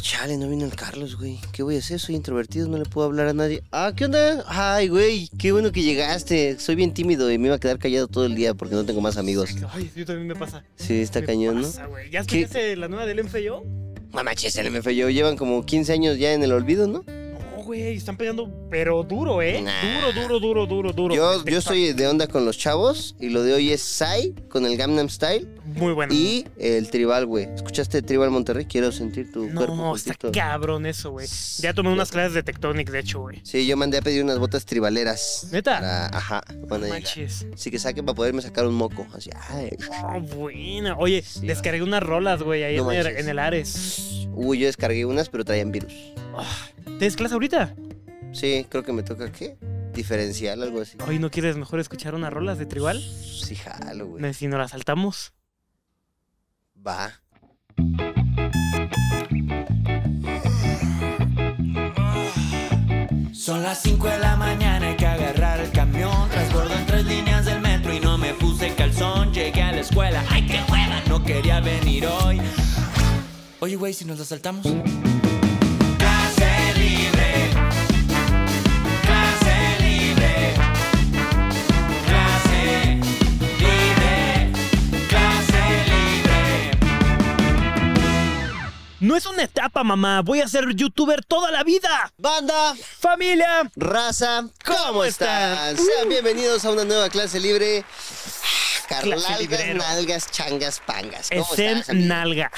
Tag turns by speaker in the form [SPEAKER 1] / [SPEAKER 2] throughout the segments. [SPEAKER 1] chale, no vino el Carlos, güey. ¿Qué voy a hacer? Soy introvertido, no le puedo hablar a nadie. Ah, ¿qué onda? Ay, güey, qué bueno que llegaste. Soy bien tímido y me iba a quedar callado todo el día porque no tengo más amigos.
[SPEAKER 2] Ay, yo también me pasa.
[SPEAKER 1] Sí, está
[SPEAKER 2] Me
[SPEAKER 1] cañón, ¿no?
[SPEAKER 2] pasa, güey. ¿Ya
[SPEAKER 1] ¿Qué?
[SPEAKER 2] escuchaste la nueva del MFAO?
[SPEAKER 1] Mamaches, el MFYO llevan como 15 años ya en el olvido, ¿no?
[SPEAKER 2] No, güey, están pegando, pero duro, ¿eh?
[SPEAKER 1] Nah.
[SPEAKER 2] Duro, duro, duro, duro, duro.
[SPEAKER 1] Yo, yo soy de onda con los chavos y lo de hoy es Psy con el Gangnam Style
[SPEAKER 2] Muy bueno.
[SPEAKER 1] y el Tribal, güey. ¿Escuchaste Tribal Monterrey? Quiero sentir tu
[SPEAKER 2] No,
[SPEAKER 1] cuerpo.
[SPEAKER 2] está
[SPEAKER 1] justito.
[SPEAKER 2] cabrón eso, güey. Ya tomé unas clases de Tectonic, de hecho, güey.
[SPEAKER 1] Sí, yo mandé a pedir unas botas tribaleras.
[SPEAKER 2] ¿Neta?
[SPEAKER 1] Para- ajá, van a
[SPEAKER 2] No
[SPEAKER 1] llegar.
[SPEAKER 2] manches.
[SPEAKER 1] Sí que saquen para poderme sacar un moco. Así, ay.
[SPEAKER 2] Oh, buena. Oye,
[SPEAKER 1] Sí.
[SPEAKER 2] descargué unas rolas, güey, ahí
[SPEAKER 1] No
[SPEAKER 2] en, el,
[SPEAKER 1] manches.
[SPEAKER 2] en el Ares.
[SPEAKER 1] Uy, yo descargué unas, pero traían virus.
[SPEAKER 2] ¿Tienes clase ahorita?
[SPEAKER 1] Sí, creo que me toca, ¿qué? Diferencial, algo así.
[SPEAKER 2] Oye, ¿no quieres mejor escuchar unas rolas de Tribal?
[SPEAKER 1] Sí, jalo, güey.
[SPEAKER 2] No, Si no las saltamos.
[SPEAKER 1] Va.
[SPEAKER 3] Son las 5 de la mañana, hay que agarrar el camión. Transbordo en tres líneas del metro y no me puse calzón. Llegué a la escuela, ¡ay qué hueva! No quería venir hoy. Oye, güey, si nos la saltamos. Clase libre. Clase libre. Clase libre. Clase libre.
[SPEAKER 2] No es una etapa, mamá. Voy a ser youtuber toda la vida.
[SPEAKER 1] Banda,
[SPEAKER 2] Familia.
[SPEAKER 1] raza, ¿cómo están?
[SPEAKER 2] Uh.
[SPEAKER 1] Sean bienvenidos a una nueva clase libre. Carlalgas,
[SPEAKER 2] librero.
[SPEAKER 1] nalgas, changas, pangas. ¿Cómo
[SPEAKER 2] Esen
[SPEAKER 1] estás? amigo?
[SPEAKER 2] Nalga.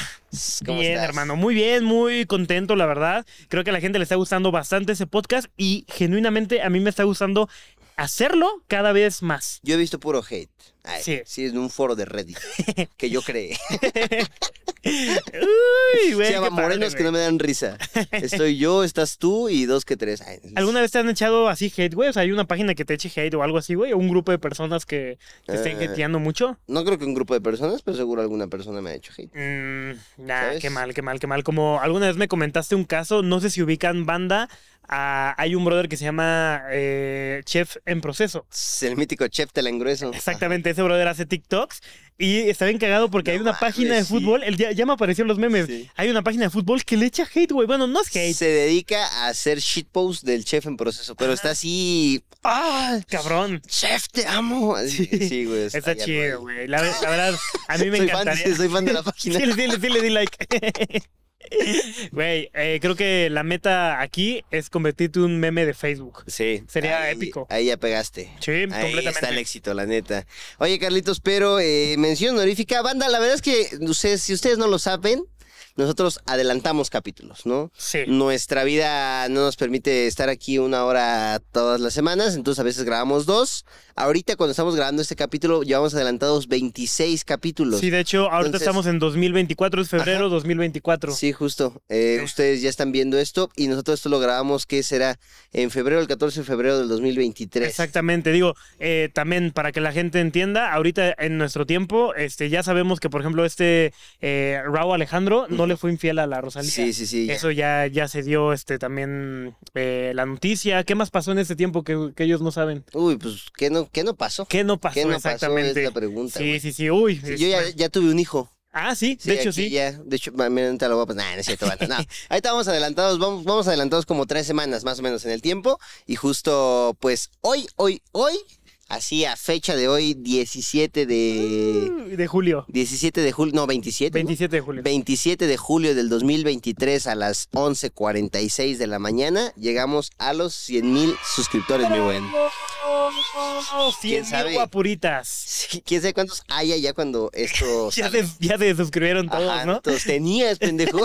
[SPEAKER 1] ¿Cómo
[SPEAKER 2] bien,
[SPEAKER 1] estás?
[SPEAKER 2] hermano. Muy bien, muy contento, la verdad. Creo que a la gente le está gustando bastante ese podcast y genuinamente a mí me está gustando hacerlo cada vez más.
[SPEAKER 1] Yo he visto puro hate. Ay,
[SPEAKER 2] Sí.
[SPEAKER 1] sí. en un foro de Reddit. que yo creé.
[SPEAKER 2] Uy, güey.
[SPEAKER 1] Se
[SPEAKER 2] qué
[SPEAKER 1] llama
[SPEAKER 2] padre,
[SPEAKER 1] Morenos que
[SPEAKER 2] güey.
[SPEAKER 1] no me dan risa. Estoy yo, estás tú y dos que tres. Ay,
[SPEAKER 2] ¿Alguna vez te han echado así hate, güey? O sea, hay una página que te eche hate o algo así, güey. O un grupo de personas que te estén
[SPEAKER 1] Eh.
[SPEAKER 2] hateando mucho.
[SPEAKER 1] No creo que un grupo de personas, pero seguro alguna persona me ha hecho hate.
[SPEAKER 2] Mm, nah,
[SPEAKER 1] ¿Sabes?
[SPEAKER 2] qué mal, qué mal, qué mal. Como alguna vez me comentaste un caso, no sé si ubican banda. ah, hay un brother que se llama eh, Chef en Proceso.
[SPEAKER 1] El mítico chef te la engrueso.
[SPEAKER 2] Exactamente, ese brother hace TikToks y está bien cagado porque
[SPEAKER 1] No
[SPEAKER 2] hay una
[SPEAKER 1] mames,
[SPEAKER 2] página de
[SPEAKER 1] sí.
[SPEAKER 2] fútbol, el- ya, ya me aparecieron los memes,
[SPEAKER 1] Sí.
[SPEAKER 2] hay una página de fútbol que le echa hate, güey. Bueno, no es hate,
[SPEAKER 1] Se dedica a hacer shitpost del chef en proceso, pero está así. ¡Ah!
[SPEAKER 2] cabrón.
[SPEAKER 1] ¡Chef, te amo! Así, sí, güey.
[SPEAKER 2] Está
[SPEAKER 1] ya,
[SPEAKER 2] chido, güey. La, la verdad, a mí me
[SPEAKER 1] soy fan,
[SPEAKER 2] encantaría.
[SPEAKER 1] sí, soy fan de la
[SPEAKER 2] Sí,
[SPEAKER 1] página.
[SPEAKER 2] le di- le di- le di like. Güey, eh, creo que la meta aquí es convertirte en un meme de Facebook.
[SPEAKER 1] Sí.
[SPEAKER 2] Sería
[SPEAKER 1] ahí-
[SPEAKER 2] épico.
[SPEAKER 1] Ahí ya pegaste.
[SPEAKER 2] Sí,
[SPEAKER 1] Ahí
[SPEAKER 2] completamente.
[SPEAKER 1] está el éxito, la neta. Oye, Carlitos, pero eh, mención honorífica. Banda, la verdad es que ustedes, si ustedes no lo saben, nosotros adelantamos capítulos, ¿no?
[SPEAKER 2] Sí.
[SPEAKER 1] Nuestra vida no nos permite estar aquí una hora todas las semanas, entonces a veces grabamos dos. Ahorita cuando estamos grabando este capítulo llevamos adelantados 26 capítulos.
[SPEAKER 2] Sí, de hecho, ahorita
[SPEAKER 1] Entonces-
[SPEAKER 2] estamos en 2024, es febrero 2024.
[SPEAKER 1] Sí, justo. Eh, ustedes ya están viendo esto y nosotros esto lo grabamos que será en febrero, el 14 de febrero del 2023.
[SPEAKER 2] Exactamente, digo, eh, también para que la gente entienda, ahorita en nuestro tiempo, este, ya sabemos que, por ejemplo, este eh, Raúl Alejandro no le fue infiel a la Rosalía.
[SPEAKER 1] Sí, sí, sí. ya.
[SPEAKER 2] Eso ya, ya se dio este, también eh, la noticia. ¿Qué más pasó en este tiempo que, que ellos no saben?
[SPEAKER 1] Uy, pues, ¿qué no, qué no pasó?
[SPEAKER 2] ¿Qué no pasó
[SPEAKER 1] ¿Qué no pasó?
[SPEAKER 2] exactamente?
[SPEAKER 1] Es la pregunta,
[SPEAKER 2] sí,
[SPEAKER 1] güey.
[SPEAKER 2] sí, sí, uy.
[SPEAKER 1] Sí, Yo ya, ya tuve un hijo.
[SPEAKER 2] Ah, sí, de hecho
[SPEAKER 1] aquí
[SPEAKER 2] sí.
[SPEAKER 1] Ya, de hecho, ma- mira, ahorita lo voy a pasar. Nah, no es cierto, banda, no. Ahí estamos adelantados, vamos, vamos adelantados como tres semanas más o menos en el tiempo. Y justo, pues, hoy, hoy, hoy, así a fecha de hoy, 17 de...
[SPEAKER 2] De julio,
[SPEAKER 1] 17 de julio, no, 27. ¿no?
[SPEAKER 2] 27 de julio.
[SPEAKER 1] 27 de julio del 2023 a las 11.46 de la mañana llegamos a los 100.000 suscriptores, mi buen.
[SPEAKER 2] Oh,
[SPEAKER 1] ¿Quién
[SPEAKER 2] 100
[SPEAKER 1] sabe?
[SPEAKER 2] mil guapuritas.
[SPEAKER 1] Sí, ¿Quién sabe cuántos haya ya cuando esto...
[SPEAKER 2] Ya se, ya se suscribieron todos,
[SPEAKER 1] Ajá,
[SPEAKER 2] ¿no?
[SPEAKER 1] todos tenías, pendejo.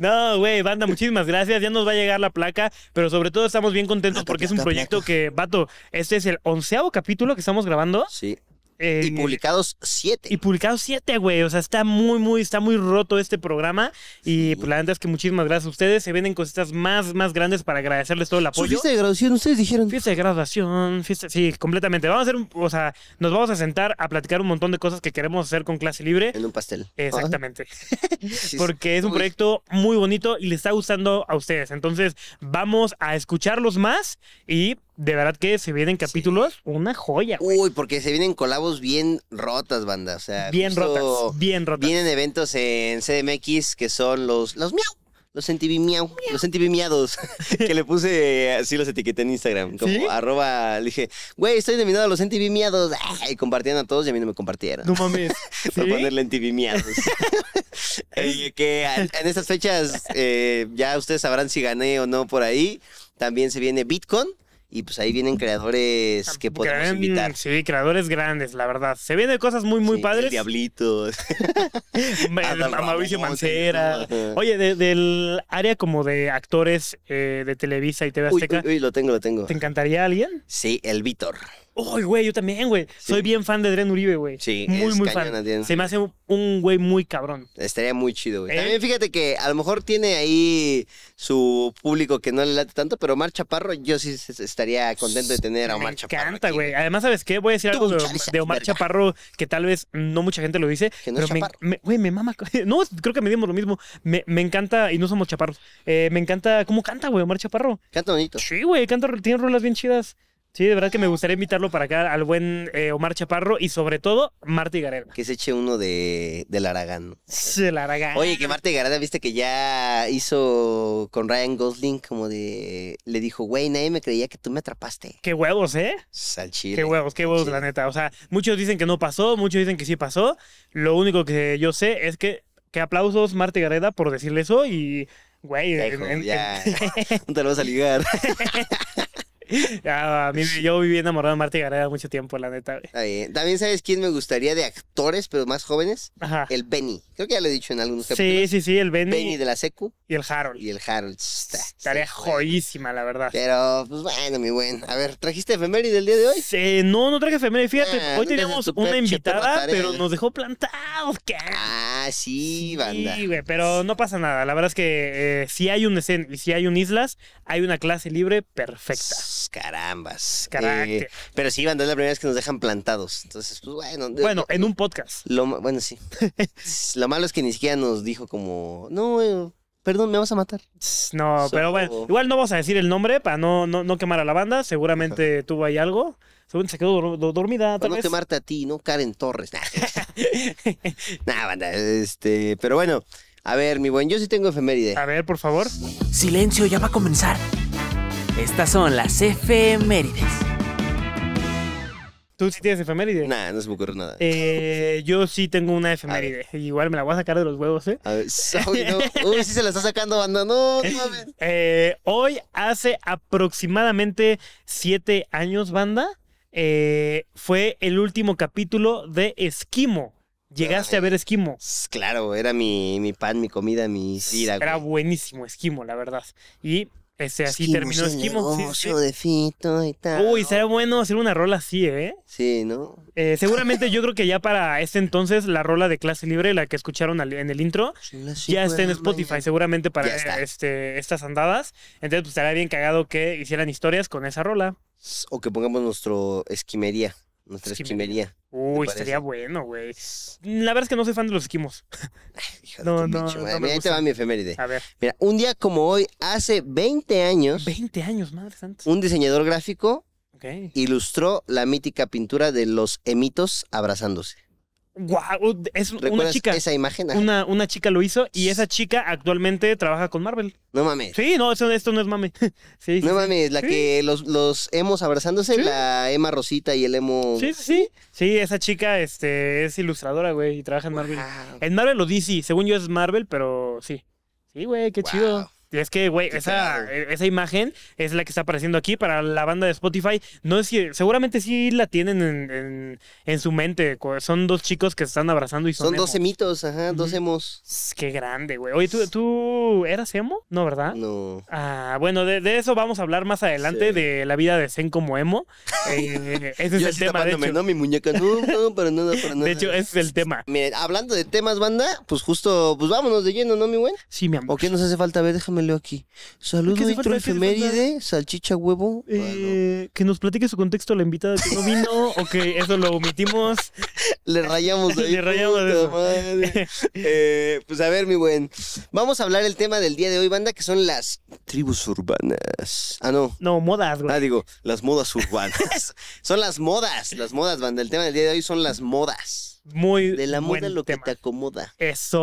[SPEAKER 2] No, güey, banda, muchísimas gracias. Ya nos va a llegar la placa, pero sobre todo estamos bien contentos
[SPEAKER 1] Placa,
[SPEAKER 2] porque es un
[SPEAKER 1] placa,
[SPEAKER 2] proyecto que, vato, este es el onceavo capítulo que estamos grabando.
[SPEAKER 1] Sí.
[SPEAKER 2] eh,
[SPEAKER 1] Y publicados siete.
[SPEAKER 2] Y publicado siete, güey. O sea, está muy, muy, está muy roto este programa. Y pues, la verdad es que muchísimas gracias a ustedes. Se vienen cositas más, más grandes para agradecerles todo el
[SPEAKER 1] Su
[SPEAKER 2] apoyo.
[SPEAKER 1] fiesta de graduación, ustedes dijeron.
[SPEAKER 2] Fiesta de graduación, fiesta, sí, completamente. Vamos a hacer, un- o sea, nos vamos a sentar a platicar un montón de cosas que queremos hacer con clase libre.
[SPEAKER 1] En un pastel.
[SPEAKER 2] Exactamente.
[SPEAKER 1] Ah, sí,
[SPEAKER 2] porque es un
[SPEAKER 1] Uy.
[SPEAKER 2] proyecto muy bonito y le está gustando a ustedes. Entonces, vamos a escucharlos más y de verdad que se vienen capítulos, una joya, güey.
[SPEAKER 1] Uy, porque se vienen colabos bien rotas, banda. O sea,
[SPEAKER 2] Bien
[SPEAKER 1] justo
[SPEAKER 2] rotas, bien rotas.
[SPEAKER 1] Vienen eventos en CDMX que son los, los miau. Los MTV miau, los MTV miados, que le puse, eh, así los etiqueté en Instagram, como
[SPEAKER 2] ¿Sí?
[SPEAKER 1] arroba, le dije, güey, estoy nominado a los MTV miados, Ah, y compartían a todos y a mí no me compartieron.
[SPEAKER 2] No mames. ¿Sí?
[SPEAKER 1] Para ponerle en TV miados. Eh, que a- en estas fechas eh, ya ustedes sabrán si gané o no por ahí. También se viene Bitcoin y pues ahí vienen creadores que podemos
[SPEAKER 2] Gran-
[SPEAKER 1] invitar.
[SPEAKER 2] Sí, creadores grandes, la verdad. Se vienen cosas muy, muy
[SPEAKER 1] Sí, el
[SPEAKER 2] padres.
[SPEAKER 1] Diablito.
[SPEAKER 2] Ma-
[SPEAKER 1] Adal
[SPEAKER 2] a Mauricio
[SPEAKER 1] Ramón,
[SPEAKER 2] Mancera.
[SPEAKER 1] sí, no.
[SPEAKER 2] Oye, de- del área como de actores eh, de Televisa y TV
[SPEAKER 1] Uy,
[SPEAKER 2] Azteca,
[SPEAKER 1] uy, uy, lo tengo, lo tengo.
[SPEAKER 2] ¿te encantaría alguien?
[SPEAKER 1] Sí, el Vítor.
[SPEAKER 2] Uy, güey, yo también, güey. Soy bien fan de Adrián Uribe, güey.
[SPEAKER 1] Sí,
[SPEAKER 2] muy,
[SPEAKER 1] es
[SPEAKER 2] muy
[SPEAKER 1] cañón,
[SPEAKER 2] fan.
[SPEAKER 1] Adrián.
[SPEAKER 2] Se me hace un- un güey muy cabrón.
[SPEAKER 1] Estaría muy chido, güey.
[SPEAKER 2] ¿Eh?
[SPEAKER 1] También fíjate que a lo mejor tiene ahí su público que no le late tanto, pero Omar Chaparro, yo sí se- se- estaría contento de tener a
[SPEAKER 2] Me
[SPEAKER 1] Omar Chaparro.
[SPEAKER 2] encanta,
[SPEAKER 1] aquí.
[SPEAKER 2] güey. Además, ¿sabes qué? Voy a decir
[SPEAKER 1] Tú,
[SPEAKER 2] algo de,
[SPEAKER 1] Charizard,
[SPEAKER 2] de Omar
[SPEAKER 1] verga.
[SPEAKER 2] Chaparro que tal vez no mucha gente lo dice.
[SPEAKER 1] Que no es
[SPEAKER 2] pero me-
[SPEAKER 1] chaparro.
[SPEAKER 2] me- Güey, me, mama. No, creo que medimos lo mismo. Me, me encanta, y no somos chaparros. eh, me encanta cómo canta, güey, Omar Chaparro.
[SPEAKER 1] Canta bonito.
[SPEAKER 2] Sí, güey, canta, tiene rolas bien chidas. Sí, de verdad que me gustaría invitarlo para acá al buen eh, Omar Chaparro y sobre todo Marta Garena.
[SPEAKER 1] Que se eche uno de, del Aragán. ¿no?
[SPEAKER 2] Se la hará
[SPEAKER 1] Oye, que Marta Garada, viste que ya hizo con Ryan Gosling como de... Le dijo, güey, nadie me creía que tú me atrapaste.
[SPEAKER 2] Qué huevos, ¿eh?
[SPEAKER 1] Al chile.
[SPEAKER 2] Qué huevos, qué huevos,
[SPEAKER 1] Sí.
[SPEAKER 2] la neta. O sea, muchos dicen que no pasó, muchos dicen que sí pasó. Lo único que yo sé es que, que aplausos, Marte Gareda, por decirle eso y. Güey,
[SPEAKER 1] Ya,
[SPEAKER 2] en-
[SPEAKER 1] hijo,
[SPEAKER 2] en-
[SPEAKER 1] ya. No te lo vas a ligar.
[SPEAKER 2] en- a mí, yo viví enamorado de Marte Gareda mucho tiempo, la neta. güey.
[SPEAKER 1] Está bien. También sabes quién me gustaría de actores, pero más jóvenes.
[SPEAKER 2] Ajá.
[SPEAKER 1] El Benny. Creo que ya lo he dicho en algunos
[SPEAKER 2] Sí,
[SPEAKER 1] capítulos.
[SPEAKER 2] sí, sí, el Benny,
[SPEAKER 1] Eh, Benny de la Secu
[SPEAKER 2] y el Harold.
[SPEAKER 1] y el Harold. Está-
[SPEAKER 2] Tarea
[SPEAKER 1] sí, güey.
[SPEAKER 2] joyísima, la verdad.
[SPEAKER 1] Pero, pues bueno, mi buen. A ver, ¿trajiste efeméride del día de hoy?
[SPEAKER 2] Sí, no, no traje femenina. Fíjate,
[SPEAKER 1] Ah,
[SPEAKER 2] hoy
[SPEAKER 1] no te haces
[SPEAKER 2] teníamos
[SPEAKER 1] tu perche,
[SPEAKER 2] una
[SPEAKER 1] perra
[SPEAKER 2] invitada,
[SPEAKER 1] tarea.
[SPEAKER 2] pero nos dejó plantados. ¿qué?
[SPEAKER 1] Ah, sí, banda.
[SPEAKER 2] Sí, güey, pero no pasa nada. La verdad es que eh, si hay un escen y si hay un Islas, hay una clase libre perfecta.
[SPEAKER 1] Ss, Carambas.
[SPEAKER 2] Carácter.
[SPEAKER 1] Eh, pero sí, banda, es la primera vez que nos dejan plantados. Entonces, pues bueno. de-
[SPEAKER 2] Bueno, en un podcast.
[SPEAKER 1] Lo, ma- bueno, sí. lo malo es que ni siquiera nos dijo como, no, eh, perdón, me vas a matar.
[SPEAKER 2] No,
[SPEAKER 1] So-
[SPEAKER 2] pero bueno, igual no vamos a decir el nombre para no, no, no quemar a la banda. Seguramente tuvo ahí algo. Seguramente se quedó dur- dur- dormida,
[SPEAKER 1] Por
[SPEAKER 2] tal
[SPEAKER 1] no
[SPEAKER 2] vez.
[SPEAKER 1] quemarte a ti, ¿no? Karen Torres. Nada, banda, este, pero bueno. A ver, mi buen, yo sí tengo efeméride.
[SPEAKER 2] A ver, por favor.
[SPEAKER 3] Silencio, ya va a comenzar. Estas son las efemérides.
[SPEAKER 2] ¿Tú sí tienes efeméride?
[SPEAKER 1] Nada, no se me ocurre nada.
[SPEAKER 2] Eh, yo sí tengo una efeméride. Igual me la voy a sacar de los huevos, ¿eh?
[SPEAKER 1] A ver, uy, no. Uy, sí se la está sacando, banda. No, no mames.
[SPEAKER 2] Eh, hoy hace aproximadamente siete años, banda, eh, fue el último capítulo de Esquimo. Llegaste a ver Esquimo.
[SPEAKER 1] S- Pues, Claro, era mi, mi pan, mi comida, mi sira.
[SPEAKER 2] Era
[SPEAKER 1] güey.
[SPEAKER 2] buenísimo Esquimo, la verdad. Y este, así
[SPEAKER 1] Esquimos,
[SPEAKER 2] terminó
[SPEAKER 1] el
[SPEAKER 2] Esquimo. sí,
[SPEAKER 1] negocio
[SPEAKER 2] sí.
[SPEAKER 1] de Fito y tal.
[SPEAKER 2] Uy, será bueno hacer una rola así, ¿eh?
[SPEAKER 1] Sí, ¿no?
[SPEAKER 2] Eh, Seguramente yo creo que ya para este entonces la rola de clase libre, la que escucharon al- en el intro,
[SPEAKER 1] Son las cinco
[SPEAKER 2] ya está
[SPEAKER 1] de
[SPEAKER 2] en
[SPEAKER 1] la
[SPEAKER 2] Spotify
[SPEAKER 1] mañana.
[SPEAKER 2] seguramente para
[SPEAKER 1] Ya está.
[SPEAKER 2] este, estas andadas. Entonces, pues estaría bien cagado que hicieran historias con esa rola.
[SPEAKER 1] S- O que pongamos nuestro esquimería. Nuestra
[SPEAKER 2] Esquimería.
[SPEAKER 1] esquimería.
[SPEAKER 2] Uy,
[SPEAKER 1] parece?
[SPEAKER 2] estaría bueno, güey. La verdad es que no soy fan de los esquimos.
[SPEAKER 1] Hija de
[SPEAKER 2] No,
[SPEAKER 1] tu
[SPEAKER 2] no,
[SPEAKER 1] pinche
[SPEAKER 2] no
[SPEAKER 1] madre.
[SPEAKER 2] me
[SPEAKER 1] Mira, ahí te
[SPEAKER 2] gusta.
[SPEAKER 1] va mi efeméride.
[SPEAKER 2] A ver,
[SPEAKER 1] Mira, un día como hoy, hace 20 años,
[SPEAKER 2] 20 años, madre santa.
[SPEAKER 1] un diseñador gráfico
[SPEAKER 2] Ok.
[SPEAKER 1] ilustró la mítica pintura de los emitos abrazándose.
[SPEAKER 2] Guau, es una
[SPEAKER 1] ¿Recuerdas
[SPEAKER 2] chica.
[SPEAKER 1] esa imagen? Ajá.
[SPEAKER 2] Una, una chica lo hizo y esa chica actualmente trabaja con Marvel.
[SPEAKER 1] No mames.
[SPEAKER 2] Sí, no, eso- esto no es mame. Sí, sí,
[SPEAKER 1] No
[SPEAKER 2] sí.
[SPEAKER 1] mames, la
[SPEAKER 2] Sí.
[SPEAKER 1] que los, los emos abrazándose,
[SPEAKER 2] Sí.
[SPEAKER 1] la Emma Rosita y el emo.
[SPEAKER 2] Sí, sí, sí. Sí, esa chica este, es ilustradora, güey, y trabaja en Marvel.
[SPEAKER 1] Wow.
[SPEAKER 2] En Marvel o DC, según yo es Marvel, pero sí. Sí, güey, qué
[SPEAKER 1] Wow.
[SPEAKER 2] chido. Y es que, güey,
[SPEAKER 1] Qué
[SPEAKER 2] esa,
[SPEAKER 1] cagado.
[SPEAKER 2] e- esa imagen es la que está apareciendo aquí para la banda de Spotify. No es que, seguramente sí la tienen en, en- en su mente. co- Son dos chicos que se están abrazando y son.
[SPEAKER 1] Son
[SPEAKER 2] emo.
[SPEAKER 1] dos em- emitos, ajá, dos
[SPEAKER 2] Ujú.
[SPEAKER 1] emos.
[SPEAKER 2] Sss, Qué grande, güey. Oye, ¿tú, ¿tú eras emo? No, ¿verdad?
[SPEAKER 1] No.
[SPEAKER 2] Ah, bueno, de, de eso vamos a hablar más adelante,
[SPEAKER 1] Sí.
[SPEAKER 2] de la vida de Zen como emo. Eh, ese es
[SPEAKER 1] Yo
[SPEAKER 2] el
[SPEAKER 1] así
[SPEAKER 2] tema, de
[SPEAKER 1] tapándome,
[SPEAKER 2] hecho.
[SPEAKER 1] ¿no? Mi muñeca. No, no, para nada, para nada.
[SPEAKER 2] De hecho, ese es el tema.
[SPEAKER 1] Miren, hablando de temas, banda, pues justo, pues vámonos de lleno, ¿no, mi buen?
[SPEAKER 2] Sí, mi amor.
[SPEAKER 1] ¿O qué nos hace falta? A ver, déjame Pónmelo aquí. Saludo,
[SPEAKER 2] ¿Qué hace
[SPEAKER 1] intro,
[SPEAKER 2] falta? ¿Qué hace
[SPEAKER 1] efeméride, salchicha, huevo. Ah,
[SPEAKER 2] Eh, que nos platique su contexto la invitada que no vino o que eso lo omitimos.
[SPEAKER 1] no. Le rayamos ahí.
[SPEAKER 2] Le rayamos
[SPEAKER 1] puta
[SPEAKER 2] eso.
[SPEAKER 1] madre. Eh, pues a ver, mi buen. Vamos a hablar el tema del día de hoy, banda, que son las tribus urbanas. Ah, no.
[SPEAKER 2] No, modas, güey.
[SPEAKER 1] Ah, digo, las modas urbanas. son las modas, las modas, banda. El tema del día de hoy son las modas.
[SPEAKER 2] Muy
[SPEAKER 1] De la moda
[SPEAKER 2] buen
[SPEAKER 1] lo que
[SPEAKER 2] tema.
[SPEAKER 1] te acomoda.
[SPEAKER 2] Eso.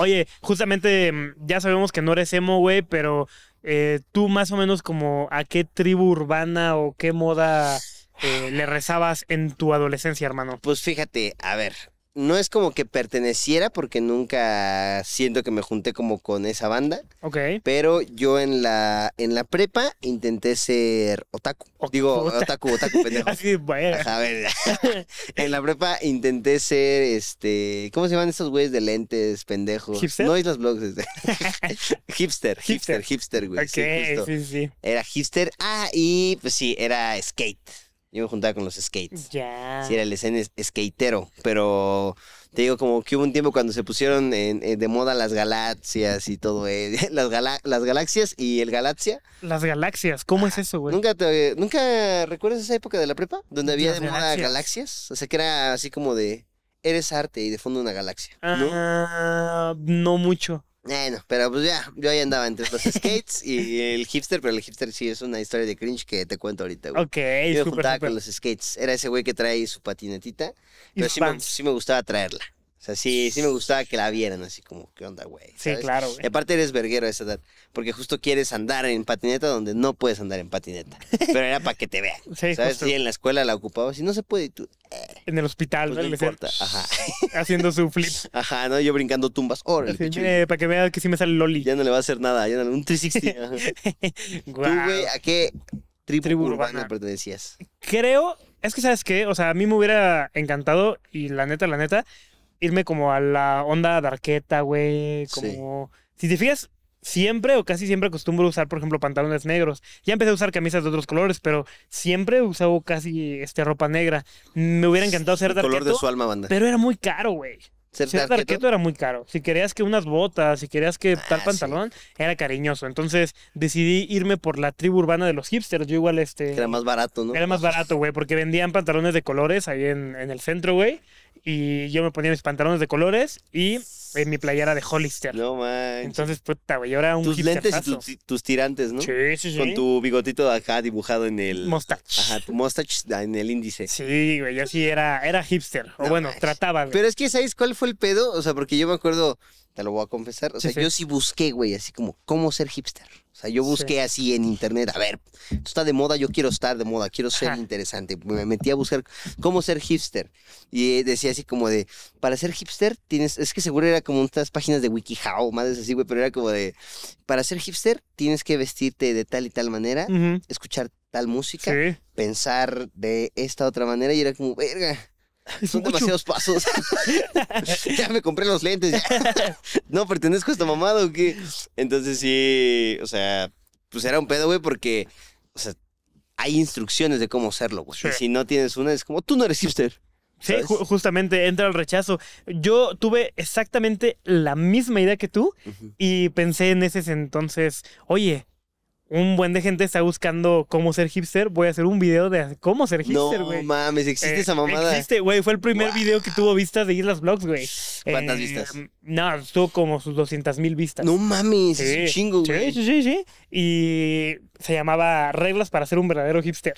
[SPEAKER 2] Oye, justamente mm, ya sabemos que no eres emo, güey, pero eh, tú más o menos como a qué tribu urbana o qué moda eh, le rezabas en tu adolescencia, hermano.
[SPEAKER 1] Pues fíjate, a ver, no es como que perteneciera porque nunca siento que me junté como con esa banda,
[SPEAKER 2] Ok.
[SPEAKER 1] pero yo en la en la prepa intenté ser otaku.
[SPEAKER 2] Ok,
[SPEAKER 1] Digo,
[SPEAKER 2] puta.
[SPEAKER 1] otaku, otaku, pendejo.
[SPEAKER 2] Así, bueno.
[SPEAKER 1] A ver, en la prepa intenté ser este. ¿Cómo se llaman esos güeyes de lentes, pendejos?
[SPEAKER 2] ¿Hipster?
[SPEAKER 1] No los blogs. este. hipster, hipster,
[SPEAKER 2] Hipster.
[SPEAKER 1] hipster, güey.
[SPEAKER 2] Ok,
[SPEAKER 1] sí, justo.
[SPEAKER 2] sí, sí.
[SPEAKER 1] Era hipster. Ah, y pues sí, era skate. Yo me juntaba con los skates.
[SPEAKER 2] Ya.
[SPEAKER 1] Sí, era el escena es- skatero, pero te digo, como que hubo un tiempo cuando se pusieron en- en- de moda las galaxias y todo, eh, las, gala- las galaxias y el galaxia.
[SPEAKER 2] Las galaxias, ¿cómo
[SPEAKER 1] Ah,
[SPEAKER 2] es eso, güey?
[SPEAKER 1] ¿Nunca, te, ¿Nunca recuerdas esa época de la prepa? Donde había
[SPEAKER 2] Las
[SPEAKER 1] de moda
[SPEAKER 2] galaxias.
[SPEAKER 1] galaxias. O sea, que era así como de, eres arte y de fondo una galaxia, ¿no?
[SPEAKER 2] Ah, no mucho.
[SPEAKER 1] Bueno, pero pues ya, yo ahí andaba entre los skates y el hipster, pero el hipster sí es una historia de cringe que te cuento ahorita, güey.
[SPEAKER 2] Ok,
[SPEAKER 1] Yo me
[SPEAKER 2] súper,
[SPEAKER 1] juntaba
[SPEAKER 2] súper.
[SPEAKER 1] con los skates. Era ese güey que trae su patinetita.
[SPEAKER 2] Y
[SPEAKER 1] Pero
[SPEAKER 2] sus
[SPEAKER 1] sí me,
[SPEAKER 2] vans.
[SPEAKER 1] sí me gustaba traerla. O sea, sí, sí me gustaba que la vieran así como, ¿qué onda, güey?
[SPEAKER 2] Sí,
[SPEAKER 1] ¿Sabes? Eh,
[SPEAKER 2] claro, güey.
[SPEAKER 1] Y aparte eres verguero a esa edad, porque justo quieres andar en patineta donde no puedes andar en patineta. Pero era para que te vean.
[SPEAKER 2] Sí,
[SPEAKER 1] ¿Sabes?
[SPEAKER 2] justo.
[SPEAKER 1] Sí, en la escuela la ocupaba. Si no se puede, y tú,
[SPEAKER 2] En el hospital,
[SPEAKER 1] pues
[SPEAKER 2] ¿no?
[SPEAKER 1] no
[SPEAKER 2] Le decían,
[SPEAKER 1] importa. Ajá.
[SPEAKER 2] Haciendo su flip.
[SPEAKER 1] Ajá, ¿no? Yo brincando tumbas. Órale,
[SPEAKER 2] Así,
[SPEAKER 1] qué chido.
[SPEAKER 2] mire, para que vea que sí me sale Loli.
[SPEAKER 1] Ya no le va a hacer nada. Ya no, un 360. ajá. ¿Tú,
[SPEAKER 2] Guau.
[SPEAKER 1] güey, a qué tribu,
[SPEAKER 2] Tribu
[SPEAKER 1] urbana,
[SPEAKER 2] urbana.
[SPEAKER 1] pertenecías?
[SPEAKER 2] Creo, es que sabes qué, o sea, a mí me hubiera encantado, y la neta, la neta, irme como a la onda darqueta, güey, como... Si te fijas, siempre o casi siempre acostumbro a usar, por ejemplo, pantalones negros. Ya empecé a usar camisas de otros colores, pero siempre he usado casi este, ropa negra. Me hubiera encantado ser
[SPEAKER 1] El color de
[SPEAKER 2] darketo,
[SPEAKER 1] su alma, banda.
[SPEAKER 2] pero era muy caro, güey.
[SPEAKER 1] Ser
[SPEAKER 2] Ser
[SPEAKER 1] darketo?
[SPEAKER 2] darketo era muy caro. Si querías que unas botas, si querías que tal
[SPEAKER 1] Ah, sí.
[SPEAKER 2] pantalón, era cariñoso. Entonces decidí irme por la tribu urbana de los hipsters. Yo igual este...
[SPEAKER 1] Que era más barato, ¿no?
[SPEAKER 2] Era más barato, güey, porque vendían pantalones de colores ahí en, en el centro, güey. Y yo me ponía mis pantalones de colores y eh, mi playera de Hollister.
[SPEAKER 1] No, man.
[SPEAKER 2] Entonces, puta, güey, yo era un
[SPEAKER 1] Tus lentes y
[SPEAKER 2] hipsterzazo.
[SPEAKER 1] tus, tus tirantes, ¿no?
[SPEAKER 2] Sí, sí, sí.
[SPEAKER 1] Con tu bigotito acá dibujado en el.
[SPEAKER 2] mustache.
[SPEAKER 1] Ajá, tu mustache en el índice.
[SPEAKER 2] Sí, güey, yo sí era, era hipster. O
[SPEAKER 1] No
[SPEAKER 2] bueno,
[SPEAKER 1] manches.
[SPEAKER 2] trataba de.
[SPEAKER 1] Pero es que, ¿sabes cuál fue el pedo? O sea, porque yo me acuerdo, te lo voy a confesar. O
[SPEAKER 2] Sí,
[SPEAKER 1] sea,
[SPEAKER 2] sí.
[SPEAKER 1] yo sí busqué, güey, así como, ¿cómo ser hipster? O sea, yo
[SPEAKER 2] Sí.
[SPEAKER 1] busqué así en internet, a ver, esto está de moda, yo quiero estar de moda, quiero ser
[SPEAKER 2] Ajá.
[SPEAKER 1] interesante. Me metí a buscar cómo ser hipster. Y eh, decía así como de, para ser hipster tienes, es que seguro era como estas páginas de WikiHow, madres así, güey, pero era como de, para ser hipster tienes que vestirte de tal y tal manera,
[SPEAKER 2] Ujú,
[SPEAKER 1] escuchar tal música,
[SPEAKER 2] Mm. Sí.
[SPEAKER 1] pensar de esta otra manera y era como, verga, son
[SPEAKER 2] Mucho.
[SPEAKER 1] demasiados pasos. ya me compré los lentes. ya. no pertenezco a esta mamada o qué. Entonces sí, o sea, pues era un pedo, güey, porque, o sea, hay instrucciones de cómo hacerlo, güey.
[SPEAKER 2] Sí.
[SPEAKER 1] Y si no tienes una, es como, tú no eres hipster.
[SPEAKER 2] Sí,
[SPEAKER 1] ¿Sabes?
[SPEAKER 2] ju- justamente entra el rechazo. Yo tuve exactamente la misma idea que tú y pensé en ese entonces, oye, un buen de gente está buscando cómo ser hipster, voy a hacer un video de cómo ser hipster,
[SPEAKER 1] No
[SPEAKER 2] güey.
[SPEAKER 1] mames, existe
[SPEAKER 2] Eh,
[SPEAKER 1] esa mamada.
[SPEAKER 2] Existe, güey. Fue el primer
[SPEAKER 1] Guau.
[SPEAKER 2] video que tuvo vistas de Islas Blogs, güey.
[SPEAKER 1] ¿Cuántas
[SPEAKER 2] Eh,
[SPEAKER 1] vistas?
[SPEAKER 2] No, tuvo como sus 200 mil vistas.
[SPEAKER 1] No mames,
[SPEAKER 2] Sí,
[SPEAKER 1] es un chingo,
[SPEAKER 2] Sí,
[SPEAKER 1] güey.
[SPEAKER 2] sí, sí, sí. Y se llamaba Reglas para ser un verdadero hipster.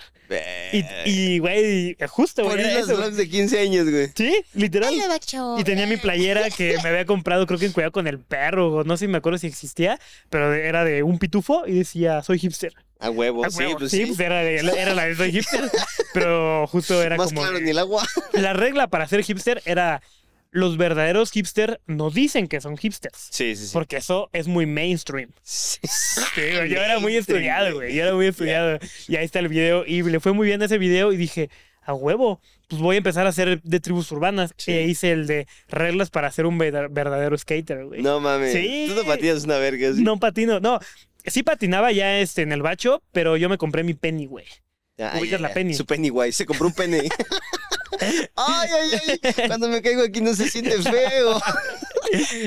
[SPEAKER 2] Y- Y, güey, justo,
[SPEAKER 1] Eh. Por
[SPEAKER 2] güey. era
[SPEAKER 1] ir a los
[SPEAKER 2] eso, güey.
[SPEAKER 1] blogs de 15 años, güey.
[SPEAKER 2] Sí, literal. Y tenía mi playera que me había comprado, creo que en Cuidado con el Perro, o no sé si me acuerdo si existía, pero era de un pitufo y decía, soy hipster.
[SPEAKER 1] A huevo,
[SPEAKER 2] Ah,
[SPEAKER 1] sí,
[SPEAKER 2] huevo,
[SPEAKER 1] pues
[SPEAKER 2] sí,
[SPEAKER 1] sí.
[SPEAKER 2] pues era, de- era la de soy hipster, pero justo era
[SPEAKER 1] Más
[SPEAKER 2] como...
[SPEAKER 1] claro
[SPEAKER 2] de-
[SPEAKER 1] ni el agua.
[SPEAKER 2] La regla para ser hipster era, los verdaderos hipsters no dicen que son hipsters,
[SPEAKER 1] Sí, sí, sí.
[SPEAKER 2] porque eso es muy mainstream.
[SPEAKER 1] Sí.
[SPEAKER 2] Sí, güey, yo era muy estudiado, güey. Yo era muy estudiado. Y ahí está el video. Y le fue muy bien ese video. Y dije, a huevo, pues voy a empezar a hacer de tribus urbanas.
[SPEAKER 1] Sí.
[SPEAKER 2] E hice el de reglas para ser un verda- verdadero skater, güey.
[SPEAKER 1] No mames.
[SPEAKER 2] Sí.
[SPEAKER 1] Tú te patinas una verga. así.
[SPEAKER 2] No patino, no. Sí patinaba ya este, en el bacho, pero yo me compré mi penny, güey.
[SPEAKER 1] Ah,
[SPEAKER 2] Ubicas la Penny.
[SPEAKER 1] Su Pennywise. Se compró un Penny. ay, ay, ay. Cuando me caigo aquí no se siente feo.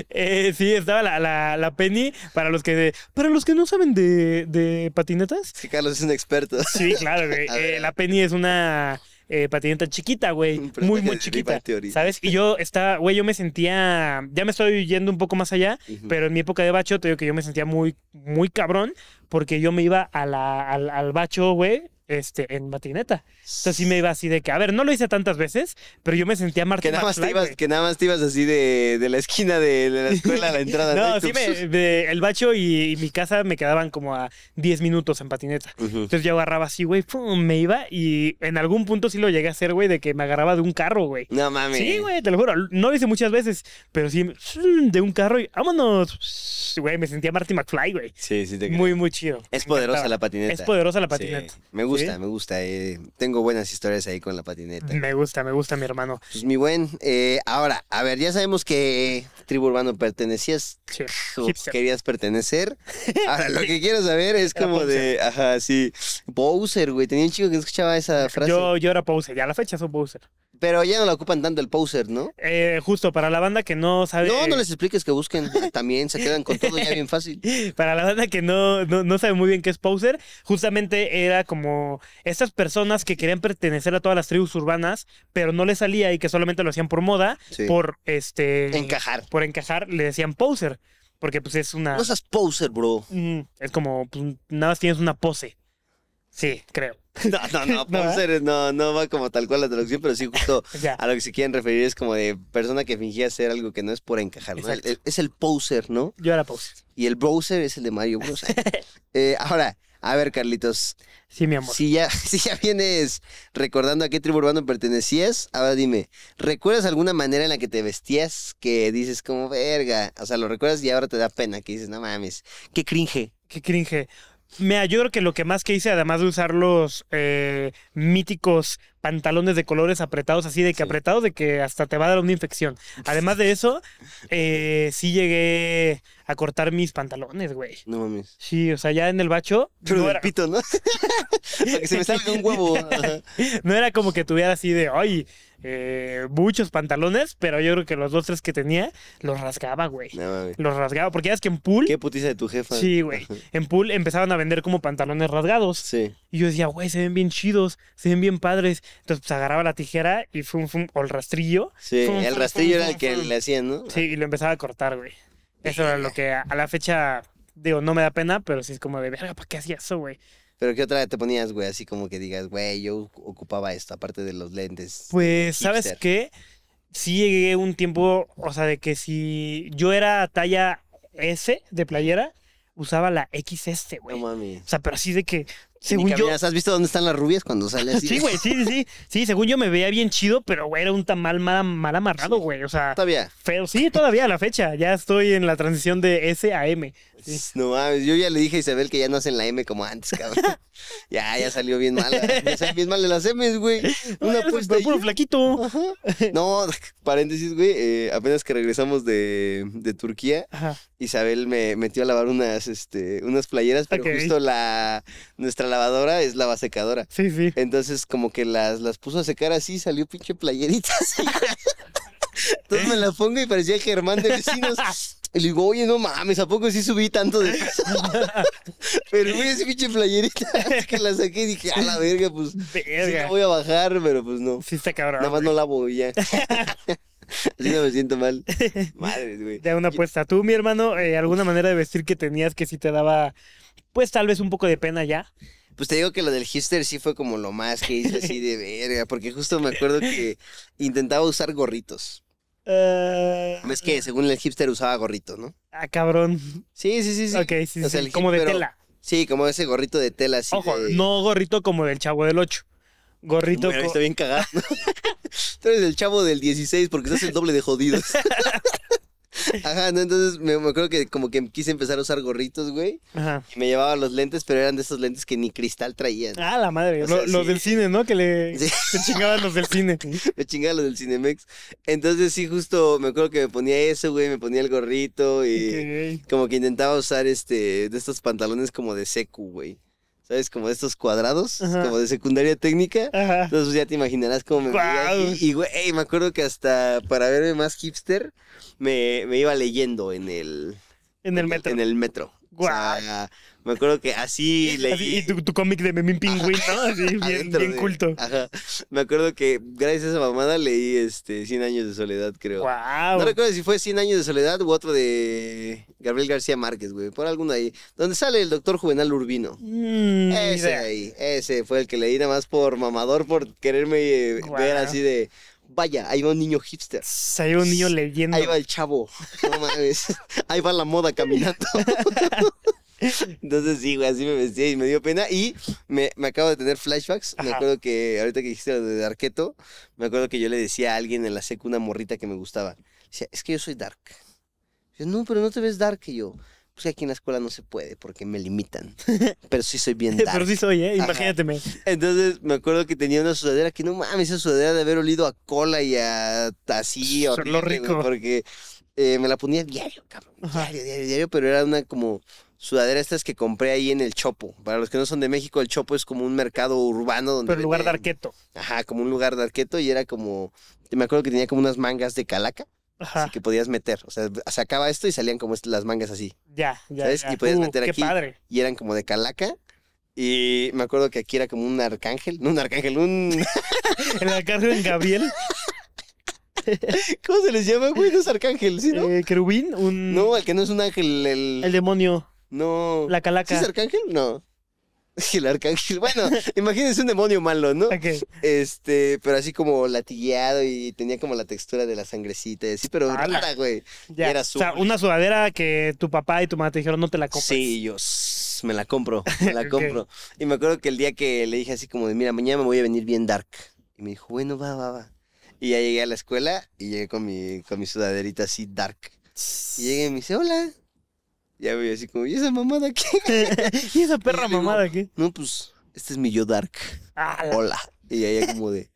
[SPEAKER 2] Eh, sí, estaba la, la, la Penny. Para los que para los que no saben de, de patinetas.
[SPEAKER 1] Es que Carlos es un experto.
[SPEAKER 2] Sí, claro, güey.
[SPEAKER 1] A ver,
[SPEAKER 2] Eh,
[SPEAKER 1] a
[SPEAKER 2] la Penny es una eh, patineta chiquita, güey.
[SPEAKER 1] Un personaje
[SPEAKER 2] Muy,
[SPEAKER 1] de
[SPEAKER 2] muy
[SPEAKER 1] Big
[SPEAKER 2] chiquita.
[SPEAKER 1] Bang Theory.
[SPEAKER 2] ¿Sabes? Y yo estaba, güey, yo me sentía. Ya me estoy yendo un poco más allá,
[SPEAKER 1] Ujú.
[SPEAKER 2] pero en mi época de bacho, te digo que yo me sentía muy, muy cabrón, porque yo me iba a la, al, al bacho, güey. Este, en patineta. Entonces sí me iba así de que, a ver, no lo hice tantas veces, pero yo me sentía Martín
[SPEAKER 1] Que nada, más te
[SPEAKER 2] McFly,
[SPEAKER 1] ibas,
[SPEAKER 2] güey.
[SPEAKER 1] que nada más te ibas así de, de la esquina de, de la escuela a la entrada.
[SPEAKER 2] No,
[SPEAKER 1] Y tú-
[SPEAKER 2] sí, me- de- el bacho y, y mi casa me quedaban como a 10 minutos en patineta.
[SPEAKER 1] Ujú.
[SPEAKER 2] Entonces yo agarraba así, güey, pum, me iba y en algún punto sí lo llegué a hacer, güey, de que me agarraba de un carro, güey.
[SPEAKER 1] No mames.
[SPEAKER 2] Sí, güey, te lo juro, no lo hice muchas veces, pero sí, de un carro y vámonos. Güey, me sentía Marty McFly, güey.
[SPEAKER 1] Sí, sí, te creo.
[SPEAKER 2] Muy, muy chido.
[SPEAKER 1] Es
[SPEAKER 2] Me
[SPEAKER 1] poderosa
[SPEAKER 2] encantaba.
[SPEAKER 1] la patineta.
[SPEAKER 2] Es poderosa la
[SPEAKER 1] Sí,
[SPEAKER 2] patineta.
[SPEAKER 1] Me gusta,
[SPEAKER 2] Sí. Mm.
[SPEAKER 1] me gusta. eh, tengo buenas historias ahí con la patineta.
[SPEAKER 2] Me gusta, me gusta, mi hermano.
[SPEAKER 1] Pues mi buen, eh, ahora, a ver, ya sabemos que Tribu Urbano pertenecías
[SPEAKER 2] Sí.
[SPEAKER 1] o
[SPEAKER 2] Hipster.
[SPEAKER 1] querías pertenecer. Ahora, lo que quiero saber es
[SPEAKER 2] Era
[SPEAKER 1] como de, ajá, sí, Bowser, güey. Tenía un chico que escuchaba esa frase.
[SPEAKER 2] Yo, yo era Bowser, ya a la fecha soy Bowser.
[SPEAKER 1] Pero ya no la ocupan tanto el Bowser, ¿no?
[SPEAKER 2] Eh, justo, para la banda que no sabe...
[SPEAKER 1] No, no les expliques que busquen. También se quedan con todo ya bien fácil.
[SPEAKER 2] Para la banda que no, no, no sabe muy bien qué es Poser, justamente era como estas personas que querían pertenecer a todas las tribus urbanas, pero no les salía y que solamente lo hacían por moda,
[SPEAKER 1] Sí.
[SPEAKER 2] por este
[SPEAKER 1] Encajar.
[SPEAKER 2] por encajar, le decían Poser, porque pues es una
[SPEAKER 1] No seas Bowser, bro.
[SPEAKER 2] mm, es como pues, nada más tienes una pose. Sí, creo.
[SPEAKER 1] No, no, no,
[SPEAKER 2] No, ¿eh?
[SPEAKER 1] Bowser no, no va como tal cual la traducción, pero sí justo
[SPEAKER 2] Ya.
[SPEAKER 1] a lo que se quieren referir es como de persona que fingía ser algo que no es por encajar, ¿no? El-
[SPEAKER 2] Exacto.
[SPEAKER 1] el- es el Bowser, ¿no?
[SPEAKER 2] Yo era Poser.
[SPEAKER 1] Y el browser es el de Mario Bros. Eh, ahora, a ver, Carlitos,
[SPEAKER 2] Sí, mi amor.
[SPEAKER 1] si ya, si ya vienes recordando a qué tribu urbano pertenecías, ahora dime, ¿recuerdas alguna manera en la que te vestías que dices como verga? O sea, lo recuerdas y ahora te da pena, que dices, no mames, qué cringe.
[SPEAKER 2] Qué cringe. Me ayudo que lo que más que hice, además de usar los eh, míticos pantalones de colores apretados, así de que
[SPEAKER 1] Sí.
[SPEAKER 2] apretados, de que hasta te va a dar una infección. Además de eso, eh, sí llegué a cortar mis pantalones, güey.
[SPEAKER 1] No mames.
[SPEAKER 2] Sí, o sea, ya en el bacho.
[SPEAKER 1] Pero
[SPEAKER 2] no
[SPEAKER 1] del
[SPEAKER 2] era-
[SPEAKER 1] pito, ¿no? Para que se me salga un huevo. Ajá.
[SPEAKER 2] No era como que tuviera así de, ay, eh, muchos pantalones, pero yo creo que los dos, tres que tenía, los rasgaba, güey.
[SPEAKER 1] No mames.
[SPEAKER 2] Los rasgaba, porque ya es que en pool,
[SPEAKER 1] Qué putiza de tu jefa.
[SPEAKER 2] sí, güey, en pool empezaban a vender como pantalones rasgados.
[SPEAKER 1] Sí.
[SPEAKER 2] Y yo decía, güey, se ven bien chidos, se ven bien padres. Entonces, pues agarraba la tijera y fum, fum, o el rastrillo.
[SPEAKER 1] Sí,
[SPEAKER 2] Fum,
[SPEAKER 1] el
[SPEAKER 2] fum,
[SPEAKER 1] rastrillo
[SPEAKER 2] fum,
[SPEAKER 1] era el
[SPEAKER 2] fum,
[SPEAKER 1] que
[SPEAKER 2] fum.
[SPEAKER 1] le hacían, ¿no?
[SPEAKER 2] Sí, y lo empezaba a cortar, güey. Eso era lo que a, a la fecha, digo, no me da pena, pero sí es como de verga, ¿para qué hacía eso, güey?
[SPEAKER 1] Pero ¿qué otra te ponías, güey? Así como que digas, güey, yo ocupaba esto, aparte de los lentes.
[SPEAKER 2] Pues, ¿sabes
[SPEAKER 1] Hipster.
[SPEAKER 2] qué? Sí llegué un tiempo, o sea, de que si yo era talla S de playera, usaba la X este, güey.
[SPEAKER 1] No
[SPEAKER 2] O
[SPEAKER 1] mami.
[SPEAKER 2] sea, pero así de que,
[SPEAKER 1] Ni
[SPEAKER 2] según yo,
[SPEAKER 1] caminas. ¿Has visto dónde están las rubias cuando sale así?
[SPEAKER 2] Sí, güey, sí, sí, sí. Sí, según yo me veía bien chido, pero güey, era un tamal mal, mal amarrado,
[SPEAKER 1] Sí.
[SPEAKER 2] güey. O sea,
[SPEAKER 1] Todavía.
[SPEAKER 2] feo. Sí, todavía a la fecha. Ya estoy en la transición de S a M. Sí.
[SPEAKER 1] No mames, yo ya le dije a Isabel que ya no hacen la M como antes, cabrón. ya, ya salió bien mala. Ya salió bien mal de las M's, güey. Una
[SPEAKER 2] Ay, eres
[SPEAKER 1] apuesta.
[SPEAKER 2] pero puro
[SPEAKER 1] ahí.
[SPEAKER 2] flaquito.
[SPEAKER 1] Ajá. No, paréntesis, güey. eh, apenas que regresamos de, de Turquía,
[SPEAKER 2] Ajá.
[SPEAKER 1] Isabel me metió a lavar unas, este, unas playeras, pero
[SPEAKER 2] Ok.
[SPEAKER 1] justo la nuestra lavadora es lavasecadora.
[SPEAKER 2] Sí, sí.
[SPEAKER 1] Eh, Entonces, como que las, las puso a secar así, salió pinche playerita así, güey. Entonces me la pongo y parecía Germán de vecinos. Y le digo, oye, no mames, ¿a poco sí subí tanto de peso? pero güey, esa pinche playerita que la saqué y dije, a la verga, pues sí la
[SPEAKER 2] Verga.
[SPEAKER 1] voy a bajar, pero pues no.
[SPEAKER 2] Sí, está cabrón.
[SPEAKER 1] Nada más no lavo y ya. Así no me siento mal. Madre, güey.
[SPEAKER 2] Ya una apuesta. ¿Tú, mi hermano, eh, alguna manera de vestir que tenías que sí te daba, pues tal vez un poco de pena ya?
[SPEAKER 1] Pues te digo que lo del hipster sí fue como lo más que hice así de verga, porque justo me acuerdo que intentaba usar gorritos.
[SPEAKER 2] Eh,
[SPEAKER 1] Es que según el hipster usaba gorrito, ¿no?
[SPEAKER 2] Ah, cabrón.
[SPEAKER 1] Sí, sí, sí, sí.
[SPEAKER 2] Ok, sí,
[SPEAKER 1] O sea,
[SPEAKER 2] sí.
[SPEAKER 1] el
[SPEAKER 2] Como de
[SPEAKER 1] hipster-
[SPEAKER 2] tela.
[SPEAKER 1] Sí, como ese gorrito de tela así.
[SPEAKER 2] Ojo,
[SPEAKER 1] de-
[SPEAKER 2] no gorrito como del chavo del 8. Gorrito
[SPEAKER 1] eh, Bueno,
[SPEAKER 2] co-
[SPEAKER 1] está bien cagado. Tú eres el chavo del 16 porque estás el doble de jodidos. Ajá, no, entonces me, me acuerdo que como que quise empezar a usar gorritos, güey.
[SPEAKER 2] Ajá.
[SPEAKER 1] Y me llevaba los lentes, pero eran de esos lentes que ni cristal traían.
[SPEAKER 2] Ah, la madre.
[SPEAKER 1] O sea,
[SPEAKER 2] Lo- los
[SPEAKER 1] sí.
[SPEAKER 2] del cine, ¿no? Que le
[SPEAKER 1] Sí.
[SPEAKER 2] se chingaban los del cine.
[SPEAKER 1] Me chingaba los del Cinemex. Entonces sí, justo me acuerdo que me ponía eso, güey. Me ponía el gorrito y
[SPEAKER 2] Ok.
[SPEAKER 1] como que intentaba usar este de estos pantalones como de secu, güey. ¿sabes? Como de estos cuadrados,
[SPEAKER 2] Ajá.
[SPEAKER 1] como de secundaria técnica.
[SPEAKER 2] Ajá.
[SPEAKER 1] Entonces pues, ya te imaginarás cómo me veía.
[SPEAKER 2] Guau.
[SPEAKER 1] Y, y, güey, me acuerdo que hasta para verme más hipster, me, me iba leyendo en el...
[SPEAKER 2] En el metro.
[SPEAKER 1] En el metro. O
[SPEAKER 2] Guau.
[SPEAKER 1] sea, me acuerdo que así leí...
[SPEAKER 2] Así, y tu, tu cómic de Memín Pingüín, ¿no? Así, bien,
[SPEAKER 1] adentro
[SPEAKER 2] bien
[SPEAKER 1] de-
[SPEAKER 2] culto.
[SPEAKER 1] Ajá. Me acuerdo que gracias a esa mamada leí este 100 años de soledad, creo.
[SPEAKER 2] Wow.
[SPEAKER 1] No recuerdo si fue 100 años de soledad u otro de Gabriel García Márquez, güey, por alguno ahí. Donde sale el doctor Juvenal Urbino.
[SPEAKER 2] Mm,
[SPEAKER 1] Ese de ahí, ese fue el que leí nada más por mamador, por quererme eh,
[SPEAKER 2] Guau.
[SPEAKER 1] ver así de, vaya, ahí va un niño hipster.
[SPEAKER 2] Hay un niño leyendo.
[SPEAKER 1] Ahí va el chavo. No mames. Ahí va la moda caminando. Entonces sí, güey, así me vestía y me dio pena. Y me, me acabo de tener flashbacks. Me
[SPEAKER 2] Ajá.
[SPEAKER 1] acuerdo que ahorita que dijiste lo de Darketo, me acuerdo que yo le decía a alguien en la secu una morrita que me gustaba. Decía, es que yo soy dark. Yo, no, pero no te ves dark. Y yo, pues aquí en la escuela no se puede porque me limitan. Pero sí soy bien dark.
[SPEAKER 2] Pero sí soy, ¿eh?
[SPEAKER 1] Ajá.
[SPEAKER 2] Imagínateme.
[SPEAKER 1] Entonces me acuerdo que tenía una sudadera que no mames, esa sudadera de haber olido a cola y a así,
[SPEAKER 2] Solo
[SPEAKER 1] horrible, güey,
[SPEAKER 2] rico.
[SPEAKER 1] porque eh, me la ponía diario, cabrón,
[SPEAKER 2] Ajá.
[SPEAKER 1] diario, diario, diario, pero era una como sudadera estas que compré ahí en el Chopo. Para los que no son de México, el Chopo es como un mercado urbano donde...
[SPEAKER 2] Pero en lugar de
[SPEAKER 1] venden-
[SPEAKER 2] arqueto.
[SPEAKER 1] Ajá, como un lugar de arqueto y era como... Me acuerdo que tenía como unas mangas de calaca
[SPEAKER 2] Ajá.
[SPEAKER 1] así que podías meter. O sea, sacaba esto y salían como est- las mangas así.
[SPEAKER 2] Ya, ya.
[SPEAKER 1] ¿Sabes?
[SPEAKER 2] ya.
[SPEAKER 1] Y puedes
[SPEAKER 2] Uh,
[SPEAKER 1] meter
[SPEAKER 2] qué
[SPEAKER 1] aquí.
[SPEAKER 2] padre.
[SPEAKER 1] y eran como de calaca. Y me acuerdo que aquí era como un arcángel, no un arcángel, un...
[SPEAKER 2] El arcángel Gabriel,
[SPEAKER 1] ¿Cómo se les llama, güey? No es arcángel, ¿sí, no?
[SPEAKER 2] eh, querubín, un.
[SPEAKER 1] No, el que no es un ángel, el...
[SPEAKER 2] El demonio,
[SPEAKER 1] No.
[SPEAKER 2] la
[SPEAKER 1] ¿Sí
[SPEAKER 2] calaca.
[SPEAKER 1] es arcángel? No. El arcángel. Bueno, imagínense un demonio malo, ¿no?
[SPEAKER 2] Ok.
[SPEAKER 1] Este, pero así como latigueado y tenía como la textura de la sangrecita y así, pero
[SPEAKER 2] ¡Hala!
[SPEAKER 1] rara, güey.
[SPEAKER 2] Ya.
[SPEAKER 1] Era
[SPEAKER 2] o sea,
[SPEAKER 1] azul.
[SPEAKER 2] una sudadera que tu papá y tu mamá te dijeron no te la compres.
[SPEAKER 1] Sí, yo "Sss, me la compro, me la
[SPEAKER 2] Ok.
[SPEAKER 1] compro. Y me acuerdo que el día que le dije así como de, mira, mañana me voy a venir bien dark. Y me dijo, bueno, va, va, va. Y ya llegué a la escuela y llegué con mi, con mi sudaderita así dark. Y llegué y me dice, hola. Ya veo así como, ¿y esa mamada qué?
[SPEAKER 2] y esa perra
[SPEAKER 1] Y digo,
[SPEAKER 2] mamada aquí.
[SPEAKER 1] No, pues, este es mi yo dark.
[SPEAKER 2] Ah, la-
[SPEAKER 1] Hola. Y ella como de,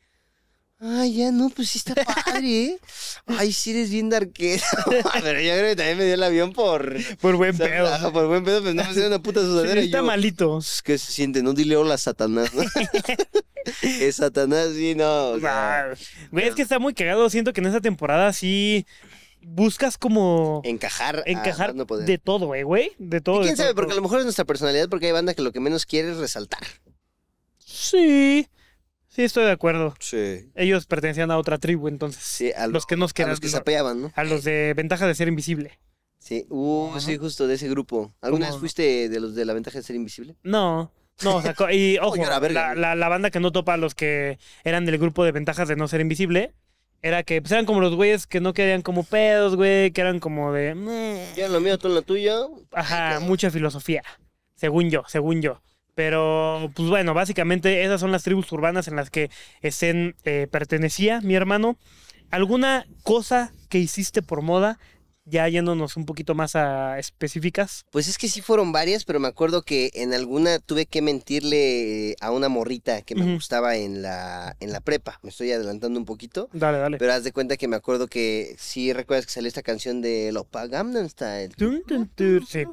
[SPEAKER 1] ay, ya, no, pues sí está padre, ¿eh? Ay, sí eres bien darkera. Pero yo creo que también me dio el avión por...
[SPEAKER 2] por buen
[SPEAKER 1] o sea,
[SPEAKER 2] pedo.
[SPEAKER 1] ajá, por buen pedo, pues no me hicieron una puta
[SPEAKER 2] Sí,
[SPEAKER 1] sudadera. y
[SPEAKER 2] está
[SPEAKER 1] yo,
[SPEAKER 2] malito.
[SPEAKER 1] pues, ¿Qué se siente? No dile hola, Satanás. ¿no? es Satanás, sí, no. o sea,
[SPEAKER 2] Ah, Güey, es que está muy cagado. Siento que en esa temporada sí buscas como
[SPEAKER 1] encajar. a más
[SPEAKER 2] encajar
[SPEAKER 1] Ah, no poder.
[SPEAKER 2] de todo, güey, güey. De todo.
[SPEAKER 1] Y
[SPEAKER 2] de
[SPEAKER 1] quién
[SPEAKER 2] todo,
[SPEAKER 1] sabe, porque a
[SPEAKER 2] todo.
[SPEAKER 1] lo mejor es nuestra personalidad, porque hay banda que lo que menos quiere es resaltar.
[SPEAKER 2] Sí. Sí, estoy de acuerdo.
[SPEAKER 1] Sí.
[SPEAKER 2] Ellos pertenecían a otra tribu, entonces.
[SPEAKER 1] Sí, a
[SPEAKER 2] Los que nos
[SPEAKER 1] a
[SPEAKER 2] quedan.
[SPEAKER 1] los que se apeaban, ¿no?
[SPEAKER 2] a los de ventaja de ser invisible.
[SPEAKER 1] Sí. Uh,
[SPEAKER 2] Ajá.
[SPEAKER 1] sí, justo de ese grupo. ¿Alguna
[SPEAKER 2] ¿Cómo?
[SPEAKER 1] vez fuiste de los de la ventaja de ser invisible?
[SPEAKER 2] No. No, o sea, co- y ojo,
[SPEAKER 1] Oye, la verga,
[SPEAKER 2] la,
[SPEAKER 1] güey.
[SPEAKER 2] la- la banda que no topa a los que eran del grupo de ventajas de no ser invisible era que pues, eran como los güeyes que no querían como pedos, güey, que eran como de. "Meh".
[SPEAKER 1] Yo en lo mío, tú en lo tuyo.
[SPEAKER 2] Ajá,
[SPEAKER 1] Ay,
[SPEAKER 2] mucha filosofía, según yo, según yo. Pero, pues bueno, básicamente esas son las tribus urbanas en las que Zen eh, pertenecía, mi hermano. ¿Alguna cosa que hiciste por moda? Ya yéndonos un poquito más a específicas.
[SPEAKER 1] Pues es que sí fueron varias, pero me acuerdo que en alguna tuve que mentirle a una morrita que me
[SPEAKER 2] Ujú.
[SPEAKER 1] gustaba en la, en la prepa. Me estoy adelantando un poquito.
[SPEAKER 2] Dale, dale.
[SPEAKER 1] Pero haz de cuenta que me acuerdo que sí recuerdas que salió esta canción de Lopa Gangnam Style.
[SPEAKER 2] Tun, tun, tun. Sí.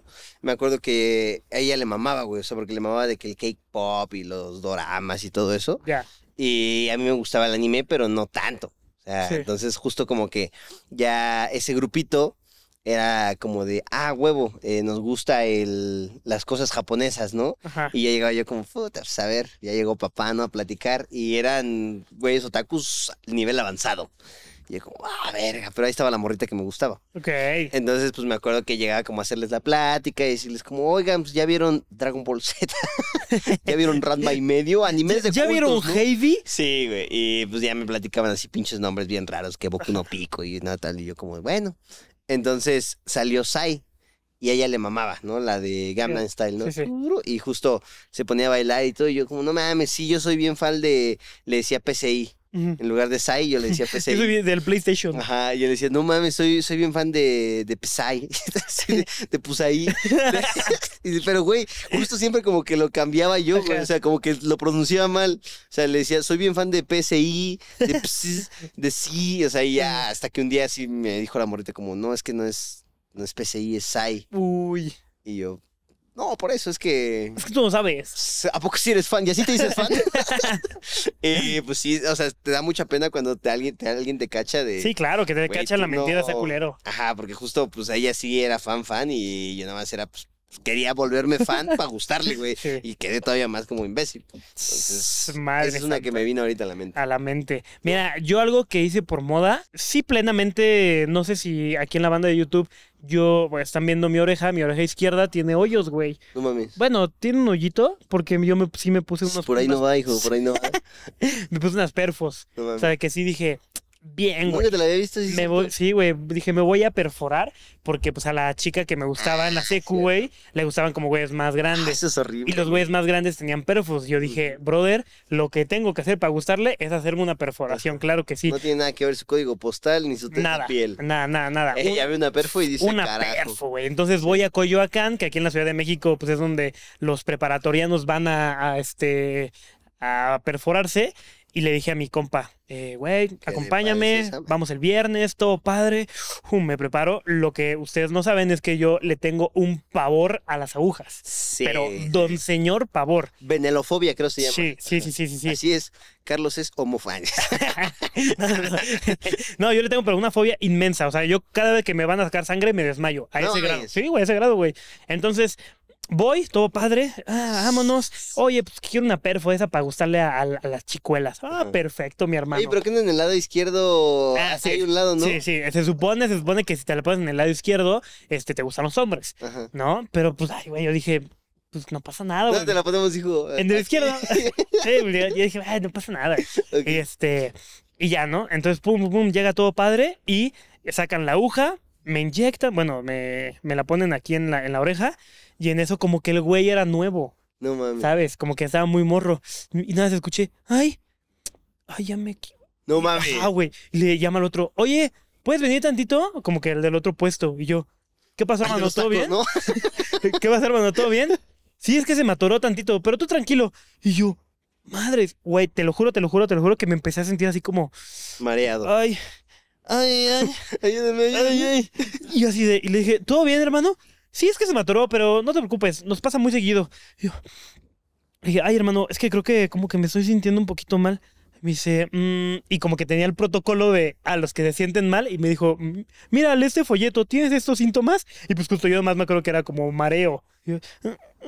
[SPEAKER 1] Me acuerdo que a ella le mamaba, güey, o sea, porque le mamaba de que el K-pop y los doramas y todo eso.
[SPEAKER 2] Ya.
[SPEAKER 1] Y a mí me gustaba el anime, pero no tanto. O sea,
[SPEAKER 2] Sí.
[SPEAKER 1] entonces justo como que ya ese grupito era como de, ah, huevo, eh, nos gusta el, las cosas japonesas, ¿no?
[SPEAKER 2] Ajá.
[SPEAKER 1] Y ya llegaba yo como, puta, pues a ver, ya llegó papá, ¿no? A platicar. Y eran, güeyes, otakus nivel avanzado. Y yo como, ah, verga, pero ahí estaba la morrita que me gustaba.
[SPEAKER 2] Ok.
[SPEAKER 1] Entonces, pues me acuerdo que llegaba como a hacerles la plática y decirles como, oigan, pues ya vieron Dragon Ball Z, ya vieron Ranma y medio, animes de
[SPEAKER 2] ¿Ya
[SPEAKER 1] cultos,
[SPEAKER 2] vieron
[SPEAKER 1] ¿no?".
[SPEAKER 2] Heavy?
[SPEAKER 1] Sí, güey, y pues ya me platicaban así pinches nombres bien raros, que Boku no Pico y nada tal, y yo como, bueno. Entonces salió Sai y a ella le mamaba, ¿no? La de Gamma Style, ¿no?
[SPEAKER 2] Sí, sí.
[SPEAKER 1] Y justo se ponía a bailar y todo, y yo como, no mames, sí, yo soy bien fan de, le decía PCI,
[SPEAKER 2] Ujú.
[SPEAKER 1] en lugar de Sai yo le decía PCI.
[SPEAKER 2] Eso viene del PlayStation.
[SPEAKER 1] Ajá, y yo le decía, no mames, soy, soy bien fan de, de Psy, Sí, de, de Pusai. Y dice, Pero, güey, justo siempre como que lo cambiaba yo, güey,
[SPEAKER 2] Ajá.
[SPEAKER 1] o sea, como que lo pronunciaba mal. O sea, le decía, soy bien fan de PSI, de PSI, de sí, o sea, y ya, hasta que un día sí me dijo la morrita como, no, es que no es, no es PSI, es Psy.
[SPEAKER 2] Uy.
[SPEAKER 1] Y yo, No, por eso es que. pues,
[SPEAKER 2] Es que tú no sabes.
[SPEAKER 1] ¿A poco si eres fan? ¿Y así te dices fan? Eh, pues sí, o sea, te da mucha pena cuando te, alguien, te, alguien te cacha de.
[SPEAKER 2] Sí, claro, que te
[SPEAKER 1] "Güey,
[SPEAKER 2] cachan la
[SPEAKER 1] tú
[SPEAKER 2] mentira,
[SPEAKER 1] no".
[SPEAKER 2] está culero.
[SPEAKER 1] Ajá, porque justo, pues ella sí era fan, fan, y yo nada más era, pues, quería volverme fan para gustarle, güey.
[SPEAKER 2] Sí.
[SPEAKER 1] Y quedé todavía más como imbécil. Entonces,
[SPEAKER 2] Madre
[SPEAKER 1] esa es una que me vino ahorita a la mente.
[SPEAKER 2] a la mente. Mira, yo algo que hice por moda, sí plenamente, no sé si aquí en la banda de YouTube, yo, pues, están viendo mi oreja, mi oreja izquierda tiene hoyos, güey.
[SPEAKER 1] No mames.
[SPEAKER 2] Bueno, tiene un hoyito, porque yo me, sí me puse unos...
[SPEAKER 1] Pues, Por ahí no
[SPEAKER 2] unas-
[SPEAKER 1] va, hijo, por ahí no va.
[SPEAKER 2] Me puse unas perfos.
[SPEAKER 1] No
[SPEAKER 2] O
[SPEAKER 1] mames.
[SPEAKER 2] sea, que sí dije, bien, güey.
[SPEAKER 1] Nunca te la había visto. "Ah, sí,
[SPEAKER 2] Me
[SPEAKER 1] sí,
[SPEAKER 2] voy, sí, güey, dije, me voy a perforar porque pues a la chica que me gustaba en la secu, güey, le gustaban como güeyes más
[SPEAKER 1] Ah,
[SPEAKER 2] grandes.
[SPEAKER 1] Eso es horrible.
[SPEAKER 2] Y los güeyes más grandes tenían perfos. Yo dije, brother, lo que tengo que hacer para gustarle es hacerme una perforación. Claro que sí.
[SPEAKER 1] No tiene nada que ver su código postal ni su te-
[SPEAKER 2] Nada,
[SPEAKER 1] piel.
[SPEAKER 2] nada, nada, nada. Un-
[SPEAKER 1] Ella ve una perfo y dice,
[SPEAKER 2] una
[SPEAKER 1] carajo.
[SPEAKER 2] perfo, güey. Entonces voy a Coyoacán, que aquí en la Ciudad de México, pues es donde los preparatorianos van a, a, este a perforarse. Y le dije a mi compa, eh, güey,
[SPEAKER 1] le
[SPEAKER 2] acompáñame,
[SPEAKER 1] pareces, hombre?
[SPEAKER 2] vamos el viernes, todo padre. Uf, me preparo. Lo que ustedes no saben es que yo le tengo un pavor a las agujas.
[SPEAKER 1] Sí.
[SPEAKER 2] Pero don señor pavor.
[SPEAKER 1] Venelofobia creo se llama.
[SPEAKER 2] Sí, sí, sí, sí, sí, sí.
[SPEAKER 1] Así es. Carlos es homofan.
[SPEAKER 2] No, no, no. No, yo le tengo pero una fobia inmensa. O sea, yo cada vez que me van a sacar sangre me desmayo. A
[SPEAKER 1] No
[SPEAKER 2] ese grado.
[SPEAKER 1] mames.
[SPEAKER 2] Sí, güey, a ese grado, güey. Entonces, voy, todo padre. Ah, vámonos. Oye, pues quiero una perfo esa para gustarle a, a- a las chicuelas. Ah,
[SPEAKER 1] Ajá.
[SPEAKER 2] perfecto, mi hermano.
[SPEAKER 1] Oye, pero que no en el lado izquierdo
[SPEAKER 2] Ah, sí.
[SPEAKER 1] hay un lado, ¿no?
[SPEAKER 2] Sí, sí. Se supone, se supone que si te la pones en el lado izquierdo, este, te gustan los hombres,
[SPEAKER 1] Ajá.
[SPEAKER 2] ¿no? Pero pues, ay, güey, yo dije, pues no pasa nada,
[SPEAKER 1] ¿Dónde
[SPEAKER 2] güey.
[SPEAKER 1] te la ponemos, hijo?
[SPEAKER 2] En el izquierdo. sí, güey, yo, yo dije, ay, no pasa nada.
[SPEAKER 1] Ok.
[SPEAKER 2] Y este, y ya, ¿no? Entonces, pum, pum, pum, llega todo padre y sacan la aguja, me inyectan, bueno, me, me la ponen aquí en la, en la oreja y en eso como que el güey era nuevo,
[SPEAKER 1] No mames.
[SPEAKER 2] ¿sabes? Como que estaba muy morro. Y nada, se escuché, ay, ay, ya me... qui-
[SPEAKER 1] No mames.
[SPEAKER 2] Ah, güey. Y le llama al otro, oye, ¿puedes venir tantito? Como que el del otro puesto. Y yo, ¿qué pasó,
[SPEAKER 1] Ay, de
[SPEAKER 2] hermano?
[SPEAKER 1] los
[SPEAKER 2] ¿Todo
[SPEAKER 1] tacos,
[SPEAKER 2] bien?
[SPEAKER 1] ¿no?
[SPEAKER 2] ¿Qué va a hacer, hermano? ¿Todo bien? Sí, es que se me atoró tantito, pero tú tranquilo. Y yo, madres, güey, te lo juro, te lo juro, te lo juro que me empecé a sentir así como,
[SPEAKER 1] Mareado.
[SPEAKER 2] ay, ay, ay,
[SPEAKER 1] Ayúdame,
[SPEAKER 2] ay,
[SPEAKER 1] ayúdame.
[SPEAKER 2] ay. Y yo así de, y le dije, ¿todo bien, hermano? Sí, es que se me atoró, pero no te preocupes, nos pasa muy seguido. Y yo, le dije, ay, hermano, es que creo que como que me estoy sintiendo un poquito mal. Me dice, "Mm", y como que tenía el protocolo de a los que se sienten mal, y me dijo, "Mm, mira, lee este folleto, ¿tienes estos síntomas? Y pues justo yo además me acuerdo que era como mareo. Y yo,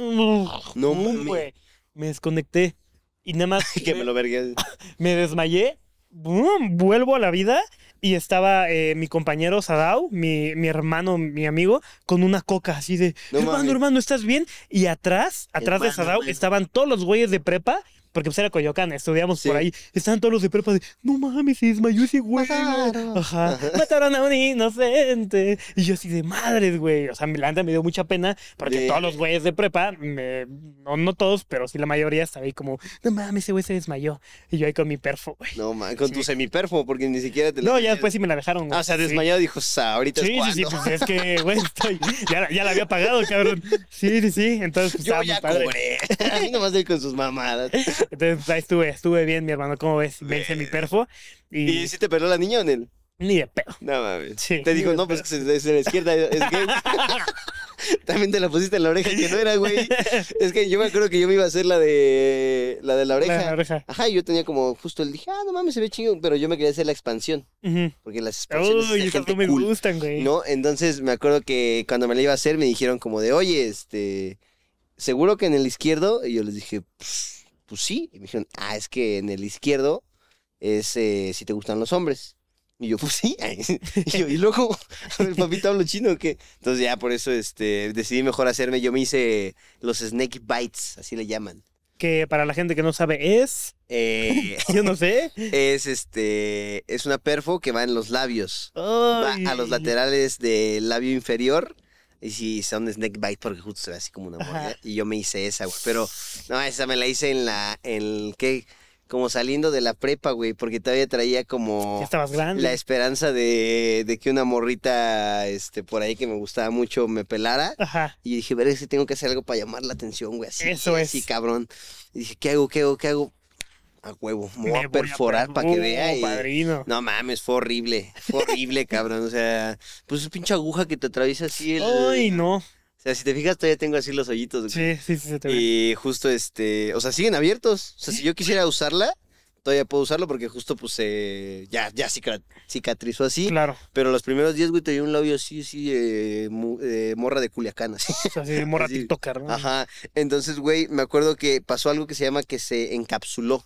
[SPEAKER 1] No
[SPEAKER 2] "Mm,
[SPEAKER 1] mames.
[SPEAKER 2] güey". Me desconecté y nada más
[SPEAKER 1] Que me lo vergué.
[SPEAKER 2] me desmayé, ¡bum! vuelvo a la vida y estaba eh, mi compañero Sadao, mi, mi hermano, mi amigo, con una coca así de,
[SPEAKER 1] No
[SPEAKER 2] hermano,
[SPEAKER 1] mames.
[SPEAKER 2] hermano, ¿estás bien? Y atrás, atrás de
[SPEAKER 1] Hermano,
[SPEAKER 2] Sadao,
[SPEAKER 1] hermano.
[SPEAKER 2] estaban todos los güeyes de prepa, porque pues era Coyoacán, estudiamos
[SPEAKER 1] Sí.
[SPEAKER 2] por ahí, estaban todos los de prepa de, no mames, se desmayó ese güey.
[SPEAKER 1] Mataron.
[SPEAKER 2] Ajá, mataron a un inocente. Y yo así de madres, güey. O sea, mi lanta me dio mucha pena porque
[SPEAKER 1] De-
[SPEAKER 2] todos los güeyes de prepa, me- no, no todos, pero sí la mayoría estaba ahí como, no mames, ese güey se desmayó. Y yo ahí con mi perfo, güey.
[SPEAKER 1] No mames. Con tu
[SPEAKER 2] Sí.
[SPEAKER 1] semiperfo, porque ni siquiera te la-
[SPEAKER 2] No, ya después sí me la dejaron, güey.
[SPEAKER 1] Ah, o sea,
[SPEAKER 2] Sí.
[SPEAKER 1] desmayado dijo, "Sa, ahorita
[SPEAKER 2] Sí,
[SPEAKER 1] es
[SPEAKER 2] sí, sí,
[SPEAKER 1] cuando".
[SPEAKER 2] pues es que, güey, estoy, ya, la- ya la había pagado, cabrón. Sí, sí, sí, entonces pues,
[SPEAKER 1] Yo
[SPEAKER 2] estaba muy
[SPEAKER 1] ya
[SPEAKER 2] padre.
[SPEAKER 1] cobré. A mí nomás de ir con sus mamadas.
[SPEAKER 2] Entonces pues, ahí estuve, estuve bien, mi hermano, ¿cómo ves? Me hice mi perfo y,
[SPEAKER 1] ¿Y si te peló la niña o en él?
[SPEAKER 2] ni de pedo.
[SPEAKER 1] No mames.
[SPEAKER 2] Sí.
[SPEAKER 1] Te dijo, no, pues que es de la izquierda, es gay. También te la pusiste en la oreja que no era, güey. Es que yo me acuerdo que yo me iba a hacer la de la de la oreja.
[SPEAKER 2] La, la oreja.
[SPEAKER 1] Ajá, y yo tenía como justo el dije, ah, no mames, se ve chingón, pero yo me quería hacer la expansión,
[SPEAKER 2] Ujú.
[SPEAKER 1] porque las expansiones es de
[SPEAKER 2] Uy, esas
[SPEAKER 1] gente
[SPEAKER 2] no me
[SPEAKER 1] cool,
[SPEAKER 2] gustan, güey.
[SPEAKER 1] ¿no? Entonces me acuerdo que cuando me la iba a hacer me dijeron como de, oye, este, seguro que en el izquierdo, y yo les dije, pues, pues sí, y me dijeron, ah, es que en el izquierdo es eh, si te gustan los hombres. Y yo, pues sí. Y yo, y luego, el papito hablo chino, ¿o ¿qué? Entonces ya por eso este, decidí mejor hacerme. Yo me hice los snake bites, así le llaman.
[SPEAKER 2] que para la gente que no sabe es,
[SPEAKER 1] Eh,
[SPEAKER 2] yo no sé.
[SPEAKER 1] es este es una perfo que va en los labios va
[SPEAKER 2] Ay.
[SPEAKER 1] a los laterales del labio inferior y si son snack bite porque justo se ve así como una
[SPEAKER 2] Ajá.
[SPEAKER 1] mordida y yo me hice esa güey pero no esa me la hice en la en que como saliendo de la prepa güey porque todavía traía
[SPEAKER 2] Ya
[SPEAKER 1] como
[SPEAKER 2] estabas grande.
[SPEAKER 1] la esperanza de, de que una morrita este por ahí que me gustaba mucho me pelara
[SPEAKER 2] Ajá.
[SPEAKER 1] y dije, verga, es que tengo que hacer algo para llamar la atención, güey. Así,
[SPEAKER 2] Eso es.
[SPEAKER 1] así, cabrón. Y dije, ¿qué hago? ¿Qué hago? ¿Qué hago? A huevo, me voy
[SPEAKER 2] Me
[SPEAKER 1] a perforar para que
[SPEAKER 2] perforar.
[SPEAKER 1] vea.
[SPEAKER 2] Oh,
[SPEAKER 1] y-
[SPEAKER 2] padrino.
[SPEAKER 1] No mames, fue horrible. Fue horrible, cabrón. O sea, pues esa pinche aguja que te atraviesa así el. pues,
[SPEAKER 2] Ay, no.
[SPEAKER 1] O sea, si te fijas, todavía tengo así los hoyitos. güey.
[SPEAKER 2] Sí, sí, sí, se te ve.
[SPEAKER 1] Y justo este, o sea, siguen abiertos. O sea, si yo quisiera usarla, todavía puedo usarlo porque justo pues eh, ya, ya cica- cicatrizó así.
[SPEAKER 2] Claro.
[SPEAKER 1] Pero los primeros días, güey, tenía un labio así, así, eh, mu- eh, morra de Culiacán, así. ah.
[SPEAKER 2] O sea, sí, morra
[SPEAKER 1] Sí.
[SPEAKER 2] TikToker, ¿no?
[SPEAKER 1] Ajá. Entonces, güey, me acuerdo que pasó algo que se llama que se encapsuló.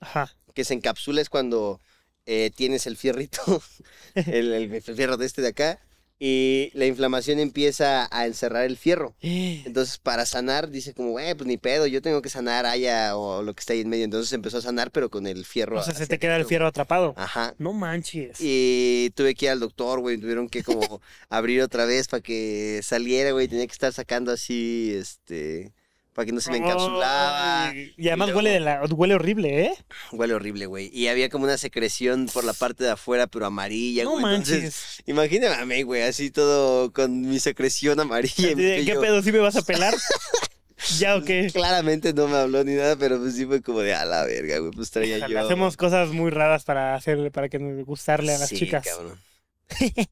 [SPEAKER 2] Ajá.
[SPEAKER 1] Que se encapsula es cuando eh, tienes el fierrito, el, el fierro de este de acá, y la inflamación empieza a encerrar el fierro. Entonces, para sanar, dice como, güey, pues ni pedo, yo tengo que sanar allá o lo que está ahí en medio. Entonces empezó a sanar, pero con el fierro.
[SPEAKER 2] O sea, se
[SPEAKER 1] hacia
[SPEAKER 2] te queda el
[SPEAKER 1] adentro.
[SPEAKER 2] fierro atrapado.
[SPEAKER 1] Ajá.
[SPEAKER 2] No manches.
[SPEAKER 1] Ah. Y tuve que ir al doctor, güey, tuvieron que como abrir otra vez para que saliera, güey, tenía que estar sacando así, este, para que no se me encapsulaba.
[SPEAKER 2] Ay, Y además
[SPEAKER 1] Y luego-
[SPEAKER 2] huele, de la, huele horrible, ¿eh?
[SPEAKER 1] Huele horrible, güey. Y había como una secreción por la parte de afuera, pero amarilla,
[SPEAKER 2] no
[SPEAKER 1] güey.
[SPEAKER 2] manches.
[SPEAKER 1] Entonces, imagíname a mí, güey, así todo con mi secreción amarilla. y mi
[SPEAKER 2] ¿Qué
[SPEAKER 1] cabello
[SPEAKER 2] pedo? ¿Sí me vas a pelar? ya, ok.
[SPEAKER 1] Claramente no me habló ni nada, pero pues sí fue como de a la verga, güey. Pues traía
[SPEAKER 2] Ojalá,
[SPEAKER 1] yo.
[SPEAKER 2] Hacemos cosas muy raras para hacerle, para que nos gustarle a las
[SPEAKER 1] Sí,
[SPEAKER 2] chicas.
[SPEAKER 1] cabrón.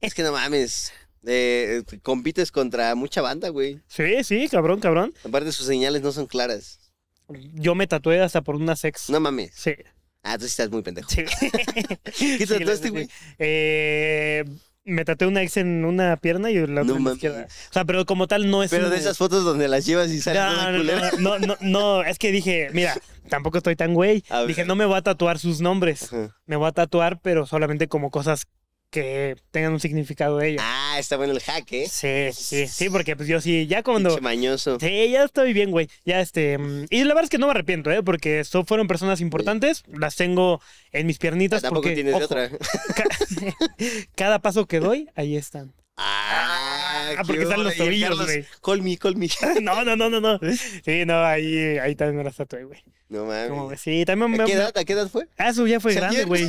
[SPEAKER 1] es que no mames. eh, compites contra mucha banda, güey.
[SPEAKER 2] Sí, sí, cabrón, cabrón.
[SPEAKER 1] Aparte, sus señales no son claras.
[SPEAKER 2] Yo me tatué hasta por una sex.
[SPEAKER 1] No mames.
[SPEAKER 2] Sí,
[SPEAKER 1] Ah, tú sí estás muy pendejo.
[SPEAKER 2] sí.
[SPEAKER 1] ¿Qué
[SPEAKER 2] Sí, la
[SPEAKER 1] trataste,
[SPEAKER 2] neta,
[SPEAKER 1] güey?
[SPEAKER 2] sí. Eh, me tatué una ex en una pierna y la otra
[SPEAKER 1] No
[SPEAKER 2] en la
[SPEAKER 1] mames.
[SPEAKER 2] izquierda. O sea, pero como tal no es
[SPEAKER 1] Pero
[SPEAKER 2] un-
[SPEAKER 1] de esas fotos donde las llevas y sale
[SPEAKER 2] No,
[SPEAKER 1] toda
[SPEAKER 2] no,
[SPEAKER 1] culera.
[SPEAKER 2] no, no, no, no, es que dije, mira, tampoco estoy tan güey.
[SPEAKER 1] A ver.
[SPEAKER 2] Dije, no me voy a tatuar sus nombres.
[SPEAKER 1] Ajá.
[SPEAKER 2] Me voy a tatuar, pero solamente como cosas que tengan un significado de ellos.
[SPEAKER 1] Ah, está bueno el hack, ¿eh?
[SPEAKER 2] Sí, sí, sí, porque pues yo sí, ya cuando...
[SPEAKER 1] Pinche mañoso.
[SPEAKER 2] Sí, ya estoy bien, güey. Ya este... mm, Y la verdad es que no me arrepiento, ¿eh? Porque esto fueron personas importantes. Las tengo en mis
[SPEAKER 1] Ah,
[SPEAKER 2] piernitas.
[SPEAKER 1] tampoco
[SPEAKER 2] porque,
[SPEAKER 1] tienes
[SPEAKER 2] ojo,
[SPEAKER 1] otra.
[SPEAKER 2] ca- cada paso que doy, ahí están.
[SPEAKER 1] Ah,
[SPEAKER 2] Ah, porque
[SPEAKER 1] qué
[SPEAKER 2] están los
[SPEAKER 1] hora, y el
[SPEAKER 2] tobillos,
[SPEAKER 1] Carlos,
[SPEAKER 2] güey.
[SPEAKER 1] Call me, call me.
[SPEAKER 2] No, no, no, no, no. Sí, no, ahí, ahí también me las tatué, güey.
[SPEAKER 1] No
[SPEAKER 2] Como
[SPEAKER 1] mames.
[SPEAKER 2] que Sí, también me...
[SPEAKER 1] ¿A qué
[SPEAKER 2] me-
[SPEAKER 1] edad, a qué edad fue?
[SPEAKER 2] Ah, eso ya fue
[SPEAKER 1] ¿Se
[SPEAKER 2] grande,
[SPEAKER 1] ayer?
[SPEAKER 2] güey.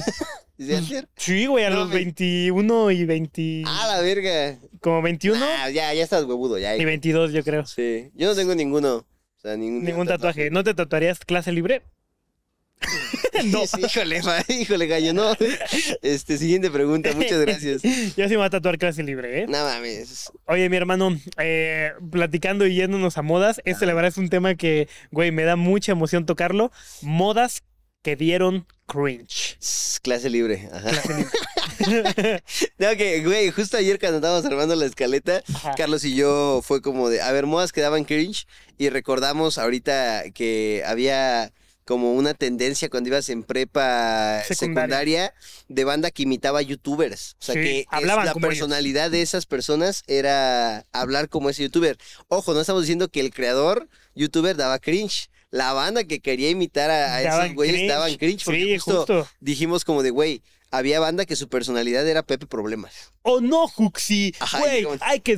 [SPEAKER 1] ¿Desde
[SPEAKER 2] Mm.
[SPEAKER 1] ayer?
[SPEAKER 2] Sí, güey, a
[SPEAKER 1] No,
[SPEAKER 2] los
[SPEAKER 1] güey.
[SPEAKER 2] 21 y 20.
[SPEAKER 1] Ah, la verga.
[SPEAKER 2] Como 21
[SPEAKER 1] Ah, ya, ya estás huevudo, ya.
[SPEAKER 2] y 22, yo creo.
[SPEAKER 1] Sí. Yo no tengo ninguno. O sea, ningún,
[SPEAKER 2] Ningún tatuaje. ¿No te tatuarías clase libre? no.
[SPEAKER 1] Sí, híjole, ma- híjole, gallo, no. Este, siguiente pregunta, muchas gracias.
[SPEAKER 2] Yo sí me voy a tatuar clase libre, ¿eh?
[SPEAKER 1] No mames.
[SPEAKER 2] Oye, mi hermano, eh, platicando y yéndonos a modas, este la verdad es un tema que, güey, me da mucha emoción tocarlo. Modas que dieron cringe.
[SPEAKER 1] S- Clase libre. Ajá. No, que, güey, justo ayer cuando estábamos armando la escaleta,
[SPEAKER 2] Ajá.
[SPEAKER 1] Carlos y yo fue como de, a ver, modas que daban cringe. Y recordamos ahorita que había como una tendencia cuando ibas en prepa
[SPEAKER 2] Secundaria.
[SPEAKER 1] secundaria, de banda que imitaba youtubers. O sea,
[SPEAKER 2] Sí,
[SPEAKER 1] que es-
[SPEAKER 2] hablaban
[SPEAKER 1] la
[SPEAKER 2] como ellos.
[SPEAKER 1] personalidad de esas personas era hablar como ese youtuber. Ojo, no estamos diciendo que el creador youtuber daba cringe. La banda que quería imitar a, a esos
[SPEAKER 2] Daban
[SPEAKER 1] güeyes
[SPEAKER 2] cringe.
[SPEAKER 1] daban cringe porque
[SPEAKER 2] Sí,
[SPEAKER 1] justo
[SPEAKER 2] justo.
[SPEAKER 1] dijimos como de, güey, había banda que su personalidad era Pepe Problemas.
[SPEAKER 2] ¿O no, Juxi?
[SPEAKER 1] Ajá,
[SPEAKER 2] Güey,
[SPEAKER 1] digamos.
[SPEAKER 2] hay que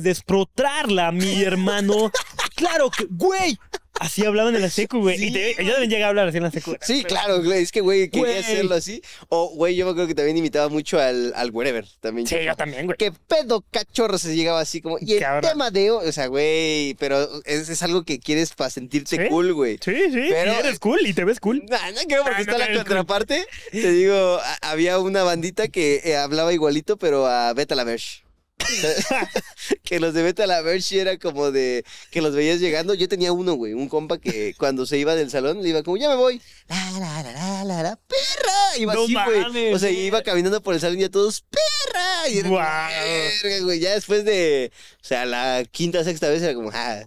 [SPEAKER 2] desprotarla, mi hermano. claro que, güey. Así hablaban en la secu, güey.
[SPEAKER 1] Sí,
[SPEAKER 2] y te,
[SPEAKER 1] güey.
[SPEAKER 2] yo también llegué a hablar así en la secu.
[SPEAKER 1] Sí, claro, güey, es que, güey, quería
[SPEAKER 2] Güey.
[SPEAKER 1] hacerlo así. O, güey, yo me acuerdo que también imitaba mucho al, al Wherever, también.
[SPEAKER 2] Sí, yo también, güey.
[SPEAKER 1] Que pedo cachorro se llegaba así como, y el
[SPEAKER 2] Cabrón.
[SPEAKER 1] tema de hoy, o sea, güey, pero es, es algo que quieres para sentirte
[SPEAKER 2] Sí.
[SPEAKER 1] cool, güey.
[SPEAKER 2] Sí, sí.
[SPEAKER 1] Pero-
[SPEAKER 2] y eres cool y te ves cool.
[SPEAKER 1] No, no creo porque
[SPEAKER 2] Ah, no
[SPEAKER 1] está
[SPEAKER 2] te
[SPEAKER 1] la
[SPEAKER 2] ves cool.
[SPEAKER 1] contraparte. Te digo, a- había una bandita que eh, hablaba igualito, pero a Beta la Verge. que los de Beta la Verge era como de que los veías llegando. Yo tenía uno, güey, un compa que cuando se iba del salón le iba como, ya me voy. La, la, la, la, la, la, perra. Iba
[SPEAKER 2] No
[SPEAKER 1] así, güey.
[SPEAKER 2] mames,
[SPEAKER 1] O sea,
[SPEAKER 2] güey.
[SPEAKER 1] iba caminando por el salón y a todos, perra. Y era como,
[SPEAKER 2] Guau.
[SPEAKER 1] "Verga, güey. Ya después de, o sea, la quinta, sexta vez era como, ah,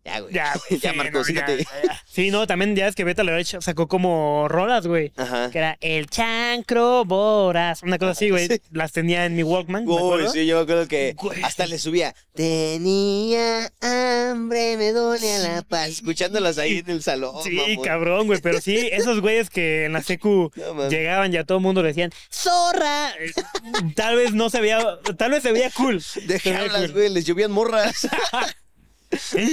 [SPEAKER 1] ya, güey.
[SPEAKER 2] Ya, güey,
[SPEAKER 1] ya,
[SPEAKER 2] sí,
[SPEAKER 1] Marco,
[SPEAKER 2] no, ya,
[SPEAKER 1] siéntate.
[SPEAKER 2] ya. Sí, no, también ya es que Beta Lerch sacó como rolas, güey.
[SPEAKER 1] Ajá.
[SPEAKER 2] Que era el chancro boras. Una cosa así, güey.
[SPEAKER 1] Sí.
[SPEAKER 2] Las tenía en mi Walkman. ¿me
[SPEAKER 1] Uy,
[SPEAKER 2] acuerdo?
[SPEAKER 1] sí, yo me acuerdo que
[SPEAKER 2] Güey.
[SPEAKER 1] hasta le subía. Tenía hambre, me dolía la paz. Escuchándolas ahí en el salón.
[SPEAKER 2] Sí,
[SPEAKER 1] Oh, mamón.
[SPEAKER 2] cabrón, güey. Pero sí, esos güeyes que en la secu
[SPEAKER 1] No mames.
[SPEAKER 2] llegaban y a todo el mundo le decían, ¡Zorra! Eh, Tal vez no se veía, tal vez se veía cool. Se veía
[SPEAKER 1] Dejarlas,
[SPEAKER 2] cool.
[SPEAKER 1] güey, les llovían morras.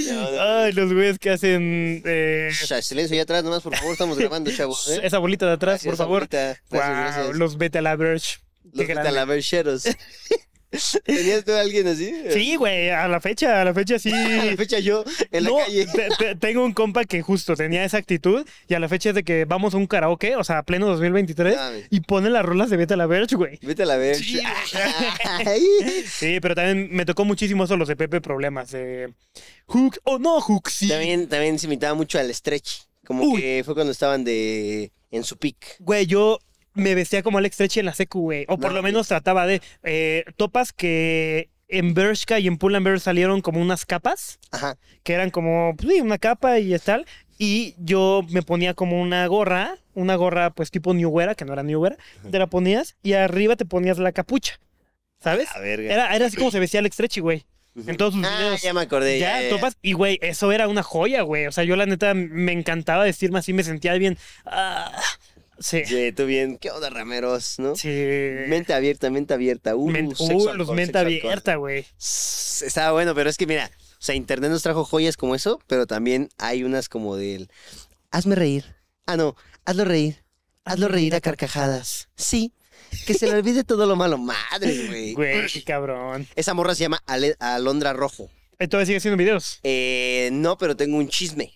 [SPEAKER 1] No, no.
[SPEAKER 2] Ay, los güeyes que hacen eh,
[SPEAKER 1] Sha, Silencio allá atrás, nomás, por favor, estamos grabando, chavos. ¿eh?
[SPEAKER 2] esa bolita de atrás,
[SPEAKER 1] Gracias,
[SPEAKER 2] por favor.
[SPEAKER 1] abuelita. Gracias,
[SPEAKER 2] Wow,
[SPEAKER 1] gracias.
[SPEAKER 2] los Beta Laverge.
[SPEAKER 1] Los talavercheros. ¿Tenías tú a alguien así?
[SPEAKER 2] Sí, güey, a la fecha, a la fecha sí.
[SPEAKER 1] A la fecha yo, en la
[SPEAKER 2] No,
[SPEAKER 1] calle.
[SPEAKER 2] te- te- tengo un compa que justo tenía esa actitud y a la fecha es de que vamos a un karaoke, o sea, pleno 2023,
[SPEAKER 1] Mames.
[SPEAKER 2] y pone las rolas de Beta la Verge, güey.
[SPEAKER 1] Vete a la ver.
[SPEAKER 2] Sí.
[SPEAKER 1] Ay.
[SPEAKER 2] Sí, pero también me tocó muchísimo eso, los de Pepe Problemas. de hook o no hook, sí.
[SPEAKER 1] También, también se imitaba mucho al stretch. Como
[SPEAKER 2] Uy.
[SPEAKER 1] que fue cuando estaban de en su pick.
[SPEAKER 2] Güey, yo me vestía como Alex Trechi en la secu, güey. O por
[SPEAKER 1] No,
[SPEAKER 2] lo menos trataba de. eh, topas que en Bershka y en Pull&Bear salieron como unas capas,
[SPEAKER 1] Ajá.
[SPEAKER 2] que eran como, pues, sí, una capa y tal. Y yo me ponía como una gorra, una gorra pues tipo New Era, que no era New Era. Te la ponías y arriba te ponías la capucha, ¿sabes?
[SPEAKER 1] A ver.
[SPEAKER 2] Era, era así como se vestía Alex Trechi, güey. En todos sus
[SPEAKER 1] Ah,
[SPEAKER 2] videos.
[SPEAKER 1] ya me acordé.
[SPEAKER 2] Ya, topas. Y, güey, eso era una joya, güey. O sea, yo la neta me encantaba vestirme así, me sentía bien. ah, sí.
[SPEAKER 1] Sí, tú bien. ¿Qué onda, Rameros? ¿No?
[SPEAKER 2] Sí.
[SPEAKER 1] Mente abierta, mente abierta. Uh,
[SPEAKER 2] Men-
[SPEAKER 1] sexo
[SPEAKER 2] uh,
[SPEAKER 1] alcohol,
[SPEAKER 2] los
[SPEAKER 1] sexo
[SPEAKER 2] mente
[SPEAKER 1] alcohol.
[SPEAKER 2] abierta, güey.
[SPEAKER 1] S- Estaba bueno, pero es que mira, o sea, internet nos trajo joyas como eso, pero también hay unas como del hazme reír. Ah, no, hazlo reír. Hazlo reír a carcajadas. Sí, que se le olvide todo lo malo. Madre, güey.
[SPEAKER 2] Güey, qué cabrón.
[SPEAKER 1] Esa morra se llama Ale- Alondra Rojo.
[SPEAKER 2] Entonces sigue haciendo videos.
[SPEAKER 1] Eh, no, pero tengo un chisme.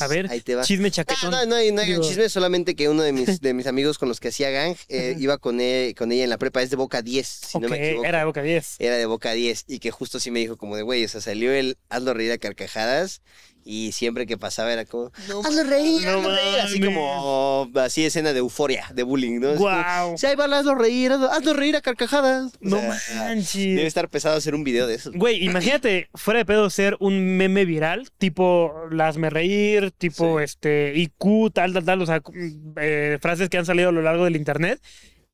[SPEAKER 2] A ver,
[SPEAKER 1] Ahí te va.
[SPEAKER 2] chisme
[SPEAKER 1] No,
[SPEAKER 2] chaquetón.
[SPEAKER 1] no, no hay, no hay gran
[SPEAKER 2] Digo-
[SPEAKER 1] chisme, solamente que uno de mis, de mis amigos con los que hacía gang eh, iba con, él- con ella en la prepa, es de Boca 10, si no
[SPEAKER 2] Ok,
[SPEAKER 1] me equivoco.
[SPEAKER 2] era Boca 10.
[SPEAKER 1] era de Boca 10 y que justo sí me dijo como de, güey, o sea, salió el hazlo reír a carcajadas y siempre que pasaba era como, hazlo reír,
[SPEAKER 2] no
[SPEAKER 1] hazlo reír, así
[SPEAKER 2] mames.
[SPEAKER 1] como, así escena de euforia, de bullying, ¿no? Así como,
[SPEAKER 2] Guau.
[SPEAKER 1] Sí, ahí va, el hazlo reír, hazlo, hazlo reír a carcajadas. O
[SPEAKER 2] No
[SPEAKER 1] sea, Debe
[SPEAKER 2] manches.
[SPEAKER 1] estar pesado hacer un video de eso.
[SPEAKER 2] Güey, imagínate, fuera de pedo, ser un meme viral, tipo las me reír, tipo este IQ, tal, tal, tal, o sea, cu- eh, frases que han salido a lo largo del internet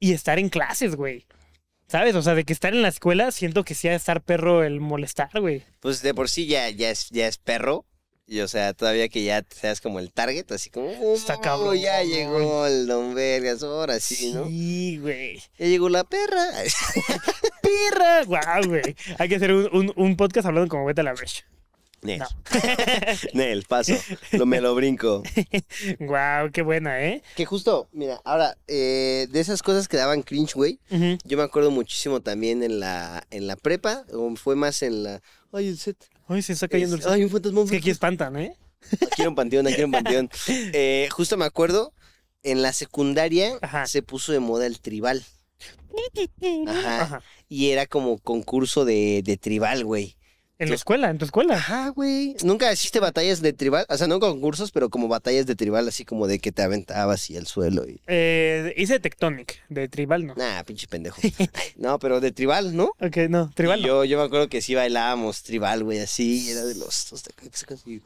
[SPEAKER 2] y estar en clases, güey. ¿Sabes? O sea, de que estar en la escuela, siento que sí ha de estar perro el molestar, güey.
[SPEAKER 1] Pues de por sí ya, ya, es, ya es perro. Y o sea, todavía que ya seas como el target, así como, "Uh,
[SPEAKER 2] Está cabrón.
[SPEAKER 1] ya llegó el don Vergas, ahora sí, ¿no?
[SPEAKER 2] Sí, güey.
[SPEAKER 1] Ya llegó la perra.
[SPEAKER 2] perra. Guau, güey. Hay que hacer un, un- un podcast hablando como vete a la brecha.
[SPEAKER 1] Nel.
[SPEAKER 2] No.
[SPEAKER 1] Nel, paso. Lo, me lo brinco.
[SPEAKER 2] Guau, qué buena, ¿eh?
[SPEAKER 1] Que justo, mira, ahora, eh, de esas cosas que daban cringe, güey,
[SPEAKER 2] Ujú.
[SPEAKER 1] yo me acuerdo muchísimo también en la, en la prepa, o fue más en la... Ay, el set.
[SPEAKER 2] Ay, se está cayendo el
[SPEAKER 1] es- Ay, un fantasma. un
[SPEAKER 2] Es que aquí espantan, ¿eh?
[SPEAKER 1] fantasma. Quiero un panteón, quiero un panteón. Eh, justo me acuerdo, en la secundaria
[SPEAKER 2] Ajá.
[SPEAKER 1] se puso de moda el tribal. Ajá.
[SPEAKER 2] Ajá.
[SPEAKER 1] Y era como concurso de, de tribal, güey.
[SPEAKER 2] En la escuela, en tu escuela.
[SPEAKER 1] Ajá, güey. ¿Nunca hiciste batallas de tribal? O sea, no concursos, pero como batallas de tribal, así como de que te aventabas y al suelo y...
[SPEAKER 2] Eh, hice Tectonic, de Tribal, ¿no?
[SPEAKER 1] Nah, pinche pendejo. No, pero de tribal, ¿no?
[SPEAKER 2] Ok, no, Tribal
[SPEAKER 1] Y
[SPEAKER 2] no.
[SPEAKER 1] Yo, yo me acuerdo que sí bailábamos tribal, güey, así. y Era de los... los tecos, y, uf,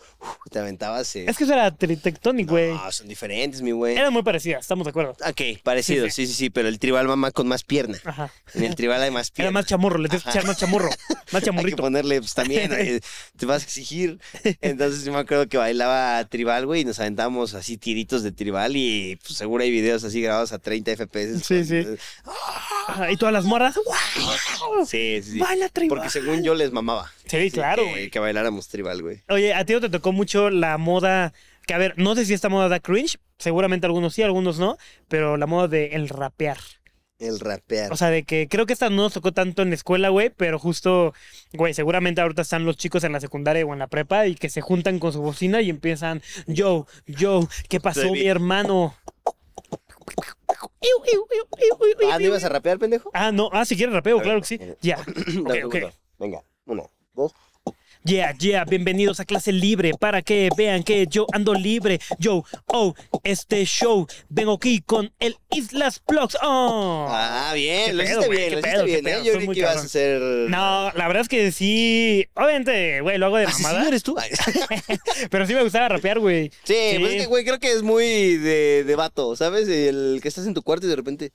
[SPEAKER 1] te aventabas... eh.
[SPEAKER 2] Es que eso era tri- Tectonic, güey.
[SPEAKER 1] No, son diferentes, mi güey.
[SPEAKER 2] Eran muy parecidas, estamos de acuerdo.
[SPEAKER 1] Ok, parecido, sí, sí, sí, pero el tribal va más con más pierna.
[SPEAKER 2] Ajá.
[SPEAKER 1] En el tribal hay más
[SPEAKER 2] Era
[SPEAKER 1] pierna.
[SPEAKER 2] más chamorro, le tienes que echar más chamorro. Más
[SPEAKER 1] Hay que
[SPEAKER 2] chamorrito.
[SPEAKER 1] ponerle, pues también, eh, te vas a exigir. Entonces yo me acuerdo que bailaba tribal, güey, y nos aventábamos así tiritos de tribal y pues, seguro hay videos así grabados a 30 FPS.
[SPEAKER 2] Sí, sí. Ajá, Y todas las morras. ¡guau!
[SPEAKER 1] Sí, sí, sí.
[SPEAKER 2] ¡Baila Tribal!
[SPEAKER 1] Porque según yo les mamaba.
[SPEAKER 2] Sí, claro,
[SPEAKER 1] que-
[SPEAKER 2] güey.
[SPEAKER 1] Que bailáramos tribal, güey.
[SPEAKER 2] Oye, a ti no te tocó mucho la moda, que a ver, no sé si esta moda da cringe, seguramente algunos sí, algunos no, pero la moda de el rapear.
[SPEAKER 1] El rapear.
[SPEAKER 2] O sea, de que creo que esta no nos tocó tanto en la escuela, güey, pero justo, güey, seguramente ahorita están los chicos en la secundaria o en la prepa y que se juntan con su bocina y empiezan, yo, yo, ¿qué pasó,
[SPEAKER 1] Estoy
[SPEAKER 2] mi
[SPEAKER 1] bien.
[SPEAKER 2] hermano? Iu, iu, iu, iu, iu,
[SPEAKER 1] ah, ¿no
[SPEAKER 2] iu,
[SPEAKER 1] ibas a
[SPEAKER 2] iu.
[SPEAKER 1] rapear, pendejo?
[SPEAKER 2] Ah, no, ah, si quieres rapeo, claro que sí. Ya,
[SPEAKER 1] Dame un
[SPEAKER 2] ok,
[SPEAKER 1] segundo.
[SPEAKER 2] ok.
[SPEAKER 1] Venga, uno, dos.
[SPEAKER 2] Yeah, yeah, bienvenidos a clase libre para que vean que yo ando libre. Yo, oh, este show, vengo aquí con el Islas Plugs. Oh.
[SPEAKER 1] Ah,
[SPEAKER 2] qué
[SPEAKER 1] bien, lo
[SPEAKER 2] pedo,
[SPEAKER 1] hiciste
[SPEAKER 2] güey,
[SPEAKER 1] bien,
[SPEAKER 2] qué
[SPEAKER 1] lo
[SPEAKER 2] pedo,
[SPEAKER 1] hiciste
[SPEAKER 2] qué
[SPEAKER 1] bien, ¿eh?
[SPEAKER 2] pedo,
[SPEAKER 1] Yo
[SPEAKER 2] soy
[SPEAKER 1] creí
[SPEAKER 2] muy
[SPEAKER 1] que ibas a
[SPEAKER 2] cabrón.
[SPEAKER 1] hacer...
[SPEAKER 2] No, la verdad es que sí. Obviamente, güey, lo hago de
[SPEAKER 1] ¿Asesino
[SPEAKER 2] mamada.
[SPEAKER 1] eres tú?
[SPEAKER 2] Pero sí me gustaba rapear, güey.
[SPEAKER 1] Sí, pues es que, güey, creo que es muy de, de vato, ¿sabes? El que estás en tu cuarto y de repente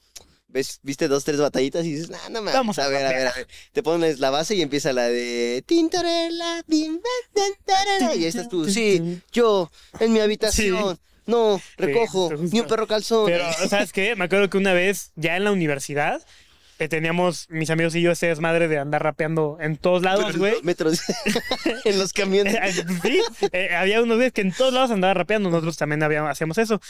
[SPEAKER 1] ves, viste dos, tres batallitas y dices, nah, no mames.
[SPEAKER 2] Vamos a
[SPEAKER 1] ver, a ver, a ver. Te pones la base y empieza la de Tintorella, bim, bam, tan, tarara. Y ahí estás tú, sí, yo, en mi habitación, no, recojo,
[SPEAKER 2] Sí, justo.
[SPEAKER 1] ni un perro calzón.
[SPEAKER 2] Pero, ¿sabes qué? Me acuerdo que una vez, ya en la universidad, eh, teníamos mis amigos y yo ese desmadre de andar rapeando en todos lados, güey.
[SPEAKER 1] metros en los camiones.
[SPEAKER 2] Eh, sí, eh, había unos días que en todos lados andaba rapeando, nosotros también había- hacíamos eso.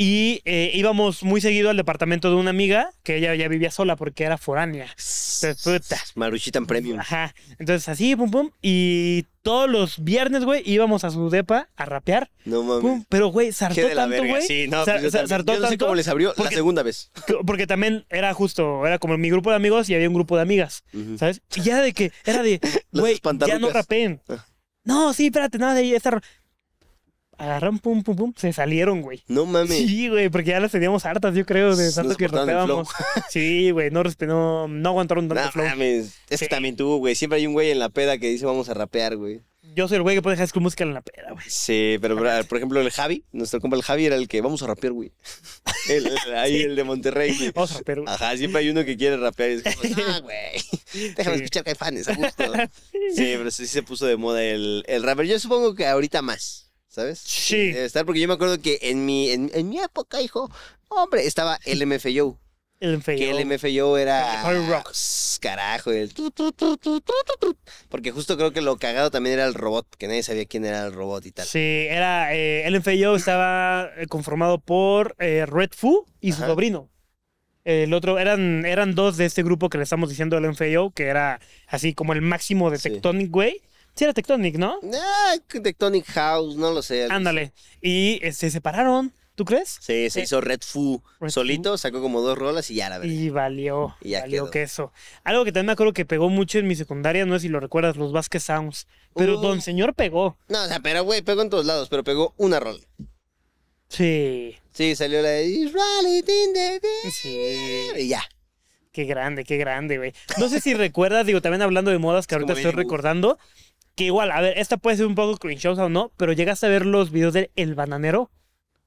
[SPEAKER 2] Y eh, íbamos muy seguido al departamento de una amiga que ella ya vivía sola porque era foránea. Entonces, puta.
[SPEAKER 1] Maruchita en premium.
[SPEAKER 2] Ajá. Entonces, así, pum, pum. Y todos los viernes, güey, íbamos a su depa a rapear.
[SPEAKER 1] No
[SPEAKER 2] Pum,
[SPEAKER 1] mames.
[SPEAKER 2] pero, güey, sartó
[SPEAKER 1] Qué de la
[SPEAKER 2] tanto,
[SPEAKER 1] verga.
[SPEAKER 2] güey.
[SPEAKER 1] Sí, no,
[SPEAKER 2] Sa-
[SPEAKER 1] pues yo
[SPEAKER 2] sa-
[SPEAKER 1] también.
[SPEAKER 2] sartó
[SPEAKER 1] Yo no sé
[SPEAKER 2] tanto
[SPEAKER 1] cómo les abrió la segunda vez.
[SPEAKER 2] que- Porque también era justo, era como mi grupo de amigos y había un grupo de amigas,
[SPEAKER 1] Ujú.
[SPEAKER 2] ¿sabes? Y ya de que, era de,
[SPEAKER 1] Las
[SPEAKER 2] güey, ya no
[SPEAKER 1] espantarrucas.
[SPEAKER 2] rapeen.
[SPEAKER 1] Ah.
[SPEAKER 2] No, sí, espérate, nada de ahí, esta... ro- Agarraron, pum, pum, pum, se salieron, güey.
[SPEAKER 1] No mames.
[SPEAKER 2] Sí, güey, porque ya las teníamos hartas, yo creo, de
[SPEAKER 1] Nos
[SPEAKER 2] tanto que
[SPEAKER 1] cortaron el
[SPEAKER 2] rapeábamos. Sí, güey, no, respe- no, no aguantaron tanto
[SPEAKER 1] No
[SPEAKER 2] flow.
[SPEAKER 1] mames. Es
[SPEAKER 2] Sí.
[SPEAKER 1] que también tú, güey. Siempre hay un güey en la peda que dice vamos a rapear, güey.
[SPEAKER 2] Yo soy el güey que puede dejar School Musical en la peda, güey.
[SPEAKER 1] Sí, pero bra- por ejemplo el Javi, nuestro compa el Javi era el que vamos a rapear, güey. El- el- ahí el de Monterrey, güey.
[SPEAKER 2] Vamos a rapear, güey.
[SPEAKER 1] Ajá, siempre hay uno que quiere rapear y es como, no, güey, déjame
[SPEAKER 2] Sí.
[SPEAKER 1] escuchar caifanes a gusto. Sí, pero sí se puso de moda el, el rapper. Yo supongo que ahorita más, ¿sabes?
[SPEAKER 2] Sí.
[SPEAKER 1] Debe estar, porque yo me acuerdo que en mi, en, en mi época, hijo, hombre, estaba LMFAO.
[SPEAKER 2] El feo.
[SPEAKER 1] Que LMFAO era...
[SPEAKER 2] El hard rock.
[SPEAKER 1] Sss, Carajo, el... tu, tu, tu, tu, tu, tu, tu. Porque justo creo que lo cagado también era el robot, que nadie sabía quién era el robot y tal.
[SPEAKER 2] Sí, era. Eh, el Feo estaba eh, conformado por eh, Red Fu y su
[SPEAKER 1] Ajá.
[SPEAKER 2] sobrino. El otro, eran, eran dos de este grupo que le estamos diciendo el Feo, que era así como el máximo de
[SPEAKER 1] Sí.
[SPEAKER 2] Tectonic, güey. Sí, era Tectonic, ¿no?
[SPEAKER 1] Ah, Tectonic House, no lo sé. algo
[SPEAKER 2] Ándale. Y eh, se separaron, ¿tú crees?
[SPEAKER 1] Sí, se
[SPEAKER 2] Sí.
[SPEAKER 1] hizo Red Fu
[SPEAKER 2] Red
[SPEAKER 1] solito, sacó como dos rolas y ya la verdad.
[SPEAKER 2] Y valió,
[SPEAKER 1] Y ya
[SPEAKER 2] valió
[SPEAKER 1] quedó.
[SPEAKER 2] queso. Algo que también me acuerdo que pegó mucho en mi secundaria, no sé si lo recuerdas, los Vázquez Sounds. Pero
[SPEAKER 1] Uh.
[SPEAKER 2] Don Señor pegó.
[SPEAKER 1] No, o sea, pero güey, pegó en todos lados, pero pegó una rola.
[SPEAKER 2] Sí,
[SPEAKER 1] Sí, salió la de Israel it in the beat",
[SPEAKER 2] sí.
[SPEAKER 1] y ya.
[SPEAKER 2] Qué grande, qué grande, güey. No sé si recuerdas, digo, también hablando de modas que
[SPEAKER 1] Es como
[SPEAKER 2] ahorita estoy
[SPEAKER 1] Lady Wu.
[SPEAKER 2] recordando, que igual, a ver, esta puede ser un poco crinchosa o no, pero llegaste a ver los videos de El Bananero.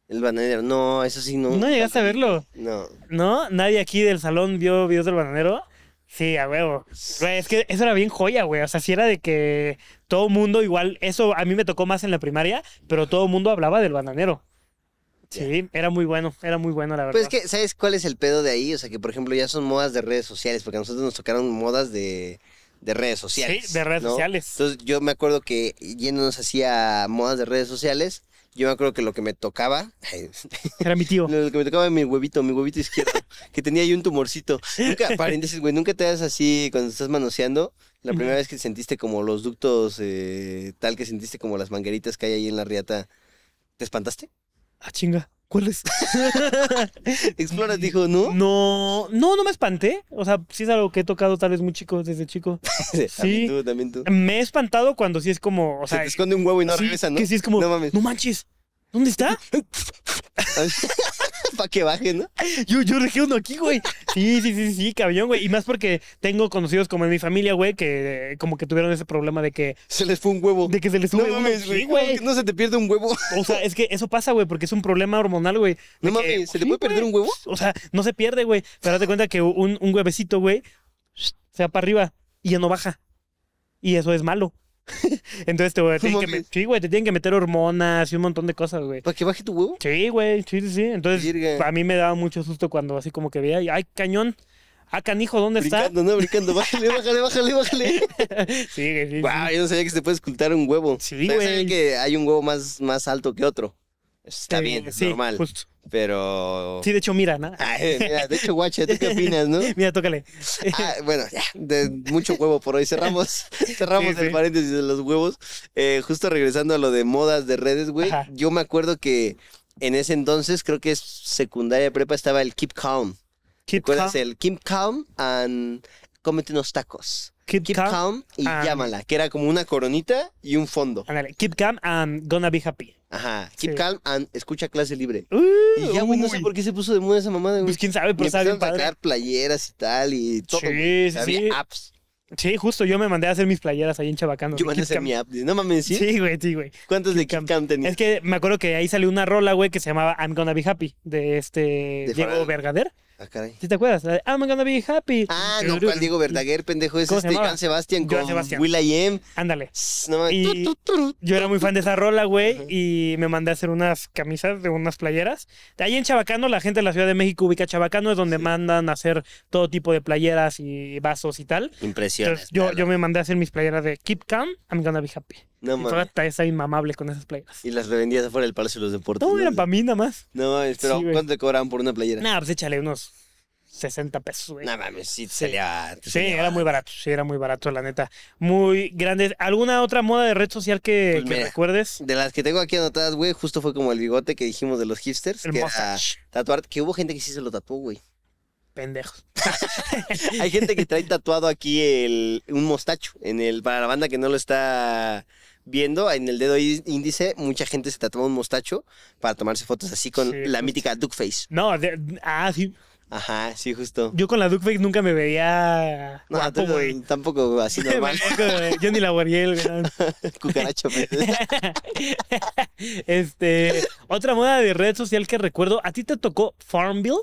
[SPEAKER 1] El bananero, no, eso sí no.
[SPEAKER 2] No llegaste a verlo,
[SPEAKER 1] No.
[SPEAKER 2] ¿no? Nadie aquí del salón vio videos del Bananero. Sí, a huevo. Güey, es que eso era bien joya, güey. O sea, sí era de que todo mundo igual, eso a mí me tocó más en la primaria, pero todo mundo hablaba del Bananero. Sí, era muy bueno, era muy bueno, la verdad.
[SPEAKER 1] Pero Pues es que, ¿sabes cuál es el pedo de ahí? O sea, que por ejemplo ya son modas de redes sociales, porque a nosotros nos tocaron modas de, de redes sociales.
[SPEAKER 2] Sí, de redes
[SPEAKER 1] ¿no?
[SPEAKER 2] sociales.
[SPEAKER 1] Entonces yo me acuerdo que yéndonos hacía modas de redes sociales, yo me acuerdo que lo que me tocaba,
[SPEAKER 2] Era mi tío.
[SPEAKER 1] Lo que me tocaba mi huevito, mi huevito izquierdo, que tenía ahí un tumorcito. Nunca, paréntesis, güey, nunca te das así cuando estás manoseando. La primera vez que sentiste como los ductos, eh, tal que sentiste como las mangueritas que hay ahí en la riata. ¿Te espantaste?
[SPEAKER 2] Ah, chinga. ¿Cuál es?
[SPEAKER 1] Exploras dijo, ¿no?
[SPEAKER 2] No, no, no me espanté. O sea, sí es algo que he tocado tal vez muy chico, desde chico.
[SPEAKER 1] También tú, también tú.
[SPEAKER 2] Me he espantado cuando sí es como, o
[SPEAKER 1] Se
[SPEAKER 2] sea,
[SPEAKER 1] te esconde un huevo y no
[SPEAKER 2] sí,
[SPEAKER 1] regresa, ¿no?
[SPEAKER 2] que sí es como,
[SPEAKER 1] No
[SPEAKER 2] no,
[SPEAKER 1] mames.
[SPEAKER 2] manches, ¿dónde está?
[SPEAKER 1] Para que baje, ¿no?
[SPEAKER 2] Yo, yo dejé uno aquí, güey. Sí, sí, sí, sí, cabrón, güey. Y más porque tengo conocidos como en mi familia, güey, que eh, como que tuvieron ese problema de que,
[SPEAKER 1] Se les fue un huevo.
[SPEAKER 2] de que se les
[SPEAKER 1] no
[SPEAKER 2] sube uno.
[SPEAKER 1] mames,
[SPEAKER 2] Sí,
[SPEAKER 1] güey.
[SPEAKER 2] güey.
[SPEAKER 1] No se te pierde un huevo.
[SPEAKER 2] O sea, es que eso pasa, güey, porque es un problema hormonal, güey.
[SPEAKER 1] No
[SPEAKER 2] De que-
[SPEAKER 1] mames, ¿se le
[SPEAKER 2] sí,
[SPEAKER 1] puede perder
[SPEAKER 2] güey.
[SPEAKER 1] un huevo?
[SPEAKER 2] O sea, no se pierde, güey. Pero date cuenta que un, un huevecito, güey, se va para arriba y ya no baja. Y eso es malo. Entonces, te, güey, tienen que
[SPEAKER 1] mames.
[SPEAKER 2] me- sí, güey, te tienen que meter hormonas y un montón de cosas, güey.
[SPEAKER 1] ¿Para que baje tu huevo?
[SPEAKER 2] Sí, güey, sí, sí, sí. Entonces,
[SPEAKER 1] Virga.
[SPEAKER 2] a mí me daba mucho susto cuando así como que veía, y, ay, cañón, ah, canijo, ¿dónde está?
[SPEAKER 1] Brincando, ¿no? Brincando. Bájale, bájale, bájale, bájale.
[SPEAKER 2] Sí, güey, sí, sí.
[SPEAKER 1] Wow, yo no sabía que se te puede escultar un huevo.
[SPEAKER 2] Sí,
[SPEAKER 1] O sea, sabía
[SPEAKER 2] güey.
[SPEAKER 1] que hay un huevo más, más alto que otro. Eso Está
[SPEAKER 2] Sí,
[SPEAKER 1] bien, es
[SPEAKER 2] sí,
[SPEAKER 1] normal.
[SPEAKER 2] justo.
[SPEAKER 1] Pero.
[SPEAKER 2] Sí, de hecho, mira, ¿no?
[SPEAKER 1] Ay, mira, de hecho, guacha, ¿tú qué opinas, no?
[SPEAKER 2] Mira, tócale.
[SPEAKER 1] Ah, bueno, ya, de mucho huevo por hoy. Cerramos, cerramos
[SPEAKER 2] Sí, sí.
[SPEAKER 1] el paréntesis de los huevos. Eh, justo regresando a lo de modas de redes, güey.
[SPEAKER 2] Ajá.
[SPEAKER 1] Yo me acuerdo que en ese entonces, creo que es secundaria prepa, estaba el Keep Calm.
[SPEAKER 2] Keep
[SPEAKER 1] ¿Recuerdas
[SPEAKER 2] calm,
[SPEAKER 1] el Keep Calm and cómete unos tacos?
[SPEAKER 2] keep
[SPEAKER 1] Keep
[SPEAKER 2] calm.
[SPEAKER 1] Calm y
[SPEAKER 2] and-
[SPEAKER 1] llámala, que era como una coronita y un fondo.
[SPEAKER 2] Ándale, keep calm and gonna be happy.
[SPEAKER 1] Ajá, keep
[SPEAKER 2] Sí.
[SPEAKER 1] calm and escucha clase libre.
[SPEAKER 2] Uh,
[SPEAKER 1] Y ya, güey, no sé
[SPEAKER 2] uy.
[SPEAKER 1] por qué se puso de moda esa mamada, güey.
[SPEAKER 2] Pues quién sabe,
[SPEAKER 1] Y
[SPEAKER 2] pero está bien
[SPEAKER 1] empezaron a
[SPEAKER 2] padre.
[SPEAKER 1] sacar playeras y tal y todo.
[SPEAKER 2] Sí,
[SPEAKER 1] güey.
[SPEAKER 2] sí,
[SPEAKER 1] Había
[SPEAKER 2] sí.
[SPEAKER 1] apps.
[SPEAKER 2] Sí, justo yo me mandé a hacer mis playeras ahí en Chabacano.
[SPEAKER 1] Yo
[SPEAKER 2] de
[SPEAKER 1] van a
[SPEAKER 2] Kid
[SPEAKER 1] hacer
[SPEAKER 2] Cam.
[SPEAKER 1] mi app. Dice, No mames, ¿sí?
[SPEAKER 2] Sí, güey, sí, güey.
[SPEAKER 1] ¿Cuántos de Kid
[SPEAKER 2] Cam.
[SPEAKER 1] Cam tenías?
[SPEAKER 2] Es que me acuerdo que ahí salió una rola, güey, que se llamaba I'm Gonna Be Happy, de este Diego
[SPEAKER 1] Farol.
[SPEAKER 2] Verdaguer.
[SPEAKER 1] Ah, caray.
[SPEAKER 2] ¿Sí te acuerdas? La de, I'm Gonna Be Happy.
[SPEAKER 1] Ah, no, ¿cuál Diego Verdaguer, pendejo? Es
[SPEAKER 2] ¿Cómo se
[SPEAKER 1] este
[SPEAKER 2] llamaba?
[SPEAKER 1] Joan Sebastián
[SPEAKER 2] Joan
[SPEAKER 1] con
[SPEAKER 2] Sebastián.
[SPEAKER 1] Will I Am.
[SPEAKER 2] Ándale.
[SPEAKER 1] No mames.
[SPEAKER 2] Y-
[SPEAKER 1] Tu, tu, tu, tu.
[SPEAKER 2] Yo era muy fan de esa rola, güey, y me mandé a hacer unas camisas de unas playeras. De ahí en Chabacano, la gente de la Ciudad de México ubica Chabacano, es donde mandan a hacer todo tipo de playeras y vasos y tal.
[SPEAKER 1] Impresiones.
[SPEAKER 2] Entonces, yo,
[SPEAKER 1] claro.
[SPEAKER 2] yo me mandé a hacer mis playeras de Keep Calm, I'm Gonna Be Happy.
[SPEAKER 1] No
[SPEAKER 2] y
[SPEAKER 1] mames.
[SPEAKER 2] todavía está inmamable con esas playeras.
[SPEAKER 1] Y las revendías afuera del Palacio de los Deportes.
[SPEAKER 2] No, eran
[SPEAKER 1] No,
[SPEAKER 2] para mí nada más.
[SPEAKER 1] No mames, pero
[SPEAKER 2] Sí, güey.
[SPEAKER 1] ¿cuánto te cobraban por una playera?
[SPEAKER 2] Nada, pues échale unos 60 pesos, güey.
[SPEAKER 1] No mames, sí te
[SPEAKER 2] Sí.
[SPEAKER 1] salía. te
[SPEAKER 2] Sí,
[SPEAKER 1] salía
[SPEAKER 2] era muy barato, sí, era muy barato, la neta. Muy grande. ¿Alguna otra moda de red social que,
[SPEAKER 1] Pues
[SPEAKER 2] que
[SPEAKER 1] mira,
[SPEAKER 2] recuerdes?
[SPEAKER 1] De las que tengo aquí anotadas, güey, justo fue como el bigote que dijimos de los hipsters.
[SPEAKER 2] El
[SPEAKER 1] que ah, era
[SPEAKER 2] mustache,
[SPEAKER 1] tatuar, que hubo gente que sí se lo tatuó, güey.
[SPEAKER 2] pendejos.
[SPEAKER 1] Hay gente que trae tatuado aquí el, un mostacho. En el, para la banda que no lo está viendo, en el dedo í- índice, mucha gente se tatuó un mostacho para tomarse fotos así con
[SPEAKER 2] Sí,
[SPEAKER 1] la
[SPEAKER 2] justo.
[SPEAKER 1] mítica Duckface.
[SPEAKER 2] No, de- ah, sí.
[SPEAKER 1] Ajá, sí, justo.
[SPEAKER 2] Yo con la Duckface nunca me veía
[SPEAKER 1] No,
[SPEAKER 2] guapo,
[SPEAKER 1] tú-
[SPEAKER 2] güey.
[SPEAKER 1] tampoco así
[SPEAKER 2] Me
[SPEAKER 1] normal.
[SPEAKER 2] veía como Johnny Laboriel, güey.
[SPEAKER 1] Cucaracho. pues.
[SPEAKER 2] Este, otra moda de red social que recuerdo, ¿a ti te tocó Farmville?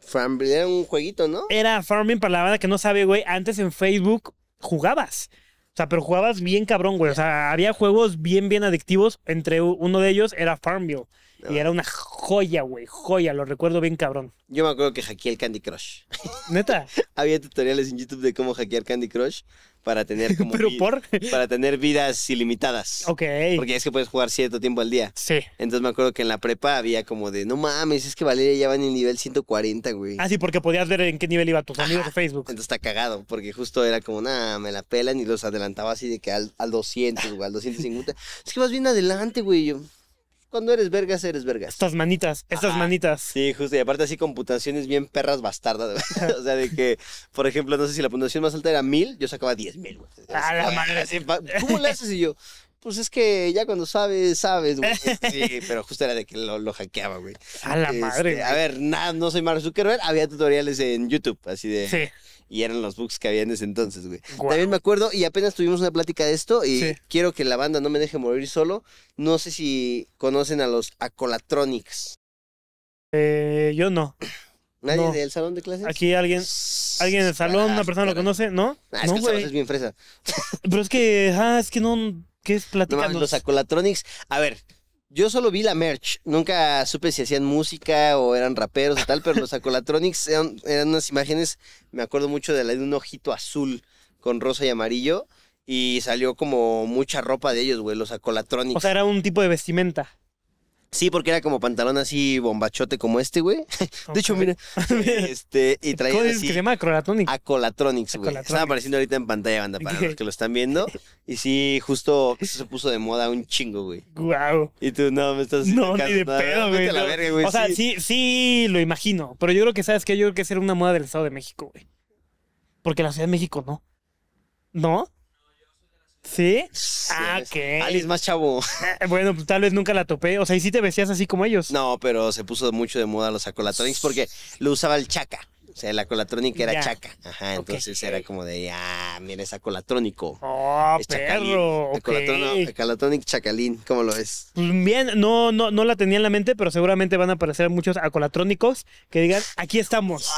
[SPEAKER 1] Fran, era un jueguito, ¿no?
[SPEAKER 2] Era Farmville para la banda que no sabe, güey. Antes en Facebook jugabas. O sea, pero jugabas bien cabrón, güey. O sea, había juegos bien, bien adictivos. Entre u- uno de ellos era Farmville. Y era una joya, güey. Joya, lo recuerdo bien cabrón.
[SPEAKER 1] Yo me acuerdo que hackeé el Candy Crush.
[SPEAKER 2] Neta.
[SPEAKER 1] Había tutoriales en YouTube de cómo hackear Candy Crush para tener como
[SPEAKER 2] pero
[SPEAKER 1] vi-
[SPEAKER 2] por.
[SPEAKER 1] para tener vidas ilimitadas.
[SPEAKER 2] Ok.
[SPEAKER 1] Porque es que puedes jugar cierto tiempo al día.
[SPEAKER 2] Sí.
[SPEAKER 1] Entonces me acuerdo que en la prepa había como de, no mames, es que Valeria ya va en el nivel 140, güey.
[SPEAKER 2] Ah, sí, porque podías ver en qué nivel iba tus
[SPEAKER 1] Ah,
[SPEAKER 2] amigos de Facebook.
[SPEAKER 1] Entonces está cagado, porque justo era como, nada, me la pelan y los adelantaba así de que al, al 200, güey, al 250. es que vas bien adelante, güey. Yo, cuando eres vergas, eres vergas.
[SPEAKER 2] Estas manitas, estas
[SPEAKER 1] Ajá.
[SPEAKER 2] manitas.
[SPEAKER 1] Sí, justo, y aparte así computaciones bien perras bastardas, güey. O sea, de que, por ejemplo, no sé si la puntuación más alta era 1000, yo sacaba 10000, güey.
[SPEAKER 2] A la madre.
[SPEAKER 1] Así, pa- ¿Cómo le haces? Y yo, pues es que ya cuando sabes, sabes, güey. Sí, pero justo era de que lo, lo hackeaba, güey.
[SPEAKER 2] A la
[SPEAKER 1] Este,
[SPEAKER 2] madre.
[SPEAKER 1] A ver, nada, no soy Mark Zuckerberg. Había tutoriales en YouTube, así de.
[SPEAKER 2] Sí.
[SPEAKER 1] Y eran los books que había en ese entonces, güey.
[SPEAKER 2] Guau.
[SPEAKER 1] También me acuerdo, y apenas tuvimos una plática de esto, y
[SPEAKER 2] Sí.
[SPEAKER 1] quiero que la banda no me deje morir solo. No sé si conocen a los Acolatronics.
[SPEAKER 2] Eh, yo no.
[SPEAKER 1] ¿Nadie
[SPEAKER 2] No.
[SPEAKER 1] del salón de clases?
[SPEAKER 2] Aquí alguien, alguien en el salón, una persona lo
[SPEAKER 1] conoce.
[SPEAKER 2] conoce, ¿no?
[SPEAKER 1] Ah, es
[SPEAKER 2] no,
[SPEAKER 1] que el salón es
[SPEAKER 2] güey.
[SPEAKER 1] bien fresa.
[SPEAKER 2] Pero es que, ah, es que no, ¿qué es?
[SPEAKER 1] No mames,
[SPEAKER 2] Platícanos.
[SPEAKER 1] los Acolatronics. A ver, yo solo vi la merch. Nunca supe si hacían música o eran raperos o tal, pero los Acolatronics eran, eran unas imágenes. Me acuerdo mucho de la de un ojito azul con rosa y amarillo. Y salió como mucha ropa de ellos, güey, los Acolatronics.
[SPEAKER 2] o sea, era un tipo de vestimenta.
[SPEAKER 1] sí, porque era como pantalón así bombachote como este, güey. De hecho,
[SPEAKER 2] Ok.
[SPEAKER 1] mira. este, y
[SPEAKER 2] ¿Cómo
[SPEAKER 1] traían
[SPEAKER 2] dices que se
[SPEAKER 1] así.
[SPEAKER 2] llama? Acrolatonic.
[SPEAKER 1] Acolatronics, güey.
[SPEAKER 2] Acolatronics.
[SPEAKER 1] Están apareciendo ahorita en pantalla, banda, para
[SPEAKER 2] Ok.
[SPEAKER 1] los que lo están viendo. Y sí, justo eso se puso de moda un chingo, güey.
[SPEAKER 2] Guau.
[SPEAKER 1] Y tú, no, me estás...
[SPEAKER 2] No, ni
[SPEAKER 1] sacando
[SPEAKER 2] de
[SPEAKER 1] nada.
[SPEAKER 2] pedo,
[SPEAKER 1] Vete
[SPEAKER 2] güey.
[SPEAKER 1] a la
[SPEAKER 2] no.
[SPEAKER 1] verga, güey,
[SPEAKER 2] o sea, sí. sí, lo imagino. Pero yo creo que, ¿sabes qué? Yo creo que esa era una moda del Estado de México, güey. Porque la Ciudad de México no. ¿No? ¿Sí?
[SPEAKER 1] Sí,
[SPEAKER 2] Ah,
[SPEAKER 1] ves.
[SPEAKER 2] ok.
[SPEAKER 1] Alice más chavo.
[SPEAKER 2] Eh, Bueno, pues, tal vez nunca la topé. O sea, y sí te vestías así como ellos.
[SPEAKER 1] No, pero se puso mucho de moda los acolatronics porque lo usaba el chaca. O sea, el acolatronic era
[SPEAKER 2] Ya.
[SPEAKER 1] chaca. Ajá,
[SPEAKER 2] Ok.
[SPEAKER 1] entonces era como de, ah, mira, es acolatrónico.
[SPEAKER 2] Oh,
[SPEAKER 1] es chacalín.
[SPEAKER 2] perro. ok.
[SPEAKER 1] Acolatrono- Acolatronic chacalín, ¿cómo lo ves?
[SPEAKER 2] Pues Bien, no, no, no la tenía en la mente, pero seguramente van a aparecer muchos acolatrónicos que digan, aquí estamos.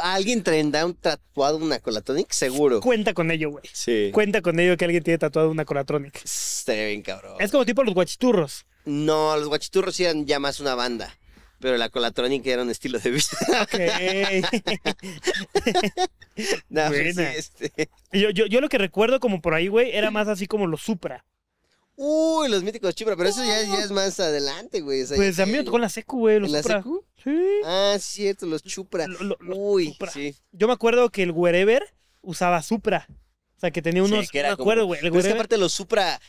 [SPEAKER 1] ¿Alguien tendrá un tatuado un acolatronic? Seguro.
[SPEAKER 2] Cuenta con ello, güey.
[SPEAKER 1] Sí.
[SPEAKER 2] Cuenta con ello que alguien tiene tatuado una acolatronic.
[SPEAKER 1] Estaría bien, cabrón.
[SPEAKER 2] Es como tipo los guachiturros.
[SPEAKER 1] No, los guachiturros sí eran ya más una banda. Pero la colatronic era un estilo de vida.
[SPEAKER 2] Ok.
[SPEAKER 1] No, pues, sí,
[SPEAKER 2] Buena.
[SPEAKER 1] este.
[SPEAKER 2] yo, yo, yo lo que recuerdo como por ahí, güey, era más así como los supra.
[SPEAKER 1] Uy, los míticos chipra, pero eso ya, ya es más adelante, güey. o sea,
[SPEAKER 2] Pues a mí me
[SPEAKER 1] eh,
[SPEAKER 2] tocó en la secu, güey, los
[SPEAKER 1] ¿En la
[SPEAKER 2] supra.
[SPEAKER 1] secu?
[SPEAKER 2] Sí.
[SPEAKER 1] Ah, sí, cierto, los chupra.
[SPEAKER 2] Lo- lo- los
[SPEAKER 1] Uy,
[SPEAKER 2] Supra.
[SPEAKER 1] sí.
[SPEAKER 2] Yo me acuerdo que el wherever usaba supra. O sea, que tenía
[SPEAKER 1] Sí,
[SPEAKER 2] unos...
[SPEAKER 1] que era
[SPEAKER 2] me
[SPEAKER 1] como-
[SPEAKER 2] acuerdo, güey. el
[SPEAKER 1] Pero es que
[SPEAKER 2] Wherever-
[SPEAKER 1] aparte los supra,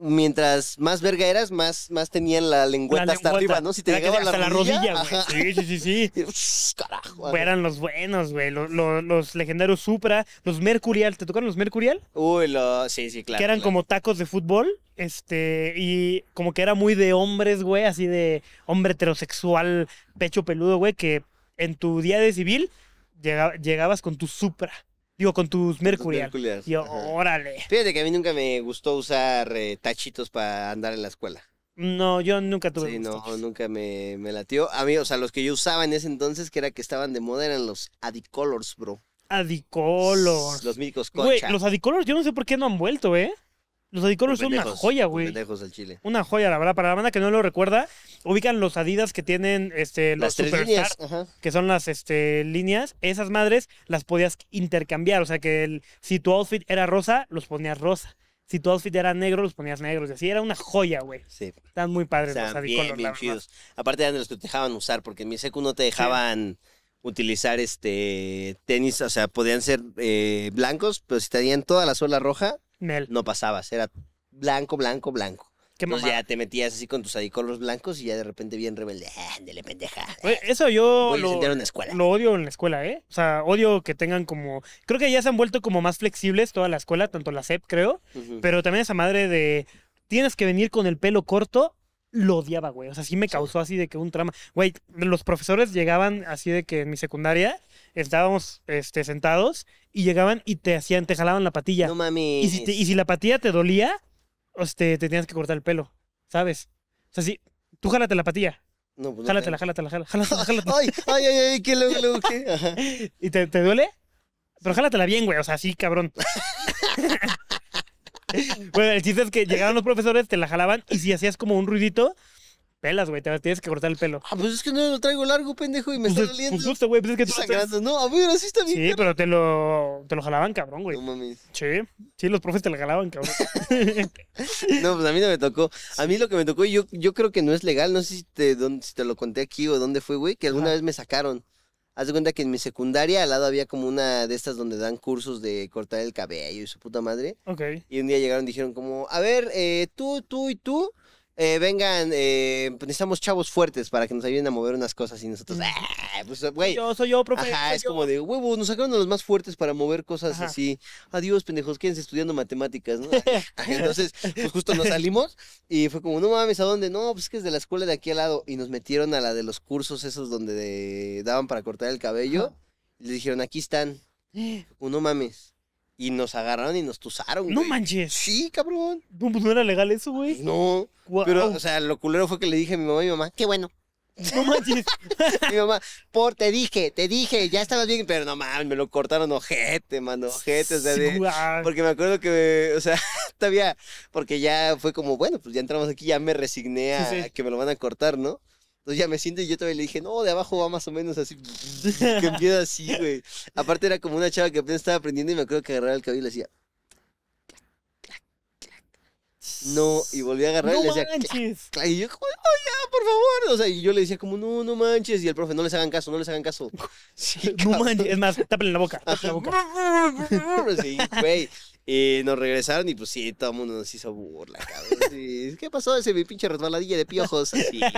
[SPEAKER 1] mientras más verga eras, más, más tenían la lengüeta hasta
[SPEAKER 2] lengüeta.
[SPEAKER 1] arriba, ¿no? Si te
[SPEAKER 2] Era que
[SPEAKER 1] llegaba
[SPEAKER 2] hasta la rodilla, güey.
[SPEAKER 1] ajá.
[SPEAKER 2] Sí, sí, sí, sí.
[SPEAKER 1] Y, ush, carajo. a ver.
[SPEAKER 2] Güey, Pues, Eran los buenos, güey. Los, los- los legendarios Supra, los Mercurial. ¿Te tocaron los Mercurial?
[SPEAKER 1] Uy, lo... sí, sí, claro.
[SPEAKER 2] que eran
[SPEAKER 1] claro.
[SPEAKER 2] como tacos de fútbol. Este, y como que era muy de hombres, güey, así de hombre heterosexual, pecho peludo, güey, que en tu día de civil llega- llegabas con tu Supra. Digo, con tus
[SPEAKER 1] Los
[SPEAKER 2] Mercurial.
[SPEAKER 1] Mercurial,
[SPEAKER 2] Y yo, oh.
[SPEAKER 1] ajá.
[SPEAKER 2] órale.
[SPEAKER 1] Fíjate que a mí nunca me gustó usar eh, tachitos para andar en la escuela.
[SPEAKER 2] No, yo nunca tuve.
[SPEAKER 1] Sí,
[SPEAKER 2] esos
[SPEAKER 1] no,
[SPEAKER 2] tacos.
[SPEAKER 1] nunca me, me latió. A mí, o sea, los que yo usaba en ese entonces, que era que estaban de moda, eran los Adicolors, bro.
[SPEAKER 2] Adicolor.
[SPEAKER 1] Los míticos
[SPEAKER 2] Güey,
[SPEAKER 1] concha.
[SPEAKER 2] los Adicolor, yo no sé por qué no han vuelto, ¿eh? Los Adicolor son una
[SPEAKER 1] Pues Pendejos,
[SPEAKER 2] joya, güey.
[SPEAKER 1] Pendejos al chile.
[SPEAKER 2] Una joya, la verdad. Para la banda que no lo recuerda, ubican los Adidas que tienen este, los
[SPEAKER 1] Las tres
[SPEAKER 2] Superstar,
[SPEAKER 1] líneas. Ajá.
[SPEAKER 2] que son las este, líneas. Esas madres las podías intercambiar. O sea que el- si tu outfit era rosa, los ponías rosa. si tu outfit era negro, los ponías negros. Y así era una joya, güey.
[SPEAKER 1] Sí.
[SPEAKER 2] Estaban muy padres
[SPEAKER 1] Estaban
[SPEAKER 2] los adicolor,
[SPEAKER 1] bien,
[SPEAKER 2] la
[SPEAKER 1] bien
[SPEAKER 2] verdad.
[SPEAKER 1] chidos. Aparte eran de los que te dejaban usar, porque en mi secu no te dejaban utilizar este tenis, o sea, podían ser eh, blancos, pero si tenían toda la suela roja,
[SPEAKER 2] Nel,
[SPEAKER 1] no pasabas. Era blanco, blanco, blanco.
[SPEAKER 2] qué
[SPEAKER 1] Entonces
[SPEAKER 2] mamada.
[SPEAKER 1] ya te metías así con tus adicolos blancos y ya de repente bien rebelde. "Ah, Ándele, pendeja.
[SPEAKER 2] Güey, Eso yo
[SPEAKER 1] Voy a
[SPEAKER 2] lo,
[SPEAKER 1] incendiar una escuela.
[SPEAKER 2] lo odio en la escuela, ¿eh? O sea, odio que tengan como... Creo que ya se han vuelto como más flexibles toda la escuela, tanto la SEP, creo.
[SPEAKER 1] Ujú.
[SPEAKER 2] Pero también esa madre de tienes que venir con el pelo corto, lo odiaba, güey. O sea, sí me
[SPEAKER 1] Sí.
[SPEAKER 2] causó así de que un trama. Güey, los profesores llegaban así de que en mi secundaria estábamos este, sentados y llegaban y te hacían, te jalaban la patilla.
[SPEAKER 1] No mames.
[SPEAKER 2] y, si te- y si la patilla te dolía, o sea, te, te tenías que cortar el pelo, ¿sabes? O sea, sí, tú jálate la patilla,
[SPEAKER 1] No, pues no
[SPEAKER 2] jálatela,
[SPEAKER 1] tengo.
[SPEAKER 2] jálatela, jala- jálatela, jálatela.
[SPEAKER 1] Ay, ay, ay, ay, qué luego, luego, qué. Ajá.
[SPEAKER 2] ¿Y te, te duele? Pero jálatela bien, güey. O sea, sí, cabrón. bueno, el chiste es que llegaban los profesores, te la jalaban y si hacías como un ruidito, pelas, güey. Te tienes que cortar el pelo.
[SPEAKER 1] Ah, pues es que no lo traigo largo, pendejo, y me está
[SPEAKER 2] Pues,
[SPEAKER 1] doliendo.
[SPEAKER 2] pues justo, güey. Pues es que tú
[SPEAKER 1] Está
[SPEAKER 2] no estás-
[SPEAKER 1] sangrando. No, a ver, así está bien.
[SPEAKER 2] Sí, pero te lo, te lo jalaban, cabrón, güey.
[SPEAKER 1] No mames.
[SPEAKER 2] Sí, sí, los profes te la jalaban, cabrón.
[SPEAKER 1] No, pues a mí no me tocó. A mí lo que me tocó, y yo, yo creo que no es legal. No sé si te, dónde- si te lo conté aquí o dónde fue, güey, que alguna
[SPEAKER 2] Ajá.
[SPEAKER 1] vez me sacaron. Haz de cuenta que en mi secundaria al lado había como una de estas donde dan cursos de cortar el cabello y su puta madre.
[SPEAKER 2] Ok.
[SPEAKER 1] Y un día llegaron y dijeron como, a ver, eh, tú, tú y tú, eh, vengan, eh, necesitamos chavos fuertes para que nos ayuden a mover unas cosas y nosotros, ah, pues, güey.
[SPEAKER 2] Yo soy yo, profe.
[SPEAKER 1] Ajá,
[SPEAKER 2] soy
[SPEAKER 1] es
[SPEAKER 2] yo.
[SPEAKER 1] como de huevos, nos sacaron a los más fuertes para mover cosas
[SPEAKER 2] Ajá.
[SPEAKER 1] así. Adiós, pendejos, quédense estudiando matemáticas, ¿no? Entonces, pues justo nos salimos y fue como, no mames, ¿a dónde? No, pues es que es de la escuela de aquí al lado. Y nos metieron a la de los cursos esos donde de- daban para cortar el cabello.
[SPEAKER 2] Ajá.
[SPEAKER 1] Y les dijeron, aquí están. Fue como, no mames. Y nos agarraron y nos tusaron,
[SPEAKER 2] No
[SPEAKER 1] güey.
[SPEAKER 2] manches.
[SPEAKER 1] Sí, cabrón.
[SPEAKER 2] No, pues no era legal eso, güey.
[SPEAKER 1] No.
[SPEAKER 2] Guau.
[SPEAKER 1] Pero, o sea, lo culero fue que le dije a mi mamá y mi mamá, qué bueno.
[SPEAKER 2] no manches.
[SPEAKER 1] Mi mamá, por te dije, te dije, ya estabas bien, pero no mames, me lo cortaron ojete, mano, ojete, o sea, de-
[SPEAKER 2] Guau.
[SPEAKER 1] porque me acuerdo que, o sea, todavía, porque ya fue como, bueno, pues ya entramos aquí, ya me resigné a
[SPEAKER 2] Sí, sí.
[SPEAKER 1] que me lo van a cortar, ¿no? Entonces ya me siento y yo todavía le dije, no, de abajo va más o menos así, que empieza así, güey. Aparte era como una chava que apenas estaba aprendiendo y me acuerdo que agarraba el cabello y le hacía, no, y volví a agarrar y
[SPEAKER 2] No
[SPEAKER 1] le hacía,
[SPEAKER 2] manches.
[SPEAKER 1] Claro, Y yo como, oh, ya, por favor. O sea, y yo le decía como, no, no manches. Y el profe, no les hagan caso, no les hagan caso. Sí,
[SPEAKER 2] No
[SPEAKER 1] cabrón.
[SPEAKER 2] manches. Es más, tápenle la boca. tápenle la boca.
[SPEAKER 1] Sí, güey. Y nos regresaron y pues sí, todo el mundo nos hizo burla, cabrón. Sí, ¿Qué pasó? Ese mi pinche resbaladilla de piojos. Así, güey.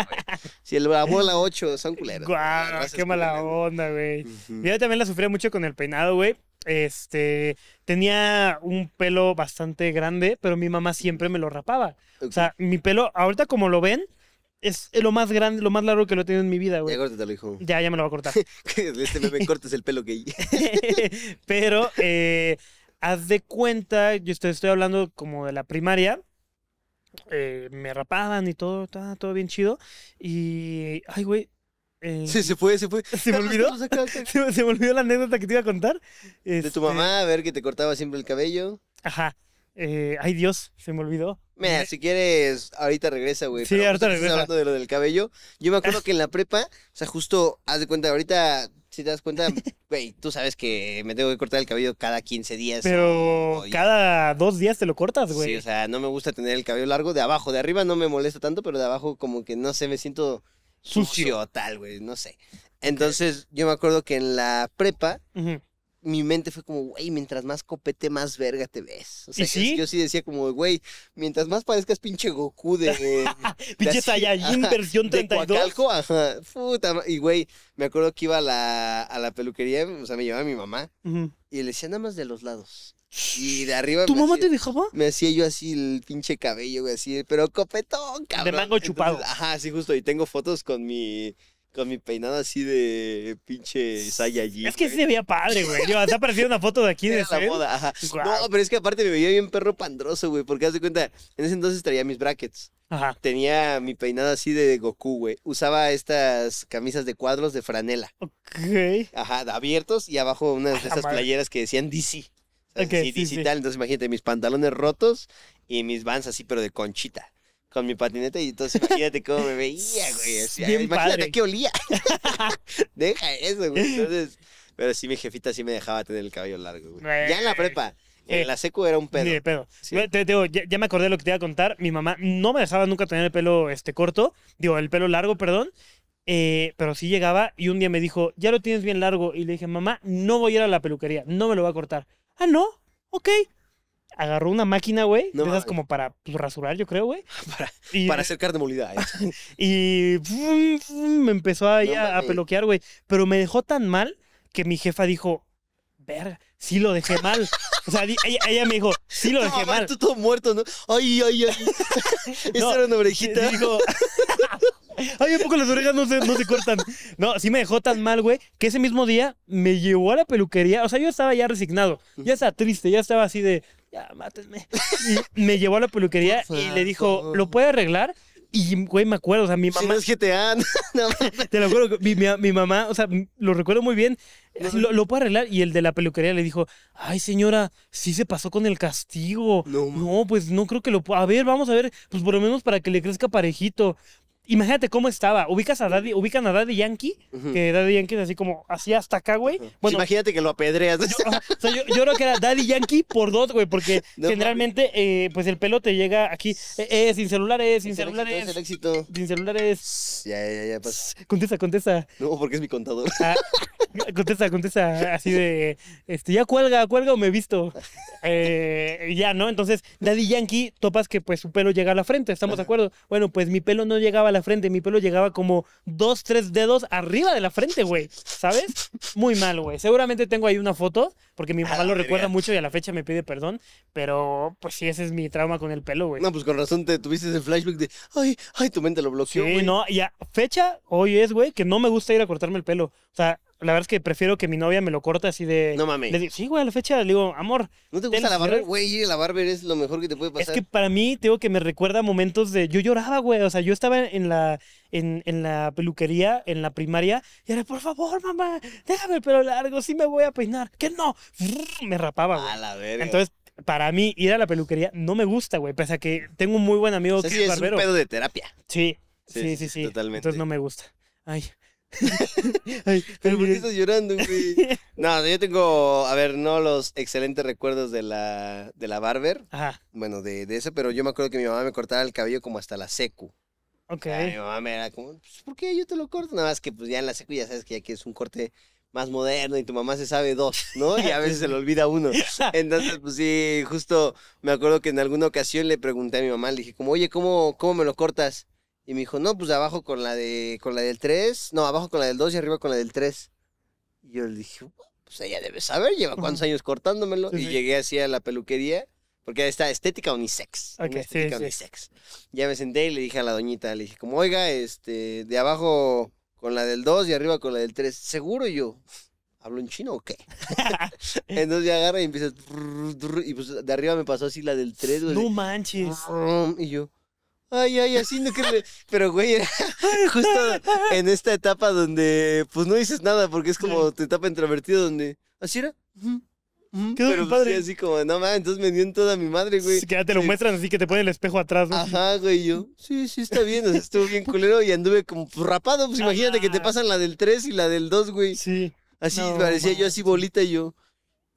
[SPEAKER 1] Sí, el bola 8, son culeros. La
[SPEAKER 2] Guau,
[SPEAKER 1] raza
[SPEAKER 2] qué
[SPEAKER 1] es
[SPEAKER 2] mala
[SPEAKER 1] culera.
[SPEAKER 2] onda, güey.
[SPEAKER 1] Ujú.
[SPEAKER 2] Yo también la sufría mucho con el peinado, güey. Este, tenía un pelo bastante grande, pero mi mamá siempre me lo rapaba. O sea, mi pelo, ahorita como lo ven, es lo más grande, lo más largo que lo he tenido en mi vida,
[SPEAKER 1] Ya
[SPEAKER 2] güey.
[SPEAKER 1] córtatelo, hijo.
[SPEAKER 2] Ya, ya me lo va a cortar.
[SPEAKER 1] Este me cortes el pelo que...
[SPEAKER 2] Pero eh, haz de cuenta, yo estoy, estoy hablando como de la primaria. eh, me rapaban y todo, ta- todo bien chido. Y, ay, güey. eh,
[SPEAKER 1] Sí, se fue, se fue.
[SPEAKER 2] ¿Se me
[SPEAKER 1] Carlos,
[SPEAKER 2] olvidó?
[SPEAKER 1] Carlos, acá, acá.
[SPEAKER 2] se, me- se me olvidó la anécdota que te iba a contar.
[SPEAKER 1] De tu
[SPEAKER 2] Este,
[SPEAKER 1] mamá, a ver que te cortaba siempre el cabello.
[SPEAKER 2] Ajá. Eh, ay, Dios, se me olvidó.
[SPEAKER 1] Mira, si quieres, ahorita regresa, güey.
[SPEAKER 2] Sí,
[SPEAKER 1] pero justo
[SPEAKER 2] ahorita
[SPEAKER 1] que estás
[SPEAKER 2] regresa. Ah.
[SPEAKER 1] hablando de lo del cabello. Yo me acuerdo que en la prepa, o sea, justo, haz de cuenta, ahorita, si te das cuenta, güey, tú sabes que me tengo que cortar el cabello cada 15 días.
[SPEAKER 2] Pero
[SPEAKER 1] oye.
[SPEAKER 2] cada dos días te lo cortas,
[SPEAKER 1] Sí,
[SPEAKER 2] güey.
[SPEAKER 1] o sea, no me gusta tener el cabello largo de abajo. De arriba no me molesta tanto, pero de abajo como que no sé, me siento
[SPEAKER 2] Sucio.
[SPEAKER 1] sucio, tal, güey, no sé. Entonces, yo me acuerdo que en la prepa,
[SPEAKER 2] Ujú.
[SPEAKER 1] mi mente fue como, güey, mientras más copete, más verga te ves. O sea,
[SPEAKER 2] ¿Y
[SPEAKER 1] yo-
[SPEAKER 2] sí?
[SPEAKER 1] yo, sí decía como, güey, mientras más parezcas pinche Goku de...
[SPEAKER 2] Pinche
[SPEAKER 1] así,
[SPEAKER 2] Saiyajin
[SPEAKER 1] ajá,
[SPEAKER 2] versión
[SPEAKER 1] de
[SPEAKER 2] 32.
[SPEAKER 1] Coacalco, ajá. Puta, ma- y güey, me acuerdo que iba a la, a la peluquería, o sea, me llevaba mi mamá
[SPEAKER 2] Ujú.
[SPEAKER 1] y le decía nada más de los lados. Y de arriba
[SPEAKER 2] ¿Tu
[SPEAKER 1] me,
[SPEAKER 2] mamá te
[SPEAKER 1] hacía,
[SPEAKER 2] dejaba?
[SPEAKER 1] me hacía yo así el pinche cabello, güey, así, pero copetón, cabrón.
[SPEAKER 2] mango chupado.
[SPEAKER 1] ajá, sí, justo. Y tengo fotos con mi, con mi peinado así de pinche Saiyajin.
[SPEAKER 2] Es que sí
[SPEAKER 1] güey.
[SPEAKER 2] se veía padre, güey. Yo, hasta apareció una foto de aquí de
[SPEAKER 1] Era la
[SPEAKER 2] Fer.
[SPEAKER 1] moda, ajá.
[SPEAKER 2] Guau.
[SPEAKER 1] No, pero es que aparte me veía bien perro pandroso, güey, porque haz de cuenta, en ese entonces traía mis brackets
[SPEAKER 2] Ajá.
[SPEAKER 1] tenía mi peinado así de Goku, güey. Usaba estas camisas de cuadros de franela.
[SPEAKER 2] Ok.
[SPEAKER 1] Ajá, de abiertos y abajo unas de
[SPEAKER 2] la
[SPEAKER 1] esas
[SPEAKER 2] madre.
[SPEAKER 1] playeras que decían DC.
[SPEAKER 2] Ok, sí,
[SPEAKER 1] sí, DC
[SPEAKER 2] sí.
[SPEAKER 1] tal. Entonces imagínate mis pantalones rotos y mis vans así, pero de conchita. Con mi patineta y entonces imagínate cómo me veía, güey. o sea,
[SPEAKER 2] Bien
[SPEAKER 1] imagínate
[SPEAKER 2] padre.
[SPEAKER 1] qué olía. Deja eso, güey. Entonces, pero sí, mi jefita sí me dejaba tener el cabello largo, güey.
[SPEAKER 2] Güey.
[SPEAKER 1] Ya en la prepa. En la secu era un pedo.
[SPEAKER 2] Ni de pedo.
[SPEAKER 1] Sí.
[SPEAKER 2] Bueno, Te, digo, ya, ya me acordé de lo que te iba a contar. Mi mamá no me dejaba nunca tener el pelo este, corto, digo, el pelo largo, perdón. Eh, pero sí llegaba y un día me dijo, ya lo tienes bien largo. Y le dije, mamá, no voy a ir a la peluquería, no me lo va a cortar. Ah, no, ok. Agarró una máquina, güey,
[SPEAKER 1] No
[SPEAKER 2] de esas
[SPEAKER 1] mames.
[SPEAKER 2] como para pues, rasurar, yo creo, güey.
[SPEAKER 1] Para-
[SPEAKER 2] y,
[SPEAKER 1] Para hacer carne molida. eh.
[SPEAKER 2] y fum, fum, me empezó ahí
[SPEAKER 1] No
[SPEAKER 2] a, a
[SPEAKER 1] mames.
[SPEAKER 2] peluquear, güey. Pero me dejó tan mal que mi jefa dijo, verga, sí lo dejé mal. O sea, di- ella, ella me dijo, sí lo
[SPEAKER 1] No,
[SPEAKER 2] dejé
[SPEAKER 1] mamá,
[SPEAKER 2] mal.
[SPEAKER 1] Tú todo muerto, ¿no? Ay, ay, ay. Esa
[SPEAKER 2] No,
[SPEAKER 1] era una
[SPEAKER 2] Sí,
[SPEAKER 1] orejita.
[SPEAKER 2] Digo, ay, ¿a poco las orejas no se, no se cortan? No, sí me dejó tan mal, güey, que ese mismo día me llevó a la peluquería. O sea, yo estaba ya resignado, ya estaba triste, ya estaba así de, ya, mátenme. Y me llevó a la peluquería
[SPEAKER 1] Por
[SPEAKER 2] y le dijo,
[SPEAKER 1] favor.
[SPEAKER 2] ¿lo puede arreglar? Y, güey, me acuerdo, o sea, mi
[SPEAKER 1] Si
[SPEAKER 2] mamá,
[SPEAKER 1] no es GTA, no,
[SPEAKER 2] te lo juro, mi, mi- mi mamá, o sea, m- lo recuerdo muy bien, así, lo, lo puede arreglar. Y el de la peluquería le dijo, ay, señora, sí se pasó con el castigo.
[SPEAKER 1] No, ma-
[SPEAKER 2] No, pues no creo que lo pueda. A ver, vamos a ver, pues por lo menos para que le crezca parejito. Imagínate cómo estaba. ¿Ubicas a Daddy, ubican a Daddy Yankee?
[SPEAKER 1] Ujú.
[SPEAKER 2] Que Daddy Yankee es así como, así hasta acá, güey.
[SPEAKER 1] Pues
[SPEAKER 2] Bueno,
[SPEAKER 1] imagínate que lo apedreas.
[SPEAKER 2] yo, o sea, yo- yo creo que era Daddy Yankee por dos, güey, porque
[SPEAKER 1] No
[SPEAKER 2] generalmente, eh, pues el pelo te llega aquí, eh, eh, sin celulares, sin
[SPEAKER 1] Es el éxito, es el
[SPEAKER 2] celulares,
[SPEAKER 1] éxito.
[SPEAKER 2] sin celulares.
[SPEAKER 1] Ya, ya, ya. Pues.
[SPEAKER 2] Contesta, contesta.
[SPEAKER 1] No, porque es mi contador.
[SPEAKER 2] Ah, contesta, contesta, así de, este, ya cuelga, cuelga o me visto. Eh, ya, ¿no? Entonces, Daddy Yankee, topas que pues su pelo llega a la frente, ¿estamos de acuerdo? Bueno, pues mi pelo no llegaba a la frente, mi pelo llegaba como dos, tres dedos arriba de la frente, güey, ¿sabes? Muy mal, güey. Seguramente tengo ahí una foto, porque mi mamá
[SPEAKER 1] la
[SPEAKER 2] lo
[SPEAKER 1] verga.
[SPEAKER 2] recuerda mucho y a la fecha me pide perdón, pero pues sí, ese es mi trauma con el pelo, güey.
[SPEAKER 1] No, pues con razón te tuviste ese flashback de. Ay, ay, tu mente lo bloqueó.
[SPEAKER 2] Sí,
[SPEAKER 1] güey.
[SPEAKER 2] no, y a fecha hoy es, güey, que no me gusta ir a cortarme el pelo. O sea, la verdad es que prefiero que mi novia me lo corte así de.
[SPEAKER 1] No mames.
[SPEAKER 2] Le digo, sí, güey, a la fecha le digo, amor,
[SPEAKER 1] ¿No te
[SPEAKER 2] Ten-
[SPEAKER 1] gusta la barber? Güey, ir a la barber es lo mejor que te puede pasar.
[SPEAKER 2] es que para mí, tengo que me recuerda momentos de. Yo lloraba, güey. O sea, yo estaba en la, en, en la peluquería, en la primaria, y era, por favor, mamá, déjame el pelo largo, sí me voy a peinar. Que no. Me rapaba,
[SPEAKER 1] A
[SPEAKER 2] güey.
[SPEAKER 1] la verga.
[SPEAKER 2] Entonces, para mí, ir a la peluquería no me gusta, güey. Pese a que tengo un muy buen amigo
[SPEAKER 1] O sea,
[SPEAKER 2] que
[SPEAKER 1] sí,
[SPEAKER 2] es
[SPEAKER 1] es un
[SPEAKER 2] barbero.
[SPEAKER 1] pedo de terapia.
[SPEAKER 2] Sí,
[SPEAKER 1] Sí,
[SPEAKER 2] sí,
[SPEAKER 1] sí,
[SPEAKER 2] sí, sí.
[SPEAKER 1] totalmente.
[SPEAKER 2] Entonces no me gusta. Ay. Ay,
[SPEAKER 1] Pero ¿por qué
[SPEAKER 2] mire,
[SPEAKER 1] estás llorando, güey? No, yo tengo, a ver, no los excelentes recuerdos de la, de la barber,
[SPEAKER 2] Ajá,
[SPEAKER 1] bueno, de, de eso, pero yo me acuerdo que mi mamá me cortaba el cabello como hasta la secu.
[SPEAKER 2] ok.
[SPEAKER 1] Ah, mi mamá me era como, pues, ¿por qué yo te lo corto? Nada más que pues ya en la secu ya sabes que ya quieres un corte más moderno y tu mamá se sabe dos, ¿no? Y a veces se le olvida uno. Entonces, pues sí, justo me acuerdo que en alguna ocasión le pregunté a mi mamá, le dije como, oye, ¿cómo, cómo me lo cortas? Y me dijo, no, pues abajo con la de con la del 3, no, abajo con la del 2 y arriba con la del 3. Y yo le dije, pues ella debe saber, lleva cuántos años cortándomelo.
[SPEAKER 2] Sí,
[SPEAKER 1] Y
[SPEAKER 2] sí.
[SPEAKER 1] llegué así a la peluquería, porque ahí está estética unisex. una
[SPEAKER 2] Ok, sí,
[SPEAKER 1] estética
[SPEAKER 2] sí.
[SPEAKER 1] unisex. Ya me senté y le dije a la doñita, le dije como, oiga, este, de abajo con la del 2 y arriba con la del 3, seguro Y yo. ¿Hablo en chino o qué? Entonces ya agarra y empieza. trrr, trrr, Y pues de arriba me pasó así la del 3, güey.
[SPEAKER 2] No manches.
[SPEAKER 1] Rum, Ah, Y yo, ay, ay, así no que le- Pero, güey, era justo en esta etapa donde, pues no dices nada porque es como tu etapa introvertida donde, así era. ujú, ujú, Pero
[SPEAKER 2] Quedó
[SPEAKER 1] pues, sí,
[SPEAKER 2] bien padre.
[SPEAKER 1] así como, no mames, entonces me dio en toda mi madre, güey.
[SPEAKER 2] Sí, Que ya te lo
[SPEAKER 1] Sí. Ah,
[SPEAKER 2] muestran así que te ponen el espejo atrás, ¿no?
[SPEAKER 1] Ajá, güey, yo, sí, sí, está bien, o sea, estuvo bien culero y anduve como pues, rapado, pues imagínate que te
[SPEAKER 2] Ajá.
[SPEAKER 1] pasan la del 3 y la del 2, güey.
[SPEAKER 2] Sí.
[SPEAKER 1] Así
[SPEAKER 2] No
[SPEAKER 1] parecía yo así bolita y yo.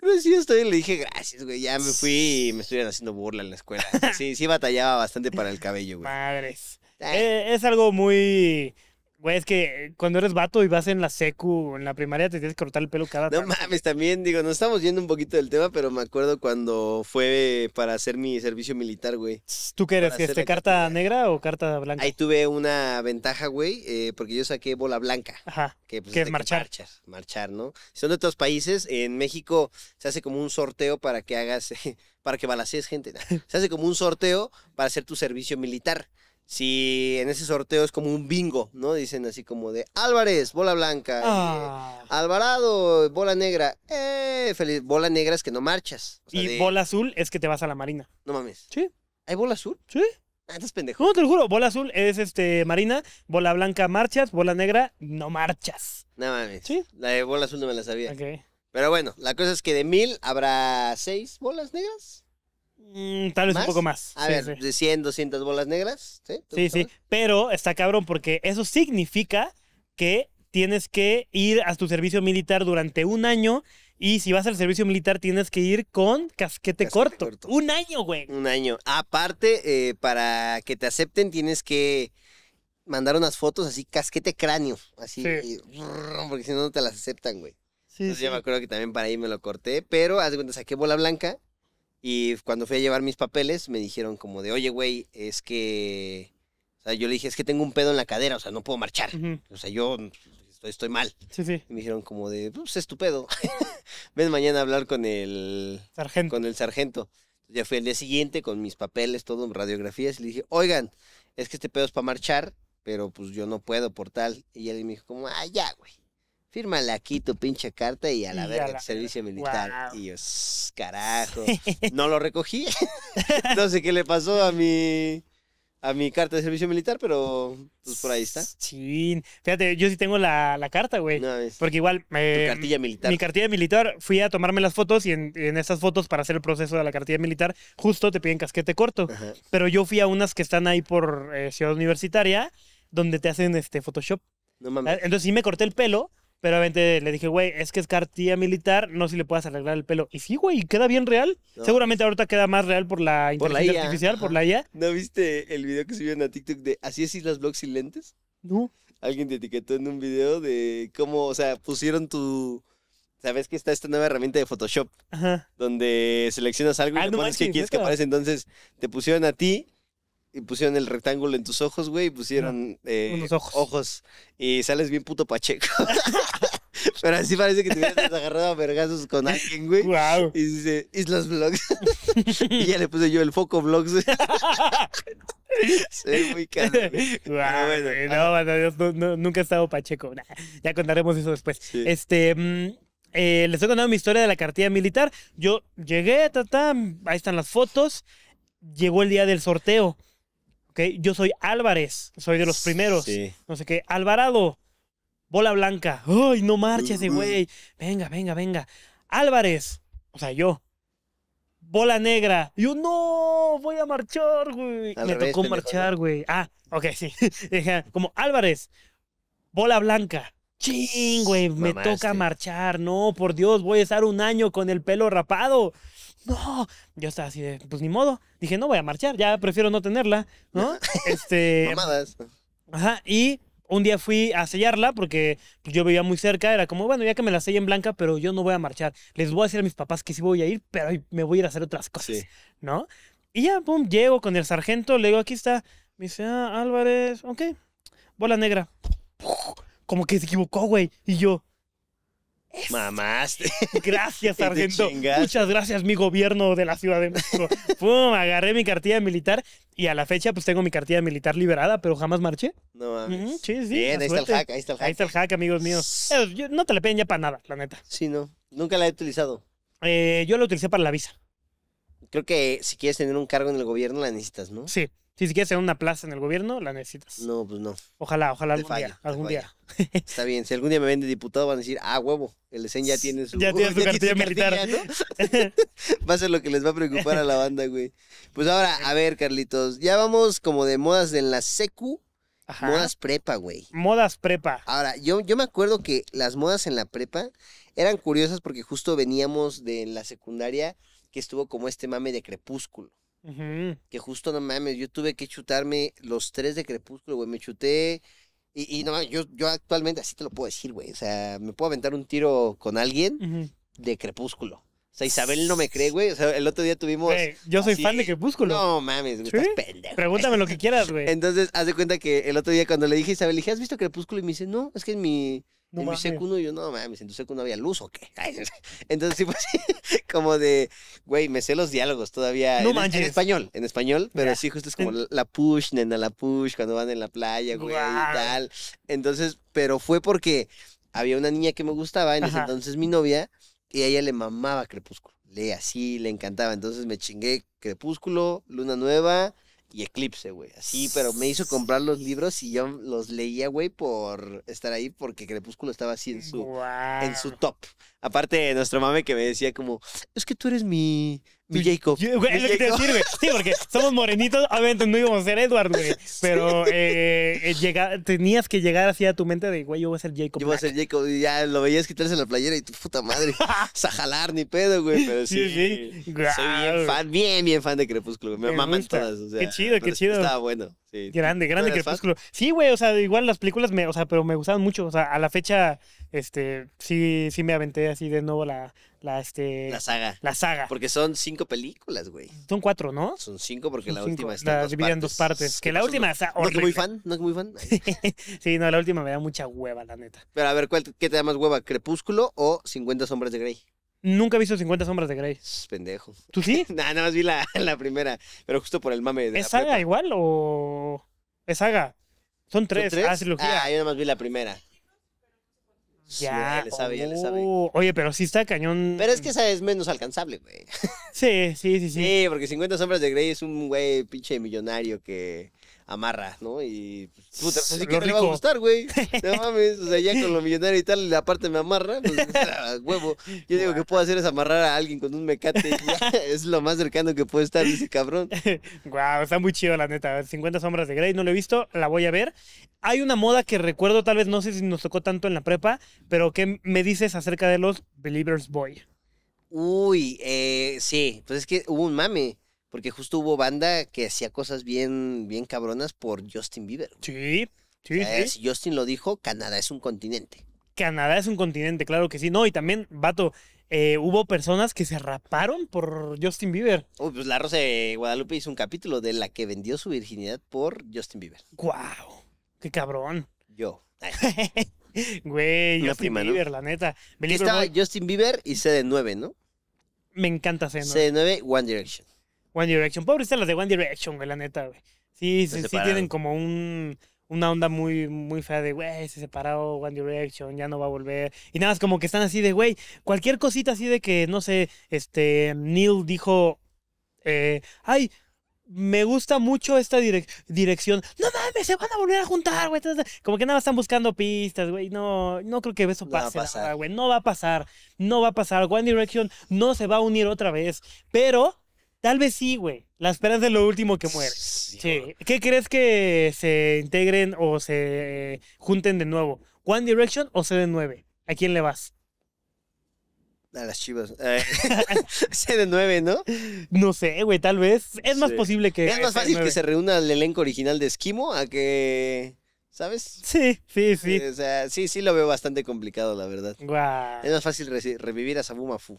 [SPEAKER 1] Gracias, todavía le dije gracias, güey. Ya me fui y me estuvieron haciendo burla en la escuela. Sí, sí batallaba bastante para el cabello, güey.
[SPEAKER 2] Madres.
[SPEAKER 1] Ah.
[SPEAKER 2] Eh, es algo muy. Güey, es que eh, cuando eres vato y vas en la secu o en la primaria te tienes que cortar el pelo cada
[SPEAKER 1] No
[SPEAKER 2] tarde.
[SPEAKER 1] mames, también digo, nos estamos yendo un poquito del tema, pero me acuerdo cuando fue para hacer mi servicio militar, güey.
[SPEAKER 2] ¿Tú qué eres?
[SPEAKER 1] para hacer
[SPEAKER 2] Este,
[SPEAKER 1] la
[SPEAKER 2] ¿Carta negra o carta blanca?
[SPEAKER 1] Ahí tuve una ventaja, güey, eh, porque yo saqué bola blanca.
[SPEAKER 2] Ajá.
[SPEAKER 1] Que, pues,
[SPEAKER 2] Que es
[SPEAKER 1] de
[SPEAKER 2] marchar.
[SPEAKER 1] marchar. marchar, ¿no? Son de otros países. En México se hace como un sorteo para que hagas, para que balacees gente. ¿no? Se hace como un sorteo para hacer tu servicio militar. Si en ese sorteo es como un bingo, ¿no? Dicen así como de Álvarez, bola blanca.
[SPEAKER 2] Ah.
[SPEAKER 1] eh, Alvarado, bola negra. Eh, feliz. Bola negra es que no marchas. O sea,
[SPEAKER 2] Y
[SPEAKER 1] de-
[SPEAKER 2] bola azul es que te vas a la marina.
[SPEAKER 1] No mames.
[SPEAKER 2] Sí.
[SPEAKER 1] ¿Hay bola azul?
[SPEAKER 2] Sí.
[SPEAKER 1] Ah, estás pendejo.
[SPEAKER 2] No, te lo juro, bola azul es este marina, bola blanca marchas, bola negra no marchas.
[SPEAKER 1] No mames.
[SPEAKER 2] Sí.
[SPEAKER 1] La de bola azul no me la sabía.
[SPEAKER 2] Ok.
[SPEAKER 1] Pero bueno, la cosa es que de mil habrá seis bolas negras.
[SPEAKER 2] Mm, tal vez
[SPEAKER 1] ¿Más?
[SPEAKER 2] un poco más.
[SPEAKER 1] A
[SPEAKER 2] sí,
[SPEAKER 1] ver,
[SPEAKER 2] sí.
[SPEAKER 1] de 100, 200 bolas negras. Sí, ¿Te
[SPEAKER 2] Sí,
[SPEAKER 1] gusta
[SPEAKER 2] sí.
[SPEAKER 1] más?
[SPEAKER 2] Pero está cabrón porque eso significa que tienes que ir a tu servicio militar durante un año Y si vas al servicio militar, tienes que ir con casquete,
[SPEAKER 1] Casquete
[SPEAKER 2] corto.
[SPEAKER 1] corto.
[SPEAKER 2] Un año, güey.
[SPEAKER 1] Un año. Aparte, eh, para que te acepten tienes que mandar unas fotos así, casquete cráneo. Así,
[SPEAKER 2] Sí.
[SPEAKER 1] y- porque si no, no te las aceptan, güey.
[SPEAKER 2] Sí,
[SPEAKER 1] Entonces
[SPEAKER 2] sí.
[SPEAKER 1] yo me acuerdo que también para ahí me lo corté, pero haz de cuenta, saqué bola blanca y cuando fui a llevar mis papeles me dijeron como de, oye, güey, es que... O sea, yo le dije, es que tengo un pedo en la cadera, o sea, no puedo marchar.
[SPEAKER 2] Ujú.
[SPEAKER 1] O sea, yo estoy, estoy mal.
[SPEAKER 2] Sí, sí.
[SPEAKER 1] Y me dijeron como de, pues es tu pedo. Ven mañana a hablar con el,
[SPEAKER 2] Sargento.
[SPEAKER 1] con el sargento. Ya fui al día siguiente con mis papeles, todo, radiografías, y le dije, oigan, es que este pedo es para marchar, pero pues yo no puedo por tal. Y él me dijo, como, ah, ya, güey. Fírmale aquí tu pinche carta y a la
[SPEAKER 2] Y a
[SPEAKER 1] verga
[SPEAKER 2] la
[SPEAKER 1] tu servicio militar.
[SPEAKER 2] Guau.
[SPEAKER 1] Y yo, "Sss, carajo. No lo recogí. no sé qué le pasó a mi, a mi carta de servicio militar, pero pues por ahí está.
[SPEAKER 2] Chin. Fíjate, yo sí tengo la, la carta, güey.
[SPEAKER 1] Una vez.
[SPEAKER 2] Porque igual eh,
[SPEAKER 1] Tu
[SPEAKER 2] me,
[SPEAKER 1] cartilla militar.
[SPEAKER 2] Mi cartilla militar, fui a tomarme las fotos y en, en esas fotos para hacer el proceso de la cartilla militar, justo te piden casquete corto.
[SPEAKER 1] Ajá.
[SPEAKER 2] Pero yo fui a unas que están ahí por eh, Ciudad Universitaria, donde te hacen este Photoshop.
[SPEAKER 1] No
[SPEAKER 2] Ah,
[SPEAKER 1] mames.
[SPEAKER 2] Entonces sí me corté el pelo, pero obviamente le dije, güey, es que es cartilla militar, no sé si le puedas arreglar el pelo. Y sí, güey, queda bien real.
[SPEAKER 1] No.
[SPEAKER 2] Seguramente ahorita queda más real por la
[SPEAKER 1] Por la
[SPEAKER 2] inteligencia
[SPEAKER 1] IA,
[SPEAKER 2] artificial, por
[SPEAKER 1] ajá.
[SPEAKER 2] la IA.
[SPEAKER 1] ¿No viste el video que subieron a TikTok de así es Islas Blogs sin lentes?
[SPEAKER 2] No.
[SPEAKER 1] Alguien te etiquetó en un video de cómo, o sea, pusieron tu. Sabes que está esta nueva herramienta de Photoshop
[SPEAKER 2] Ajá.
[SPEAKER 1] donde seleccionas algo y
[SPEAKER 2] Ah,
[SPEAKER 1] le
[SPEAKER 2] no
[SPEAKER 1] pones que
[SPEAKER 2] manches,
[SPEAKER 1] quieres que
[SPEAKER 2] neta.
[SPEAKER 1] aparezca. Entonces te pusieron a ti y pusieron el rectángulo en tus ojos, güey, y pusieron eh,
[SPEAKER 2] unos ojos.
[SPEAKER 1] Y sales bien puto pacheco. Pero así parece que te hubieras agarrado a vergazos con alguien, güey.
[SPEAKER 2] Wow.
[SPEAKER 1] Y dice, Islas Vlogs. y ya le puse yo el foco Vlogs. güey. Se ve muy caro. güey. Pero bueno,
[SPEAKER 2] no, bueno, Dios, no- no, nunca he estado Pacheco. Nah, ya contaremos eso después.
[SPEAKER 1] Sí.
[SPEAKER 2] Este, mm, eh, les he contado mi historia de la cartilla militar. Yo llegué, ta, ta, ahí están las fotos. Llegó el día del sorteo. ¿ok? Yo soy Álvarez, soy de los primeros.
[SPEAKER 1] Sí.
[SPEAKER 2] No sé qué. Alvarado, bola blanca. ¡Ay, no marches, ese güey! Venga, venga, venga. Álvarez, o sea, yo. Bola negra. Y Yo, no, voy a marchar, güey.
[SPEAKER 1] Al
[SPEAKER 2] Me
[SPEAKER 1] revés,
[SPEAKER 2] tocó
[SPEAKER 1] pendejo,
[SPEAKER 2] marchar, güey. Ah, ok, sí. Dije, Como Álvarez, bola blanca. Ching, güey, me
[SPEAKER 1] Mamaste.
[SPEAKER 2] toca marchar. No, por Dios, voy a estar un año con el pelo rapado. No, yo estaba así de, pues ni modo. Dije, no voy a marchar, ya prefiero no tenerla, ¿no? Este.
[SPEAKER 1] Mamadas. pues.
[SPEAKER 2] Ajá, y un día fui a sellarla porque pues, yo vivía muy cerca, era como, bueno, ya que me la en blanca, pero yo no voy a marchar. Les voy a decir a mis papás que sí voy a ir, pero ahí me voy a ir a hacer otras cosas,
[SPEAKER 1] Sí.
[SPEAKER 2] ¿no? Y ya, pum, llego con el sargento, le digo, aquí está. Me dice, ah, Álvarez, ok, bola negra. Como que se equivocó, güey. Y yo,
[SPEAKER 1] Mamaste.
[SPEAKER 2] gracias,
[SPEAKER 1] Y te
[SPEAKER 2] sargento.
[SPEAKER 1] chingaste.
[SPEAKER 2] Muchas gracias, mi gobierno de la Ciudad de México. pum, agarré mi cartilla militar y a la fecha pues tengo mi cartilla militar liberada, pero jamás marché.
[SPEAKER 1] No mames.
[SPEAKER 2] Ujú, sí, sí,
[SPEAKER 1] Bien, ahí está
[SPEAKER 2] la
[SPEAKER 1] el
[SPEAKER 2] suerte.
[SPEAKER 1] hack, ahí está el hack.
[SPEAKER 2] Ahí está el hack, amigos míos. Eh, yo- no te la piden ya para nada, la neta.
[SPEAKER 1] Sí, no. Nunca la he utilizado.
[SPEAKER 2] Eh, yo la utilicé para la visa.
[SPEAKER 1] Creo que si quieres tener un cargo en el gobierno la necesitas, ¿no?
[SPEAKER 2] Sí. Si si quieres tener una plaza en el gobierno, la necesitas.
[SPEAKER 1] No, pues no.
[SPEAKER 2] Ojalá, ojalá
[SPEAKER 1] Te
[SPEAKER 2] algún
[SPEAKER 1] falla,
[SPEAKER 2] día.
[SPEAKER 1] te
[SPEAKER 2] Algún
[SPEAKER 1] falla.
[SPEAKER 2] día.
[SPEAKER 1] Está bien. Si algún día me ven de diputado van a decir, ah, huevo, el ESEN ya tiene su...
[SPEAKER 2] Ya tiene su cartilla militar.
[SPEAKER 1] cartilla, ¿no? va a ser lo que les va a preocupar a la banda, güey. Pues ahora, a ver, Carlitos. Ya vamos como de modas en la secu,
[SPEAKER 2] Ajá.
[SPEAKER 1] modas Ah. prepa, güey.
[SPEAKER 2] Modas prepa.
[SPEAKER 1] Ahora, yo, yo me acuerdo que las modas en la prepa eran curiosas porque justo veníamos de la secundaria que estuvo como este mame de crepúsculo.
[SPEAKER 2] Ujú.
[SPEAKER 1] que justo no mames, yo tuve que chutarme los tres de Crepúsculo, güey, me chuté. Y, y no mames, yo, yo actualmente así te lo puedo decir, güey. O sea, me puedo aventar un tiro con alguien
[SPEAKER 2] Ujú.
[SPEAKER 1] de Crepúsculo. O sea, Isabel no me cree, güey. O sea, el otro día tuvimos.
[SPEAKER 2] Güey, yo soy
[SPEAKER 1] así-
[SPEAKER 2] fan de Crepúsculo.
[SPEAKER 1] Pues, No mames, güey,
[SPEAKER 2] ¿Sí?
[SPEAKER 1] estás pendejo.
[SPEAKER 2] Pregúntame lo que quieras, güey.
[SPEAKER 1] Entonces, haz de cuenta que el otro día cuando le dije a Isabel, le dije, ¿has visto Crepúsculo? Y me dice, no, es que en mi,
[SPEAKER 2] No
[SPEAKER 1] en mi
[SPEAKER 2] mames.
[SPEAKER 1] secu no", y yo, no mames, en tu secu no había luz o qué. Ay, Entonces, sí, pues, como de, güey, me sé los diálogos todavía. en,
[SPEAKER 2] No
[SPEAKER 1] en
[SPEAKER 2] manches.
[SPEAKER 1] español, en español, pero
[SPEAKER 2] Ya.
[SPEAKER 1] sí, justo es como la- la push, nena, la push, cuando van en la playa, güey,
[SPEAKER 2] Guau.
[SPEAKER 1] y tal. Entonces, pero fue porque había una niña que me gustaba, en ese
[SPEAKER 2] Ajá.
[SPEAKER 1] entonces mi novia, y a ella le mamaba Crepúsculo. Le así, le encantaba. Entonces me chingué Crepúsculo, Luna Nueva y Eclipse, güey. Así, pero me hizo comprar los libros y yo los leía, güey, por estar ahí, porque Crepúsculo estaba así en su,
[SPEAKER 2] Guau.
[SPEAKER 1] en su top. Aparte, nuestro mame que me decía como, es que tú eres mi, Mi Jacob.
[SPEAKER 2] Yo- güey,
[SPEAKER 1] mi
[SPEAKER 2] es lo que te iba a
[SPEAKER 1] Jacob.
[SPEAKER 2] decir, güey. Sí, porque somos morenitos, obviamente no íbamos a ser Edward, güey. Pero eh, eh, llega- tenías que llegar así a tu mente de, güey, yo voy a ser Jacob.
[SPEAKER 1] Yo voy a ser Jacob y ya lo veías quitarse la playera y tu puta madre. Es a jalar ni pedo, güey. Pero sí.
[SPEAKER 2] Sí, sí.
[SPEAKER 1] Soy
[SPEAKER 2] Guau.
[SPEAKER 1] bien fan, bien, bien fan de Crepúsculo. Me,
[SPEAKER 2] Me
[SPEAKER 1] maman
[SPEAKER 2] gusta.
[SPEAKER 1] todas. o sea,
[SPEAKER 2] Qué chido, qué
[SPEAKER 1] pero
[SPEAKER 2] chido.
[SPEAKER 1] Estaba bueno. sí.
[SPEAKER 2] Grande,
[SPEAKER 1] ¿Tú
[SPEAKER 2] grande
[SPEAKER 1] eras fan?
[SPEAKER 2] Crepúsculo. Sí, güey, o sea, igual las películas me, o sea, pero me gustaban mucho. O sea, a la fecha, este, sí, sí me aventé así de nuevo la, la, este,
[SPEAKER 1] La
[SPEAKER 2] la,
[SPEAKER 1] saga.
[SPEAKER 2] saga.
[SPEAKER 1] Porque son cinco películas, güey.
[SPEAKER 2] Son cuatro, ¿no?
[SPEAKER 1] Son cinco porque
[SPEAKER 2] Son
[SPEAKER 1] la
[SPEAKER 2] cinco.
[SPEAKER 1] última está
[SPEAKER 2] La
[SPEAKER 1] en dos
[SPEAKER 2] dividen en
[SPEAKER 1] partes.
[SPEAKER 2] dos partes. Que
[SPEAKER 1] ¿Qué
[SPEAKER 2] la
[SPEAKER 1] pasó?
[SPEAKER 2] última está
[SPEAKER 1] ¿No que muy
[SPEAKER 2] horrible.
[SPEAKER 1] fan? ¿No que muy fan? Ay.
[SPEAKER 2] Sí, no, la última me da mucha hueva, la neta.
[SPEAKER 1] Pero a ver, ¿cuál, te- ¿qué te da más hueva? ¿Crepúsculo o 50 sombras de Grey?
[SPEAKER 2] Nunca he visto 50 sombras de Grey.
[SPEAKER 1] Es pendejo.
[SPEAKER 2] ¿Tú sí?
[SPEAKER 1] Nah, nada más vi la, la primera, pero justo por el mame de
[SPEAKER 2] ¿Es
[SPEAKER 1] la
[SPEAKER 2] saga
[SPEAKER 1] prepa.
[SPEAKER 2] igual o...? ¿Es saga? Son
[SPEAKER 1] ¿Son
[SPEAKER 2] tres. Ah, cirugía.
[SPEAKER 1] Ah, yo nada más vi la primera.
[SPEAKER 2] ya.
[SPEAKER 1] Ya le sabe, ya le sabe.
[SPEAKER 2] oh. Oye, pero sí está cañón.
[SPEAKER 1] Pero es que esa es menos alcanzable, güey.
[SPEAKER 2] Sí, sí, sí, sí.
[SPEAKER 1] Sí, porque 50 sombras de Grey es un güey pinche millonario que amarra, ¿no? Y pues, puta, pues, ¿sí
[SPEAKER 2] Lo
[SPEAKER 1] que te le va a
[SPEAKER 2] rico.
[SPEAKER 1] gustar, güey. No mames, o sea, ya con lo millonario y tal, y la parte me amarra, pues, a huevo. Yo digo que puedo hacer es amarrar a alguien con un mecate. y ya, es lo más cercano que puede estar ese cabrón.
[SPEAKER 2] Guau, está muy chido, la neta. 50 sombras de Grey, no lo he visto, la voy a ver. Hay una moda que recuerdo, tal vez no sé si nos tocó tanto en la prepa, pero ¿qué me dices acerca de los Believers Boy?
[SPEAKER 1] Uy, eh, sí, pues es que hubo un mame, porque justo hubo banda que hacía cosas bien, bien cabronas por Justin Bieber.
[SPEAKER 2] Sí,
[SPEAKER 1] O
[SPEAKER 2] sí,
[SPEAKER 1] sea,
[SPEAKER 2] sí.
[SPEAKER 1] Si Justin lo dijo, Canadá es un continente.
[SPEAKER 2] Canadá es un continente, claro que sí. No, y también, vato, eh, hubo personas que se raparon por Justin Bieber.
[SPEAKER 1] Uy, pues la Rosa de Guadalupe hizo un capítulo de la que vendió su virginidad por Justin Bieber.
[SPEAKER 2] Guau, qué cabrón.
[SPEAKER 1] Yo. Ay.
[SPEAKER 2] Güey,
[SPEAKER 1] Una
[SPEAKER 2] Justin
[SPEAKER 1] prima, ¿no?
[SPEAKER 2] Bieber, la neta.
[SPEAKER 1] Aquí
[SPEAKER 2] Believer
[SPEAKER 1] estaba
[SPEAKER 2] Boy,
[SPEAKER 1] Justin Bieber y CD9, ¿no?
[SPEAKER 2] me encanta ese, ¿no?
[SPEAKER 1] CD9, One Direction.
[SPEAKER 2] One Direction. Pobrecitas las de One Direction, güey, la neta, güey. Sí,
[SPEAKER 1] Se
[SPEAKER 2] sí, sí
[SPEAKER 1] separaron.
[SPEAKER 2] tienen como un, una onda muy, muy fea de, güey, se separó One Direction, ya no va a volver. Y nada más como que están así de, güey, cualquier cosita así de que, no sé, este, Neil dijo, eh, ay, me gusta mucho esta direc- dirección. No mames, se van a volver a juntar, güey. ta, ta, ta. Como que nada más están buscando pistas, güey. No, no creo que eso
[SPEAKER 1] No va a
[SPEAKER 2] pase, la
[SPEAKER 1] pasar.
[SPEAKER 2] verdad, güey. No va a pasar. No va a pasar. One Direction no se va a unir otra vez. Pero Tal vez sí, güey. La esperanza es lo último que muere.
[SPEAKER 1] Sí.
[SPEAKER 2] Sí. ¿Qué crees que se integren o se junten de nuevo? ¿One Direction o CD9? ¿A quién le vas?
[SPEAKER 1] A las chivas. Eh, CD9, ¿no?
[SPEAKER 2] No sé, güey, tal vez. Es más
[SPEAKER 1] Sí.
[SPEAKER 2] posible que.
[SPEAKER 1] Es más fácil que
[SPEAKER 2] CD9.
[SPEAKER 1] se reúna el elenco original de Esquimo a que. ¿Sabes? Eh,
[SPEAKER 2] Sí, sí, sí.
[SPEAKER 1] O sea, sí, sí lo veo bastante complicado, la verdad.
[SPEAKER 2] Guau.
[SPEAKER 1] Es más fácil reci- revivir a Sabu Mafu.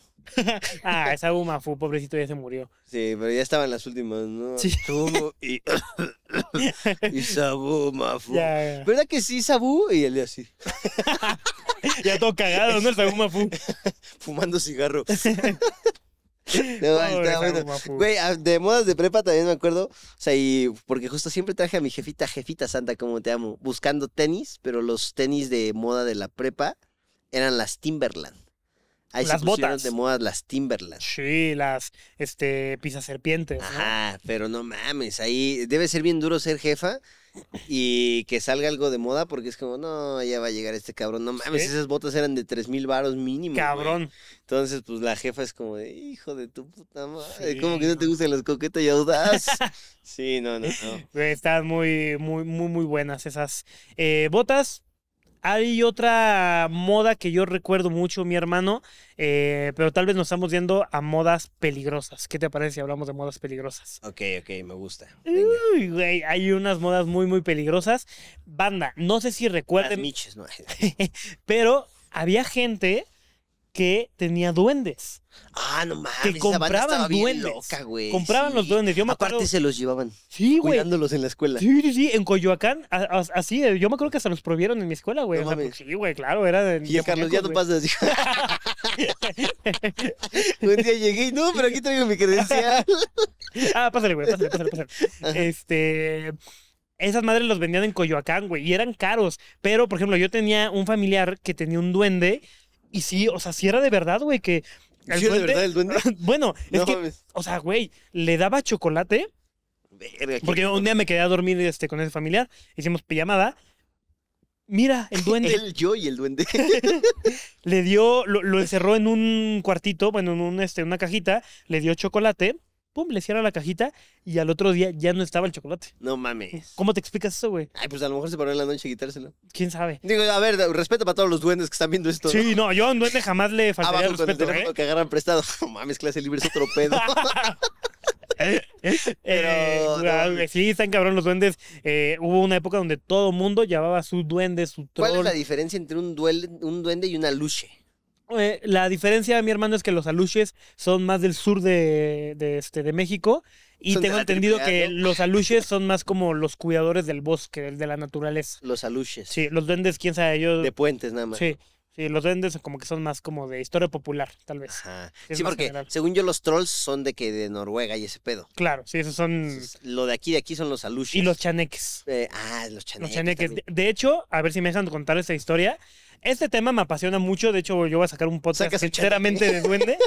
[SPEAKER 2] Ah, esa Uma Fu, pobrecito, ya se murió.
[SPEAKER 1] Sí, pero ya estaban las últimas, ¿no?
[SPEAKER 2] Sí.
[SPEAKER 1] Tú y, y Sabu Mafu.
[SPEAKER 2] Ya,
[SPEAKER 1] ¿Verdad que sí, Sabu? Y él así,
[SPEAKER 2] ya todo cagado, ¿no? Esa Uma Fu.
[SPEAKER 1] fumando cigarro. No,
[SPEAKER 2] Pobre
[SPEAKER 1] está
[SPEAKER 2] esa
[SPEAKER 1] bueno.
[SPEAKER 2] Uma Fu.
[SPEAKER 1] Güey, ah, de modas de prepa también me acuerdo. O sea, y porque justo siempre traje a mi jefita, jefita santa, como te amo, buscando tenis, pero los tenis de moda de la prepa eran las Timberland. Ahí
[SPEAKER 2] Las
[SPEAKER 1] se pusieron
[SPEAKER 2] botas.
[SPEAKER 1] de moda las Timberland.
[SPEAKER 2] Sí, las este, pisaserpientes, ¿no?
[SPEAKER 1] Ajá, pero no mames, ahí debe ser bien duro ser jefa y que salga algo de moda porque es como, no, ya va a llegar este cabrón, no mames,
[SPEAKER 2] Sí.
[SPEAKER 1] esas botas eran de tres mil varos mínimo. güey.
[SPEAKER 2] Cabrón.
[SPEAKER 1] Entonces, pues la jefa es como de, hijo de tu puta madre,
[SPEAKER 2] Sí,
[SPEAKER 1] como que no te gustan las coquetas y audaz. sí, no, no, no.
[SPEAKER 2] Güey, Están muy, muy, muy, muy buenas esas eh, botas. Hay otra moda que yo recuerdo mucho, mi hermano, eh, pero tal vez nos estamos yendo a modas peligrosas. ¿Qué te parece si hablamos de modas peligrosas?
[SPEAKER 1] Ok, ok, me gusta. Venga.
[SPEAKER 2] Uy, güey, hay unas modas muy, muy peligrosas. Banda, no sé si
[SPEAKER 1] Las
[SPEAKER 2] recuerden,
[SPEAKER 1] miches, no.
[SPEAKER 2] pero había gente que tenía duendes.
[SPEAKER 1] Ah, no mames,
[SPEAKER 2] Que
[SPEAKER 1] esa banda
[SPEAKER 2] compraban
[SPEAKER 1] estaba bien
[SPEAKER 2] duendes.
[SPEAKER 1] loca, güey.
[SPEAKER 2] Compraban los
[SPEAKER 1] Eh, sí.
[SPEAKER 2] duendes. Yo me
[SPEAKER 1] Aparte
[SPEAKER 2] acuerdo.
[SPEAKER 1] se los llevaban,
[SPEAKER 2] Sí, güey.
[SPEAKER 1] cuidándolos en la escuela.
[SPEAKER 2] Sí, sí, sí, en Coyoacán, a- a- así, eh, yo me acuerdo que hasta los prohibieron en mi escuela, güey.
[SPEAKER 1] No
[SPEAKER 2] o sea,
[SPEAKER 1] mames.
[SPEAKER 2] sí, güey, claro, era de...
[SPEAKER 1] Y el Carlos, ya no
[SPEAKER 2] demoníacos,
[SPEAKER 1] pasas. Un día llegué y no, pero aquí traigo mi credencial.
[SPEAKER 2] güey. Ah, pásale, güey, pásale, pásale, pásale. Este... Esas madres los vendían en Coyoacán, güey, y eran caros. Pero, por ejemplo, yo tenía un familiar que tenía un duende y sí, o sea, sí era de verdad, güey, que... el
[SPEAKER 1] ¿Sí era de
[SPEAKER 2] duende-
[SPEAKER 1] verdad el duende?
[SPEAKER 2] bueno, es
[SPEAKER 1] No
[SPEAKER 2] que,
[SPEAKER 1] mames.
[SPEAKER 2] o sea, güey, le daba chocolate
[SPEAKER 1] Verga, qué
[SPEAKER 2] Porque un día me quedé a dormir este, con ese familiar, hicimos pijamada mira, el duende
[SPEAKER 1] El yo y el duende.
[SPEAKER 2] le dio, lo, lo encerró en un cuartito, bueno, en un, este, una cajita, le dio chocolate, pum, le cierra la cajita y al otro día ya no estaba el chocolate.
[SPEAKER 1] No mames.
[SPEAKER 2] ¿Cómo te explicas eso, güey?
[SPEAKER 1] Ay, pues a lo mejor se paró en la noche a quitárselo.
[SPEAKER 2] ¿Quién sabe?
[SPEAKER 1] Digo, a ver, respeto para todos los duendes que están viendo esto. ¿no?
[SPEAKER 2] Sí, no, yo a un duende jamás le faltaría
[SPEAKER 1] Abajo
[SPEAKER 2] el
[SPEAKER 1] con el
[SPEAKER 2] respeto,
[SPEAKER 1] teléfono
[SPEAKER 2] ¿eh?
[SPEAKER 1] que agarran prestado. No mames, clase libre es otro pedo.
[SPEAKER 2] Eh,
[SPEAKER 1] no
[SPEAKER 2] ah,
[SPEAKER 1] mames.
[SPEAKER 2] sí, están cabrón los duendes. Eh, hubo una época donde todo mundo llevaba su duende, su troll.
[SPEAKER 1] ¿Cuál es la diferencia entre un, duel- un duende y una luche?
[SPEAKER 2] Eh, la diferencia, mi hermano, es que los aluches son más del sur de, de, este, de México. Y
[SPEAKER 1] Son de
[SPEAKER 2] tengo
[SPEAKER 1] la
[SPEAKER 2] entendido
[SPEAKER 1] triple A,
[SPEAKER 2] que
[SPEAKER 1] ¿no?
[SPEAKER 2] los aluches son más como los cuidadores del bosque, de la naturaleza.
[SPEAKER 1] Los aluches.
[SPEAKER 2] Sí, los duendes, quién sabe, yo.
[SPEAKER 1] De puentes nada más.
[SPEAKER 2] sí, sí, los duendes como que son más como de historia popular, tal vez.
[SPEAKER 1] Ajá.
[SPEAKER 2] Es
[SPEAKER 1] Sí,
[SPEAKER 2] más
[SPEAKER 1] porque
[SPEAKER 2] general.
[SPEAKER 1] según yo los trolls son de que de Noruega y ese pedo.
[SPEAKER 2] Claro, sí, esos son.
[SPEAKER 1] Entonces, Lo de aquí de aquí son los aluches.
[SPEAKER 2] Mm. Y los chaneques.
[SPEAKER 1] Eh, ah, los chaneques.
[SPEAKER 2] Los chaneques.
[SPEAKER 1] también.
[SPEAKER 2] De, de hecho, a ver si me dejan contar esta historia. Este tema me apasiona mucho. De hecho, yo voy a sacar un podcast
[SPEAKER 1] Sacas un
[SPEAKER 2] sinceramente de duende.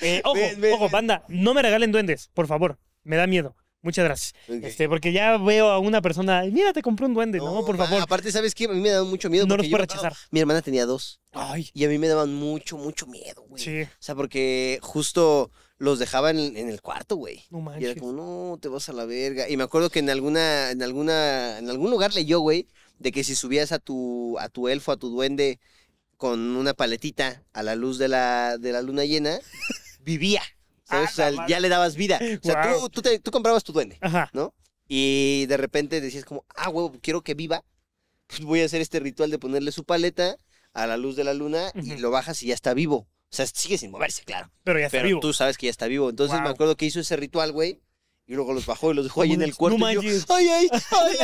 [SPEAKER 2] Eh, ojo,
[SPEAKER 1] Ven, ven,
[SPEAKER 2] ojo,
[SPEAKER 1] ven.
[SPEAKER 2] banda, no me regalen duendes, por favor. Me da miedo. Muchas gracias.
[SPEAKER 1] Ok.
[SPEAKER 2] Este, porque ya veo a una persona, "Ay, mira, te compré un duende. No, por
[SPEAKER 1] ma,
[SPEAKER 2] favor.
[SPEAKER 1] Aparte, ¿sabes qué? A mí me daban mucho miedo.
[SPEAKER 2] No
[SPEAKER 1] porque
[SPEAKER 2] los
[SPEAKER 1] yo
[SPEAKER 2] puedo
[SPEAKER 1] me acuerdo-
[SPEAKER 2] rechazar.
[SPEAKER 1] Mi hermana tenía dos.
[SPEAKER 2] Ay,
[SPEAKER 1] Y a mí me daban mucho, mucho miedo, güey.
[SPEAKER 2] sí.
[SPEAKER 1] O sea, porque justo los dejaba en, en el cuarto, güey.
[SPEAKER 2] No
[SPEAKER 1] Y era
[SPEAKER 2] manches.
[SPEAKER 1] como, no, te vas a la verga. Y me acuerdo que en alguna, en alguna, en algún lugar leyó, güey, de que si subías a tu, a tu elfo, a tu duende, con una paletita a la luz de la, de la luna llena, vivía. ¿sabes?
[SPEAKER 2] Ah,
[SPEAKER 1] O sea,
[SPEAKER 2] la madre.
[SPEAKER 1] ya le dabas vida. O sea,
[SPEAKER 2] Guau.
[SPEAKER 1] tú, tú, te- tú comprabas tu duende,
[SPEAKER 2] Ajá.
[SPEAKER 1] ¿no? Y de repente decías como, ah, huevo, quiero que viva. Pues voy a hacer este ritual de ponerle su paleta a la luz de la luna y
[SPEAKER 2] Ujú.
[SPEAKER 1] lo bajas y ya está vivo. O sea, sigue sin moverse, claro.
[SPEAKER 2] Pero ya está
[SPEAKER 1] Pero
[SPEAKER 2] vivo.
[SPEAKER 1] tú sabes que ya está vivo. Entonces me
[SPEAKER 2] Guau.
[SPEAKER 1] acuerdo que hizo ese ritual, güey. Y luego los bajó y los dejó ahí en el
[SPEAKER 2] No
[SPEAKER 1] cuarto. y yo,
[SPEAKER 2] manches.
[SPEAKER 1] ay, ay, ay,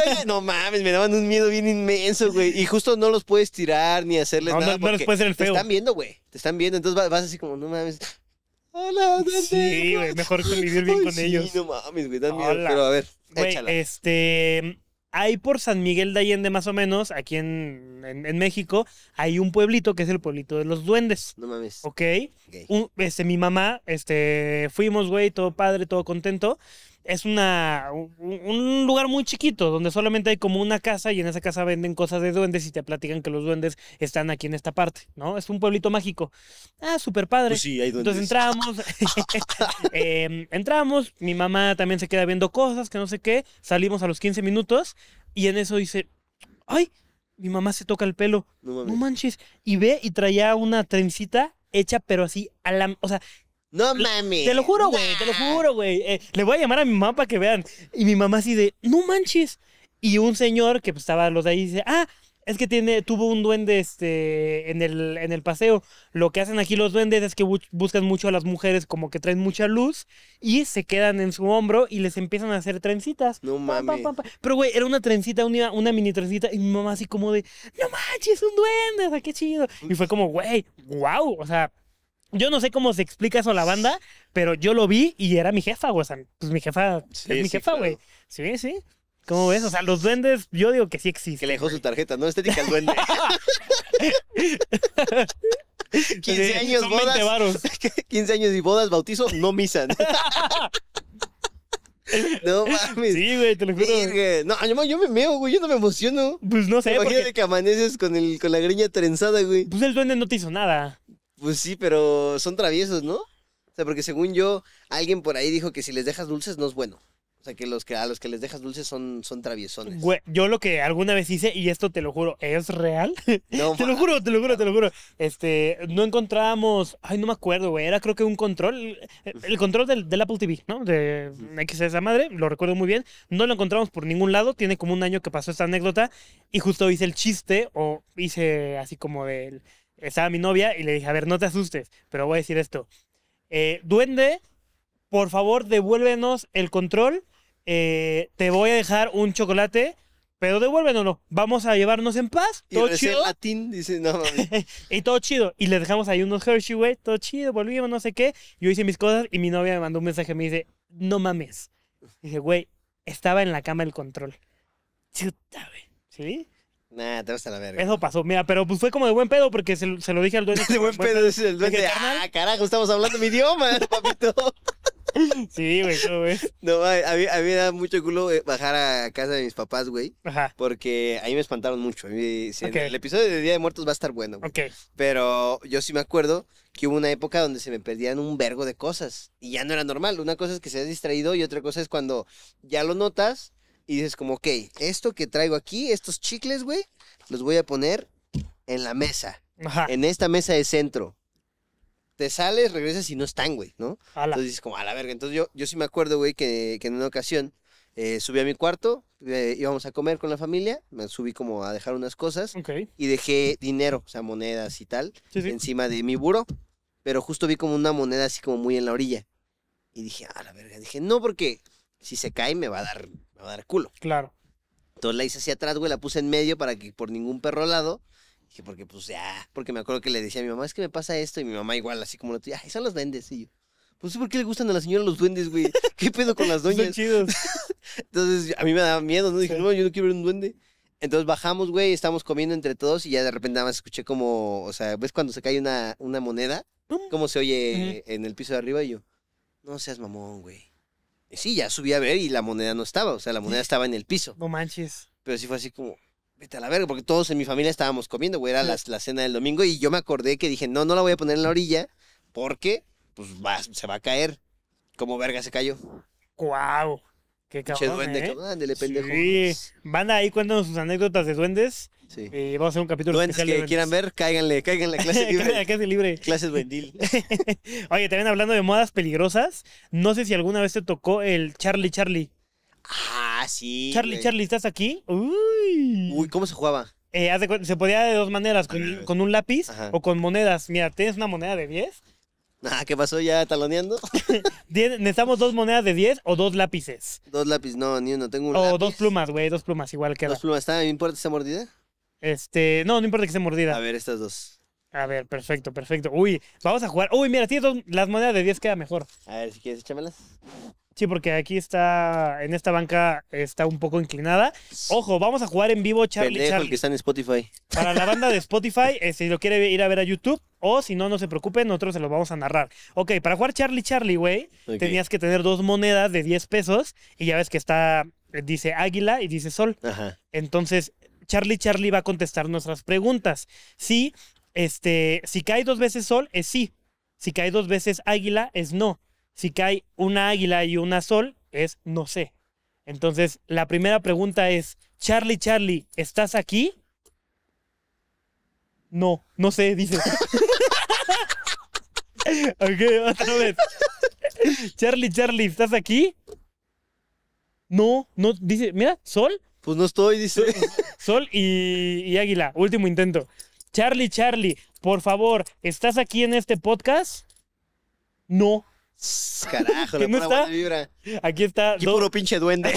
[SPEAKER 1] ay, ay. No mames, me daban un miedo bien inmenso, güey. Y justo no los puedes tirar ni hacerles
[SPEAKER 2] No, no-
[SPEAKER 1] nada.
[SPEAKER 2] no les
[SPEAKER 1] porque
[SPEAKER 2] puedes hacer el
[SPEAKER 1] Te
[SPEAKER 2] feo.
[SPEAKER 1] están viendo, güey. Te están viendo. Entonces va- vas así como, no mames. Hola, duende.
[SPEAKER 2] Sí, güey, mejor convivir bien
[SPEAKER 1] Ay,
[SPEAKER 2] con
[SPEAKER 1] sí,
[SPEAKER 2] ellos.
[SPEAKER 1] No mames, güey, dan miedo.
[SPEAKER 2] Hola.
[SPEAKER 1] Pero a ver,
[SPEAKER 2] Güey, eh,
[SPEAKER 1] échala.
[SPEAKER 2] este. Hay por San Miguel de Allende, más o menos, aquí en, en- en México, hay un pueblito que es el pueblito de los duendes.
[SPEAKER 1] No mames.
[SPEAKER 2] ¿Ok?
[SPEAKER 1] Ok.
[SPEAKER 2] Un- este, mi mamá, este, fuimos, güey, todo padre, todo contento. Es una, un, un lugar muy chiquito donde solamente hay como una casa y en esa casa venden cosas de duendes y te platican que los duendes están aquí en esta parte, ¿no? Es un pueblito mágico. Ah, súper padre.
[SPEAKER 1] Pues sí, hay duendes.
[SPEAKER 2] Entonces entramos, eh, entramos, mi mamá también se queda viendo cosas, que no sé qué, salimos a los 15 minutos y en eso dice, ay, mi mamá se toca el pelo,
[SPEAKER 1] No
[SPEAKER 2] no
[SPEAKER 1] mames.
[SPEAKER 2] manches, y ve y traía una trencita hecha pero así, a la, o sea,
[SPEAKER 1] No mames.
[SPEAKER 2] te lo juro, güey, te lo juro, güey, Eh, le voy a llamar a mi mamá para que vean, y mi mamá así de, no manches, y un señor que pues, estaba los de ahí dice, ah, es que tiene, tuvo un duende este, en, el, en el paseo. Lo que hacen aquí los duendes es que bu- buscan mucho a las mujeres, como que traen mucha luz y se quedan en su hombro y les empiezan a hacer trencitas.
[SPEAKER 1] No
[SPEAKER 2] Pam, pam,
[SPEAKER 1] mames.
[SPEAKER 2] pam, pam. Pero, güey, era una trencita, una, una mini trencita, y mi mamá así como de, no manches, un duende, o sea, qué chido. Y fue como, güey, wow, o sea, yo no sé cómo se explica eso a la banda, pero yo lo vi y era mi jefa, güey, o sea, pues mi jefa,
[SPEAKER 1] Sí,
[SPEAKER 2] es mi
[SPEAKER 1] sí,
[SPEAKER 2] jefa,
[SPEAKER 1] claro.
[SPEAKER 2] güey. Sí, sí. ¿Cómo ves? O sea, los duendes, yo digo que sí
[SPEAKER 1] Que
[SPEAKER 2] existen.
[SPEAKER 1] le dejó su tarjeta, ¿no? Estética al duende. 15 años,
[SPEAKER 2] Son 20
[SPEAKER 1] bodas.
[SPEAKER 2] varos.
[SPEAKER 1] 15 años y bodas, bautizo, no misa. ¿no? No mames.
[SPEAKER 2] Sí, güey, te lo juro. güey.
[SPEAKER 1] Virgen. No, yo, yo me meo, güey. Yo no me emociono.
[SPEAKER 2] Pues no sé,
[SPEAKER 1] Imagínate
[SPEAKER 2] porque
[SPEAKER 1] que amaneces con, el, con la greña trenzada, güey.
[SPEAKER 2] pues el duende no te hizo nada.
[SPEAKER 1] Pues sí, pero son traviesos, ¿no? O sea, porque según yo, alguien por ahí dijo que si les dejas dulces no es bueno. O sea, que, los que a los que les dejas dulces son, son traviesones.
[SPEAKER 2] Güey, yo lo que alguna vez hice, y esto te lo juro, es real.
[SPEAKER 1] No,
[SPEAKER 2] Te lo
[SPEAKER 1] ma-
[SPEAKER 2] juro, te lo juro, te lo juro. Este, no encontrábamos. Ay, no me acuerdo, güey. Era creo que un control. El, el control del, del Apple TV, ¿no? De X esa madre, lo recuerdo muy bien. No lo encontramos por ningún lado. Tiene como un año que pasó esta anécdota. Y justo hice el chiste, o hice así como del. Estaba mi novia y le dije, a ver, no te asustes, pero voy a decir esto. Eh, Duende, por favor, devuélvenos el control. Eh, te voy a dejar un chocolate. Pero devuélvenoslo. Vamos a llevarnos en paz.
[SPEAKER 1] Y
[SPEAKER 2] Todo
[SPEAKER 1] recién
[SPEAKER 2] chido.
[SPEAKER 1] latín dice, no mames.
[SPEAKER 2] Y todo chido. Y le dejamos ahí unos Hershey, güey. Todo chido, volvimos, no sé qué. Yo hice mis cosas y mi novia me mandó un mensaje. Me dice, no mames. Dije, güey, estaba en la cama el control. Chuta, güey. ¿Sí?
[SPEAKER 1] Nah, te vas a la verga.
[SPEAKER 2] Eso pasó. Mira, pero pues fue como de buen pedo porque se, lo- se lo dije al dueño.
[SPEAKER 1] De buen pedo dice el duende.
[SPEAKER 2] Dije, "Carnal".
[SPEAKER 1] Ah, carajo, estamos hablando mi idioma, papito.
[SPEAKER 2] Sí, güey, ¿cómo ves?
[SPEAKER 1] No, ma, a mí, a mí me da mucho culo eh, bajar a casa de mis papás, güey.
[SPEAKER 2] Ajá.
[SPEAKER 1] Porque ahí me espantaron mucho. A mí sí,
[SPEAKER 2] Ok.
[SPEAKER 1] El episodio de Día de Muertos va a estar bueno, güey.
[SPEAKER 2] Ok.
[SPEAKER 1] Pero yo sí me acuerdo que hubo una época donde se me perdían un vergo de cosas. Y ya no era normal. Una cosa es que seas distraído y otra cosa es cuando ya lo notas y dices como, ok, esto que traigo aquí, estos chicles, güey, los voy a poner en la mesa.
[SPEAKER 2] Ajá.
[SPEAKER 1] En esta mesa de centro. Te sales, regresas y no están, güey, ¿no?
[SPEAKER 2] Ala.
[SPEAKER 1] Entonces dices como, a la verga. Entonces yo, yo sí me acuerdo, güey, que, que en una ocasión eh, subí a mi cuarto, eh, íbamos a comer con la familia, me subí como a dejar unas cosas
[SPEAKER 2] Ok.
[SPEAKER 1] y dejé dinero, o sea, monedas y tal,
[SPEAKER 2] Sí, sí.
[SPEAKER 1] encima de mi buró. Pero justo vi como una moneda así como muy en la orilla. Y dije, a la verga. Dije, no, porque si se cae me va a dar, me va a dar culo.
[SPEAKER 2] Claro.
[SPEAKER 1] Entonces la hice hacia atrás, güey, la puse en medio para que por ningún perro lado. Dije, porque pues ya, porque me acuerdo que le decía a mi mamá, es que me pasa esto, y mi mamá igual, así como la tuya, ay, son los duendes, y yo. Pues sí, ¿por qué le gustan a la señora los duendes, güey? ¿Qué pedo con las
[SPEAKER 2] Son
[SPEAKER 1] doñas?
[SPEAKER 2] chidos.
[SPEAKER 1] Entonces a mí me daba miedo, ¿no? Dije,
[SPEAKER 2] Sí.
[SPEAKER 1] no, yo no quiero ver un duende. Entonces bajamos, güey, estamos comiendo entre todos y ya de repente nada más escuché como, o sea, ¿ves cuando se cae una, una moneda?
[SPEAKER 2] Pum.
[SPEAKER 1] ¿Cómo se oye en el piso de arriba? Y yo, no seas mamón, güey. Y sí, ya subí a ver y la moneda no estaba, o sea, la moneda estaba en el piso.
[SPEAKER 2] No manches.
[SPEAKER 1] Pero sí fue así como, vete a la verga, porque todos en mi familia estábamos comiendo, güey, era
[SPEAKER 2] Sí.
[SPEAKER 1] la, la cena del domingo y yo me acordé que dije, no, no la voy a poner en la orilla porque, pues, va- se va a caer. Como verga se cayó.
[SPEAKER 2] Guau. Qué
[SPEAKER 1] Che,
[SPEAKER 2] cabrón,
[SPEAKER 1] duende,
[SPEAKER 2] ¿eh?
[SPEAKER 1] cabrón, ándele, pendejo.
[SPEAKER 2] Sí. Van ahí cuéntanos sus anécdotas de duendes.
[SPEAKER 1] Sí.
[SPEAKER 2] Y vamos a hacer un capítulo
[SPEAKER 1] Duendes que
[SPEAKER 2] especial de
[SPEAKER 1] quieran ver, cáiganle, cáiganle a clase libre.
[SPEAKER 2] Casi libre.
[SPEAKER 1] Clases duendil.
[SPEAKER 2] Oye, también hablando de modas peligrosas, no sé si alguna vez te tocó el Charlie Charlie.
[SPEAKER 1] Ah, sí.
[SPEAKER 2] Charlie
[SPEAKER 1] güey.
[SPEAKER 2] Charlie, ¿estás aquí? Uy.
[SPEAKER 1] Uy, ¿cómo se jugaba?
[SPEAKER 2] Eh, haz de cuenta, se podía de dos maneras, con, con un lápiz
[SPEAKER 1] Ajá.
[SPEAKER 2] o con monedas. Mira, tienes una moneda de 10.
[SPEAKER 1] Ah, ¿qué pasó? ¿Ya taloneando?
[SPEAKER 2] Tien- Necesitamos dos monedas de 10 o dos lápices.
[SPEAKER 1] Dos lápices, no, ni uno, tengo un
[SPEAKER 2] o
[SPEAKER 1] lápiz.
[SPEAKER 2] dos plumas, güey, dos plumas, igual queda.
[SPEAKER 1] Dos plumas, ¿está? ¿Me importa esta mordida?
[SPEAKER 2] Este, no, no importa que esté mordida.
[SPEAKER 1] A ver, estas dos.
[SPEAKER 2] A ver, perfecto, perfecto. Uy, vamos a jugar. Uy, mira, tienes dos, las monedas de 10 queda mejor.
[SPEAKER 1] A ver, si quieres, échamelas.
[SPEAKER 2] Sí, porque aquí está, en esta banca está un poco inclinada. Ojo, vamos a jugar en vivo Charlie
[SPEAKER 1] Pendejo el
[SPEAKER 2] Charlie.
[SPEAKER 1] que está en Spotify.
[SPEAKER 2] Para la banda de Spotify, eh, si lo quiere ir a ver a YouTube, o si no, no se preocupen, nosotros se lo vamos a narrar. Ok, para jugar Charlie Charlie, güey,
[SPEAKER 1] Ok.
[SPEAKER 2] tenías que tener dos monedas de 10 pesos y ya ves que está, eh, dice águila y dice sol.
[SPEAKER 1] Ajá.
[SPEAKER 2] Entonces, Charlie Charlie va a contestar nuestras preguntas. Sí, este, si cae dos veces sol, es sí. Si cae dos veces águila, es no. Si cae una águila y una sol, es no sé. Entonces, la primera pregunta es, Charlie Charlie, ¿estás aquí? No, no sé, dice. ok, otra vez. Charlie Charlie, ¿estás aquí? No, no, dice, mira, sol,
[SPEAKER 1] Pues no estoy, dice.
[SPEAKER 2] Sol y, y Águila, último intento. Charlie, Charlie, por favor, ¿estás aquí en este podcast? No,
[SPEAKER 1] Carajo,
[SPEAKER 2] ¿Que
[SPEAKER 1] la
[SPEAKER 2] no
[SPEAKER 1] pura
[SPEAKER 2] está?
[SPEAKER 1] buena vibra.
[SPEAKER 2] aquí está.
[SPEAKER 1] Qué
[SPEAKER 2] Do-
[SPEAKER 1] puro pinche duende.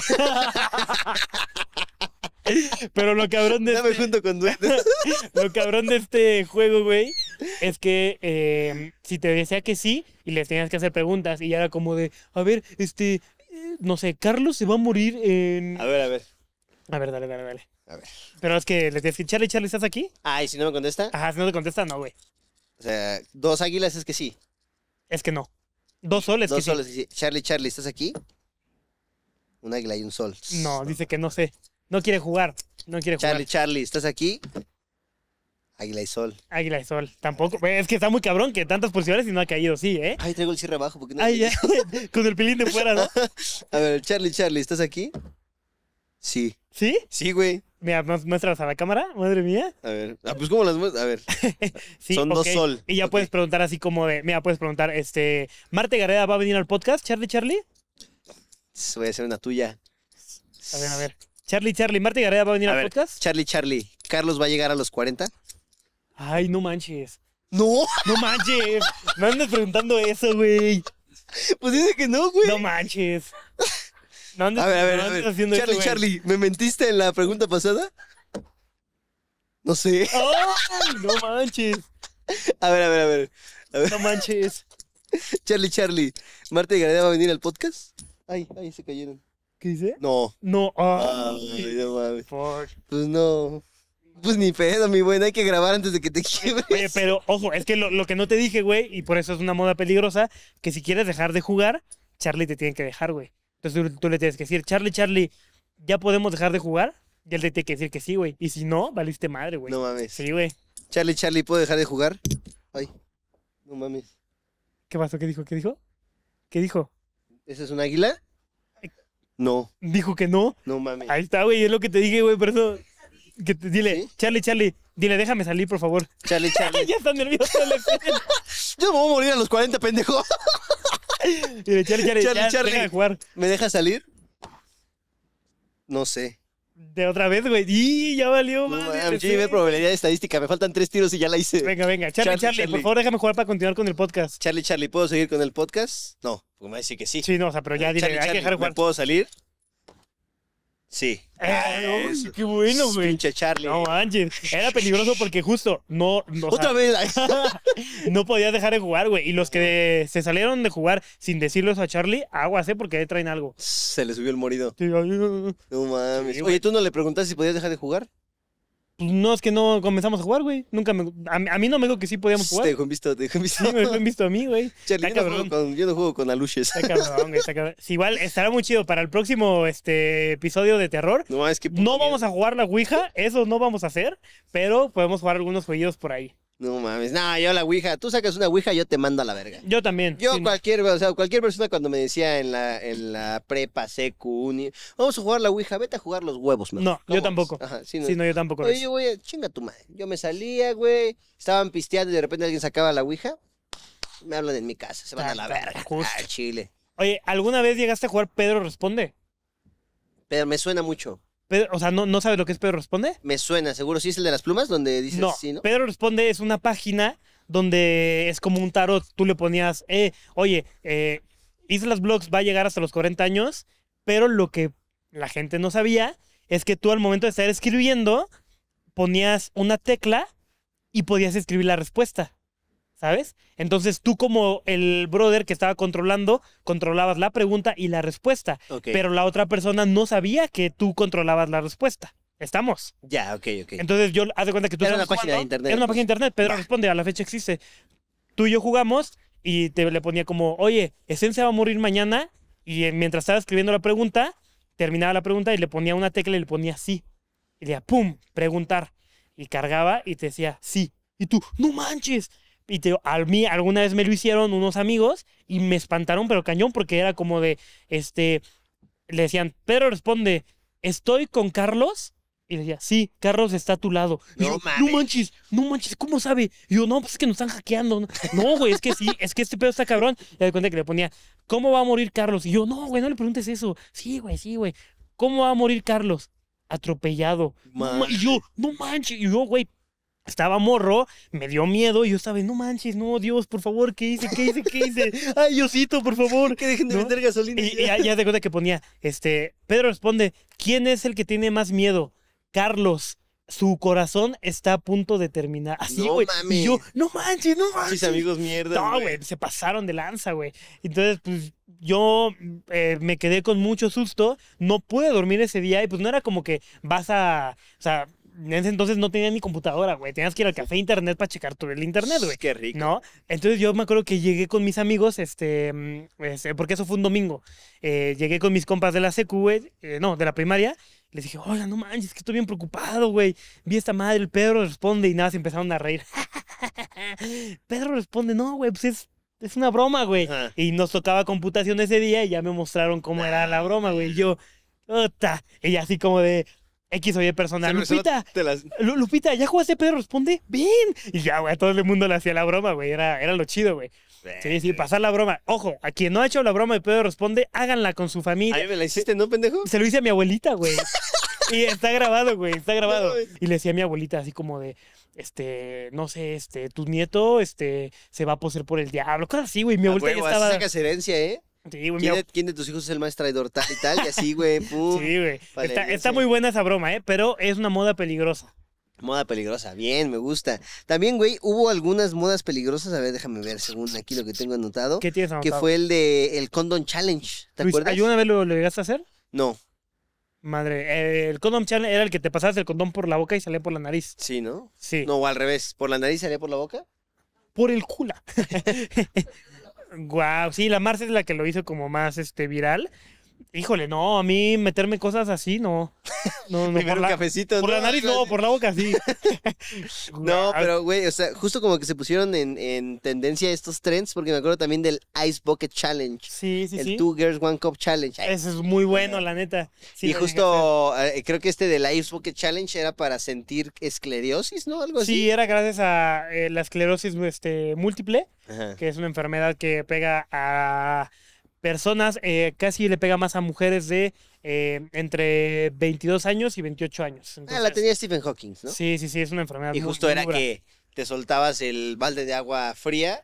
[SPEAKER 2] Pero lo cabrón, de,
[SPEAKER 1] Dame junto con duendes.
[SPEAKER 2] lo cabrón de este juego, güey, es que eh, si te decía que sí y les tenías que hacer preguntas y ya era como de, a ver, este, eh, no sé, Carlos se va a morir en...
[SPEAKER 1] A ver, a ver.
[SPEAKER 2] A ver, dale, dale, dale.
[SPEAKER 1] A ver.
[SPEAKER 2] Pero es que les tienes que, Charlie, Charlie, ¿estás aquí?
[SPEAKER 1] Ah, ¿y si no me contesta?
[SPEAKER 2] Ajá, si no te contesta, no, güey.
[SPEAKER 1] O sea, dos águilas es que sí.
[SPEAKER 2] Es que no. Dos soles,
[SPEAKER 1] dos
[SPEAKER 2] que sí.
[SPEAKER 1] soles que sí. Charlie, Charlie, ¿estás aquí? Un águila y un sol.
[SPEAKER 2] No, dice que no sé. No quiere jugar. No quiere jugar.
[SPEAKER 1] Charlie, Charlie, ¿estás aquí? Águila y sol.
[SPEAKER 2] Águila de Sol. Tampoco. Güey, Es que está muy cabrón que tantas posibilidades y no ha caído, sí, ¿eh?
[SPEAKER 1] Ay, traigo el cierre abajo. porque no
[SPEAKER 2] Ay, ya. Con el pilín de fuera, ¿no?
[SPEAKER 1] A ver, Charlie, Charlie, ¿estás aquí? Sí.
[SPEAKER 2] ¿Sí?
[SPEAKER 1] Sí, güey.
[SPEAKER 2] Mira, mu- muéstralas a la cámara, madre mía.
[SPEAKER 1] A ver. Ah, pues ¿cómo las muestras? A ver.
[SPEAKER 2] Sí,
[SPEAKER 1] Son dos
[SPEAKER 2] ok.
[SPEAKER 1] sol.
[SPEAKER 2] Y ya
[SPEAKER 1] Ok.
[SPEAKER 2] puedes preguntar así como de. Mira, puedes preguntar, este. ¿Marte Gareda va a venir al podcast, Charlie Charlie?
[SPEAKER 1] Voy a hacer una tuya.
[SPEAKER 2] A ver, a ver. Charlie Charlie, ¿Marte Gareda va a venir
[SPEAKER 1] A
[SPEAKER 2] al
[SPEAKER 1] ver,
[SPEAKER 2] podcast?
[SPEAKER 1] Charlie, Charlie, ¿Carlos va a llegar a los 40?
[SPEAKER 2] Ay, no manches.
[SPEAKER 1] No,
[SPEAKER 2] No manches. Me andas preguntando eso, güey.
[SPEAKER 1] pues dice que no, güey.
[SPEAKER 2] No manches. No andes,
[SPEAKER 1] a ver, a ver,
[SPEAKER 2] no
[SPEAKER 1] a
[SPEAKER 2] andes
[SPEAKER 1] ver.
[SPEAKER 2] haciendo eso,
[SPEAKER 1] Charlie,
[SPEAKER 2] güey.
[SPEAKER 1] Charlie, ¿me mentiste en la pregunta pasada? No sé.
[SPEAKER 2] ¡Ay! No manches,
[SPEAKER 1] A ver, a ver, a ver.
[SPEAKER 2] no manches.
[SPEAKER 1] Charlie, Charlie, ¿Marta y Gareda va a venir al podcast? Ay, ay, se cayeron.
[SPEAKER 2] ¿Qué dice?
[SPEAKER 1] No.
[SPEAKER 2] No. ah.
[SPEAKER 1] Ay,
[SPEAKER 2] Ay,
[SPEAKER 1] no mames.
[SPEAKER 2] fuck.
[SPEAKER 1] Pues no. Pues ni pedo, mi buen. Hay que grabar antes de que te
[SPEAKER 2] Oye,
[SPEAKER 1] quiebres.
[SPEAKER 2] pero ojo, es que lo, lo que no te dije, güey, y por eso es una moda peligrosa, que si quieres dejar de jugar, Charlie te tiene que dejar, güey. Entonces tú, tú le tienes que decir, Charlie, Charlie, ¿ya podemos dejar de jugar? Y él te tiene que decir que sí, güey. Y si no, valiste madre, güey.
[SPEAKER 1] No mames.
[SPEAKER 2] Sí, güey.
[SPEAKER 1] Charlie, Charlie, ¿puedo dejar de jugar? Ay, no mames.
[SPEAKER 2] ¿Qué pasó? ¿Qué dijo? ¿Qué dijo? ¿Qué dijo?
[SPEAKER 1] ¿Ese es un águila? No,
[SPEAKER 2] Dijo que no.
[SPEAKER 1] no mames.
[SPEAKER 2] Ahí está, güey. Es lo que te dije, güey. Por eso. Que te- dile,
[SPEAKER 1] ¿Sí?
[SPEAKER 2] Charlie, Charlie, dile, déjame salir, por favor.
[SPEAKER 1] Charlie, Charlie.
[SPEAKER 2] ya está nervioso el Excel.
[SPEAKER 1] Yo me voy a morir a los 40, pendejo.
[SPEAKER 2] Dile, Charlie,
[SPEAKER 1] Charlie,
[SPEAKER 2] Charlie, ya,
[SPEAKER 1] Charlie.
[SPEAKER 2] deja de jugar.
[SPEAKER 1] ¿Me dejas salir? No sé.
[SPEAKER 2] De otra vez, güey. Y ya valió,
[SPEAKER 1] No
[SPEAKER 2] madre,
[SPEAKER 1] mames, yo
[SPEAKER 2] sí.
[SPEAKER 1] llevé probabilidad estadística. Me faltan tres tiros y ya la hice.
[SPEAKER 2] Venga, venga. Charlie,
[SPEAKER 1] Charlie,
[SPEAKER 2] Charlie,
[SPEAKER 1] Charlie.
[SPEAKER 2] por favor, déjame jugar para continuar con el podcast.
[SPEAKER 1] Charlie, Charlie, ¿puedo seguir con el podcast? No, porque me va a decir que sí.
[SPEAKER 2] Sí, no, o sea, pero ya dile,
[SPEAKER 1] Charlie,
[SPEAKER 2] hay que
[SPEAKER 1] Charlie,
[SPEAKER 2] dejar de jugar.
[SPEAKER 1] ¿me ¿Puedo salir? Sí.
[SPEAKER 2] Ay,
[SPEAKER 1] Eso.
[SPEAKER 2] qué bueno, güey.
[SPEAKER 1] Pinche Charlie.
[SPEAKER 2] No manches. Era peligroso porque justo no, no, o sea,
[SPEAKER 1] Otra vez.
[SPEAKER 2] no podía dejar de jugar, güey. Y los que se salieron de jugar sin decirlo eso a Charlie, aguas, ¿eh? Porque ahí traen algo.
[SPEAKER 1] Se le subió el morido.
[SPEAKER 2] Sí, ay,
[SPEAKER 1] No mames.
[SPEAKER 2] Sí, güey.
[SPEAKER 1] Oye, ¿tú no le preguntaste si podías dejar de jugar?
[SPEAKER 2] Pues no, es que no comenzamos a jugar, güey. Nunca me. A, mí- a mí no me dijo que sí podíamos
[SPEAKER 1] Te
[SPEAKER 2] jugar.
[SPEAKER 1] dejó en visto, te dejó en visto.
[SPEAKER 2] Sí, me lo han visto a mí, güey.
[SPEAKER 1] Charlie, yo
[SPEAKER 2] Está
[SPEAKER 1] no, juego
[SPEAKER 2] cabrón.
[SPEAKER 1] con, yo no juego con aluches.
[SPEAKER 2] Está cabrón, güey. Está cabrón. Sí, igual estará muy chido para el próximo este, episodio de terror.
[SPEAKER 1] No mames, que
[SPEAKER 2] No vamos a jugar la Ouija, eso no vamos a hacer, pero podemos jugar algunos jueguitos por ahí.
[SPEAKER 1] No mames. No, yo la ouija. Tú sacas una ouija, yo te mando a la verga.
[SPEAKER 2] Yo también.
[SPEAKER 1] Yo
[SPEAKER 2] sí.
[SPEAKER 1] cualquier, o sea, cualquier persona cuando me decía en la, en la prepa, secu, uni, vamos a jugar la ouija, vete a jugar los huevos, man.
[SPEAKER 2] No, yo
[SPEAKER 1] Vámonos.
[SPEAKER 2] tampoco.
[SPEAKER 1] Ajá, sí, no.
[SPEAKER 2] Sí, no, yo tampoco.
[SPEAKER 1] Oye, yo voy a, chinga tu madre. Yo me salía, güey, estaban pisteando y de repente alguien sacaba la ouija, me hablan en mi casa, se van
[SPEAKER 2] Ta-
[SPEAKER 1] a la
[SPEAKER 2] ta-
[SPEAKER 1] verga.
[SPEAKER 2] justo.
[SPEAKER 1] Ah, chile.
[SPEAKER 2] Oye, ¿alguna vez llegaste a jugar Pedro Responde?
[SPEAKER 1] Pero me suena mucho.
[SPEAKER 2] Pedro- o sea, ¿no, ¿no sabes lo que es Pedro Responde?
[SPEAKER 1] Me suena, seguro. ¿Sí es el de las plumas donde dices
[SPEAKER 2] no,
[SPEAKER 1] sí, no?
[SPEAKER 2] Pedro Responde es una página donde es como un tarot. Tú le ponías, eh, oye, eh, Islas Blogs va a llegar hasta los 40 años, pero lo que la gente no sabía es que tú al momento de estar escribiendo ponías una tecla y podías escribir la respuesta. ¿Sabes? Entonces tú como el brother que estaba controlando, controlabas la pregunta y la respuesta,
[SPEAKER 1] Ok.
[SPEAKER 2] pero la otra persona no sabía que tú controlabas la respuesta. ¿Estamos?
[SPEAKER 1] Ya, ok, ok.
[SPEAKER 2] Entonces yo haz de cuenta que tú
[SPEAKER 1] Era
[SPEAKER 2] estabas
[SPEAKER 1] una página de
[SPEAKER 2] jugando,
[SPEAKER 1] internet,
[SPEAKER 2] Era
[SPEAKER 1] pues.
[SPEAKER 2] una página de internet, Pedro responde, a la fecha existe. Tú y yo jugamos y te le ponía como, oye, Esencia va a morir mañana. Y eh, mientras estaba escribiendo la pregunta, terminaba la pregunta y le ponía una tecla y le ponía sí. Y le decía, ¡pum! Preguntar. Y cargaba y te decía, sí. Y tú, ¡no manches! Y te, a mí alguna vez me lo hicieron unos amigos y me espantaron, pero cañón, porque era como de, este, le decían, Pedro responde, ¿estoy con Carlos? Y le decía, sí, Carlos está a tu lado. Y
[SPEAKER 1] No
[SPEAKER 2] yo, no
[SPEAKER 1] mames.
[SPEAKER 2] manches, no manches, ¿cómo sabe? Y yo, no, pues es que nos están hackeando. No, güey, es que sí, es que este pedo está cabrón. Y me di cuenta que le ponía, ¿cómo va a morir Carlos? Y yo, no, güey, no le preguntes eso. Sí, güey, sí, güey. ¿Cómo va a morir Carlos? Atropellado. No ma-
[SPEAKER 1] Madre.
[SPEAKER 2] y yo, no manches. Y yo, güey, estaba morro, me dio miedo. Y yo estaba, no manches, no, Dios, por favor, ¿qué hice? ¿Qué hice? ¿Qué hice? Ay, Diosito, por favor.
[SPEAKER 1] Que dejen de
[SPEAKER 2] ¿No?
[SPEAKER 1] vender gasolina.
[SPEAKER 2] Y, y ya, ya te cuenta que ponía, este, Pedro responde, ¿quién es el que tiene más miedo? Carlos. Su corazón está a punto de terminar. Así,
[SPEAKER 1] No
[SPEAKER 2] güey.
[SPEAKER 1] mames.
[SPEAKER 2] y yo, no manches, no manches.
[SPEAKER 1] Mis amigos mierda.
[SPEAKER 2] ah, No,
[SPEAKER 1] güey.
[SPEAKER 2] güey, se pasaron de lanza, güey. Entonces, pues yo eh, me quedé con mucho susto, no pude dormir ese día y pues no era como que vas a, o sea, en ese entonces no tenía ni computadora, güey. Tenías que ir al café internet para checar todo el internet, güey.
[SPEAKER 1] Qué rico.
[SPEAKER 2] ¿No? Entonces yo me acuerdo que llegué con mis amigos, este, mm, este, porque eso fue un domingo. Eh, llegué con mis compas de la secu, güey, eh, no, de la primaria. Les dije, oiga, no manches, que estoy bien preocupado, güey. Vi esta madre, el Pedro responde y nada, se empezaron a reír. Pedro responde, no, güey, pues es, es una broma, güey.
[SPEAKER 1] Ajá.
[SPEAKER 2] Y nos tocaba computación ese día y ya me mostraron cómo era la broma, güey. Y Yo, puta. Y así como de X o Y persona,
[SPEAKER 1] Se me- se
[SPEAKER 2] Lupita,
[SPEAKER 1] te las-
[SPEAKER 2] Lu- Lupita, ¿ya jugaste Pedro Responde? ¡Bien! Y ya, güey, a todo el mundo le hacía la broma, güey. Era, era lo chido, güey. Sí,
[SPEAKER 1] Eh.
[SPEAKER 2] sí, pasar la broma. Ojo, a quien no ha hecho la broma de Pedro Responde, háganla con su
[SPEAKER 1] A
[SPEAKER 2] familia.
[SPEAKER 1] mí me la hiciste, ¿no, pendejo?
[SPEAKER 2] Se lo hice a mi abuelita, güey. Y está grabado, güey, está grabado.
[SPEAKER 1] mames.
[SPEAKER 2] Y le decía a mi abuelita así como de, este, no sé, este, tu nieto, este, se va a poseer por el diablo, cosas así, güey. Mi
[SPEAKER 1] A
[SPEAKER 2] abuelita
[SPEAKER 1] huevo,
[SPEAKER 2] ya
[SPEAKER 1] así
[SPEAKER 2] estaba...
[SPEAKER 1] sacas herencia, ¿eh?
[SPEAKER 2] Sí, güey, mi
[SPEAKER 1] ¿Quién
[SPEAKER 2] abu-
[SPEAKER 1] de, quién de tus hijos es el más traidor? Tal y tal, y así, güey. pum.
[SPEAKER 2] Sí, güey.
[SPEAKER 1] Vale,
[SPEAKER 2] Está,
[SPEAKER 1] bien,
[SPEAKER 2] está
[SPEAKER 1] sí.
[SPEAKER 2] muy buena esa broma, ¿eh? Pero es una moda peligrosa.
[SPEAKER 1] Moda peligrosa, bien, me gusta. También, güey, hubo algunas modas peligrosas. A ver, déjame ver, según aquí lo que tengo anotado.
[SPEAKER 2] ¿Qué tienes
[SPEAKER 1] Que
[SPEAKER 2] anotado?
[SPEAKER 1] fue el de el Condom Challenge. ¿Te
[SPEAKER 2] Luis,
[SPEAKER 1] acuerdas?
[SPEAKER 2] ¿Alguna vez lo, lo llegaste a hacer?
[SPEAKER 1] No,
[SPEAKER 2] Madre, eh, el condom challenge era el que te pasabas el condón por la boca y salía por la nariz.
[SPEAKER 1] sí, ¿no?
[SPEAKER 2] Sí.
[SPEAKER 1] No, o al revés. ¿Por la nariz salía por la boca?
[SPEAKER 2] Por el culo. Wow, sí, la Mars es la que lo hizo como más este viral. Híjole, no, a mí meterme cosas así, no. No, no,
[SPEAKER 1] Primero
[SPEAKER 2] por
[SPEAKER 1] un
[SPEAKER 2] la,
[SPEAKER 1] cafecito,
[SPEAKER 2] por la nariz, no, por la boca, sí.
[SPEAKER 1] No,
[SPEAKER 2] Guau.
[SPEAKER 1] pero güey, o sea, justo como que se pusieron en, en tendencia estos trends, porque me acuerdo también del Ice Bucket Challenge,
[SPEAKER 2] Sí, sí,
[SPEAKER 1] el
[SPEAKER 2] sí.
[SPEAKER 1] Two Girls One Cup Challenge. Ay,
[SPEAKER 2] Eso es muy bueno, la neta. Sí,
[SPEAKER 1] y
[SPEAKER 2] lo llegué a
[SPEAKER 1] justo eh, creo que este del Ice Bucket Challenge era para sentir esclerosis, ¿no? Algo
[SPEAKER 2] hacer.
[SPEAKER 1] así.
[SPEAKER 2] Sí, era gracias a eh, la esclerosis este, múltiple,
[SPEAKER 1] Ajá.
[SPEAKER 2] que es una enfermedad que pega a personas, eh, casi le pega más a mujeres de eh, entre 22 años y 28 años.
[SPEAKER 1] Ah, la
[SPEAKER 2] Entonces,
[SPEAKER 1] tenía Stephen Hawking, ¿no?
[SPEAKER 2] Sí, sí, sí, es una enfermedad.
[SPEAKER 1] Y
[SPEAKER 2] muy-
[SPEAKER 1] justo
[SPEAKER 2] muy
[SPEAKER 1] era
[SPEAKER 2] dura.
[SPEAKER 1] que te soltabas el balde de agua fría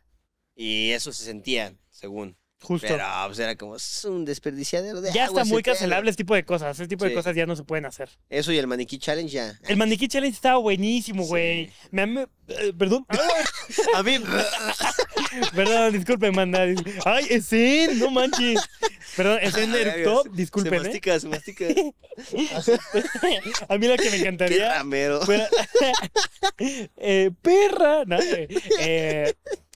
[SPEAKER 1] y eso se sentía, según.
[SPEAKER 2] Justo.
[SPEAKER 1] Pero pues, era como, es un desperdiciadero de
[SPEAKER 2] ya
[SPEAKER 1] agua.
[SPEAKER 2] está muy
[SPEAKER 1] ese pedo".
[SPEAKER 2] cancelable este tipo de cosas. Ese tipo
[SPEAKER 1] Sí.
[SPEAKER 2] de cosas ya no se pueden hacer.
[SPEAKER 1] Eso y el maniquí challenge ya.
[SPEAKER 2] El maniquí challenge estaba buenísimo,
[SPEAKER 1] Sí.
[SPEAKER 2] güey. Me amé- eh, Perdón. Ah,
[SPEAKER 1] A mí,
[SPEAKER 2] Perdón, disculpen, manda. Ay, ese, no manches. Perdón, ese
[SPEAKER 1] A ver,
[SPEAKER 2] eructó,
[SPEAKER 1] se-
[SPEAKER 2] disculpen,
[SPEAKER 1] Se
[SPEAKER 2] ¿eh?
[SPEAKER 1] mastica, se mastica.
[SPEAKER 2] A mí la que me
[SPEAKER 1] Qué
[SPEAKER 2] encantaría
[SPEAKER 1] ramero.
[SPEAKER 2] fuera. Eh, perra, no, eh, eh,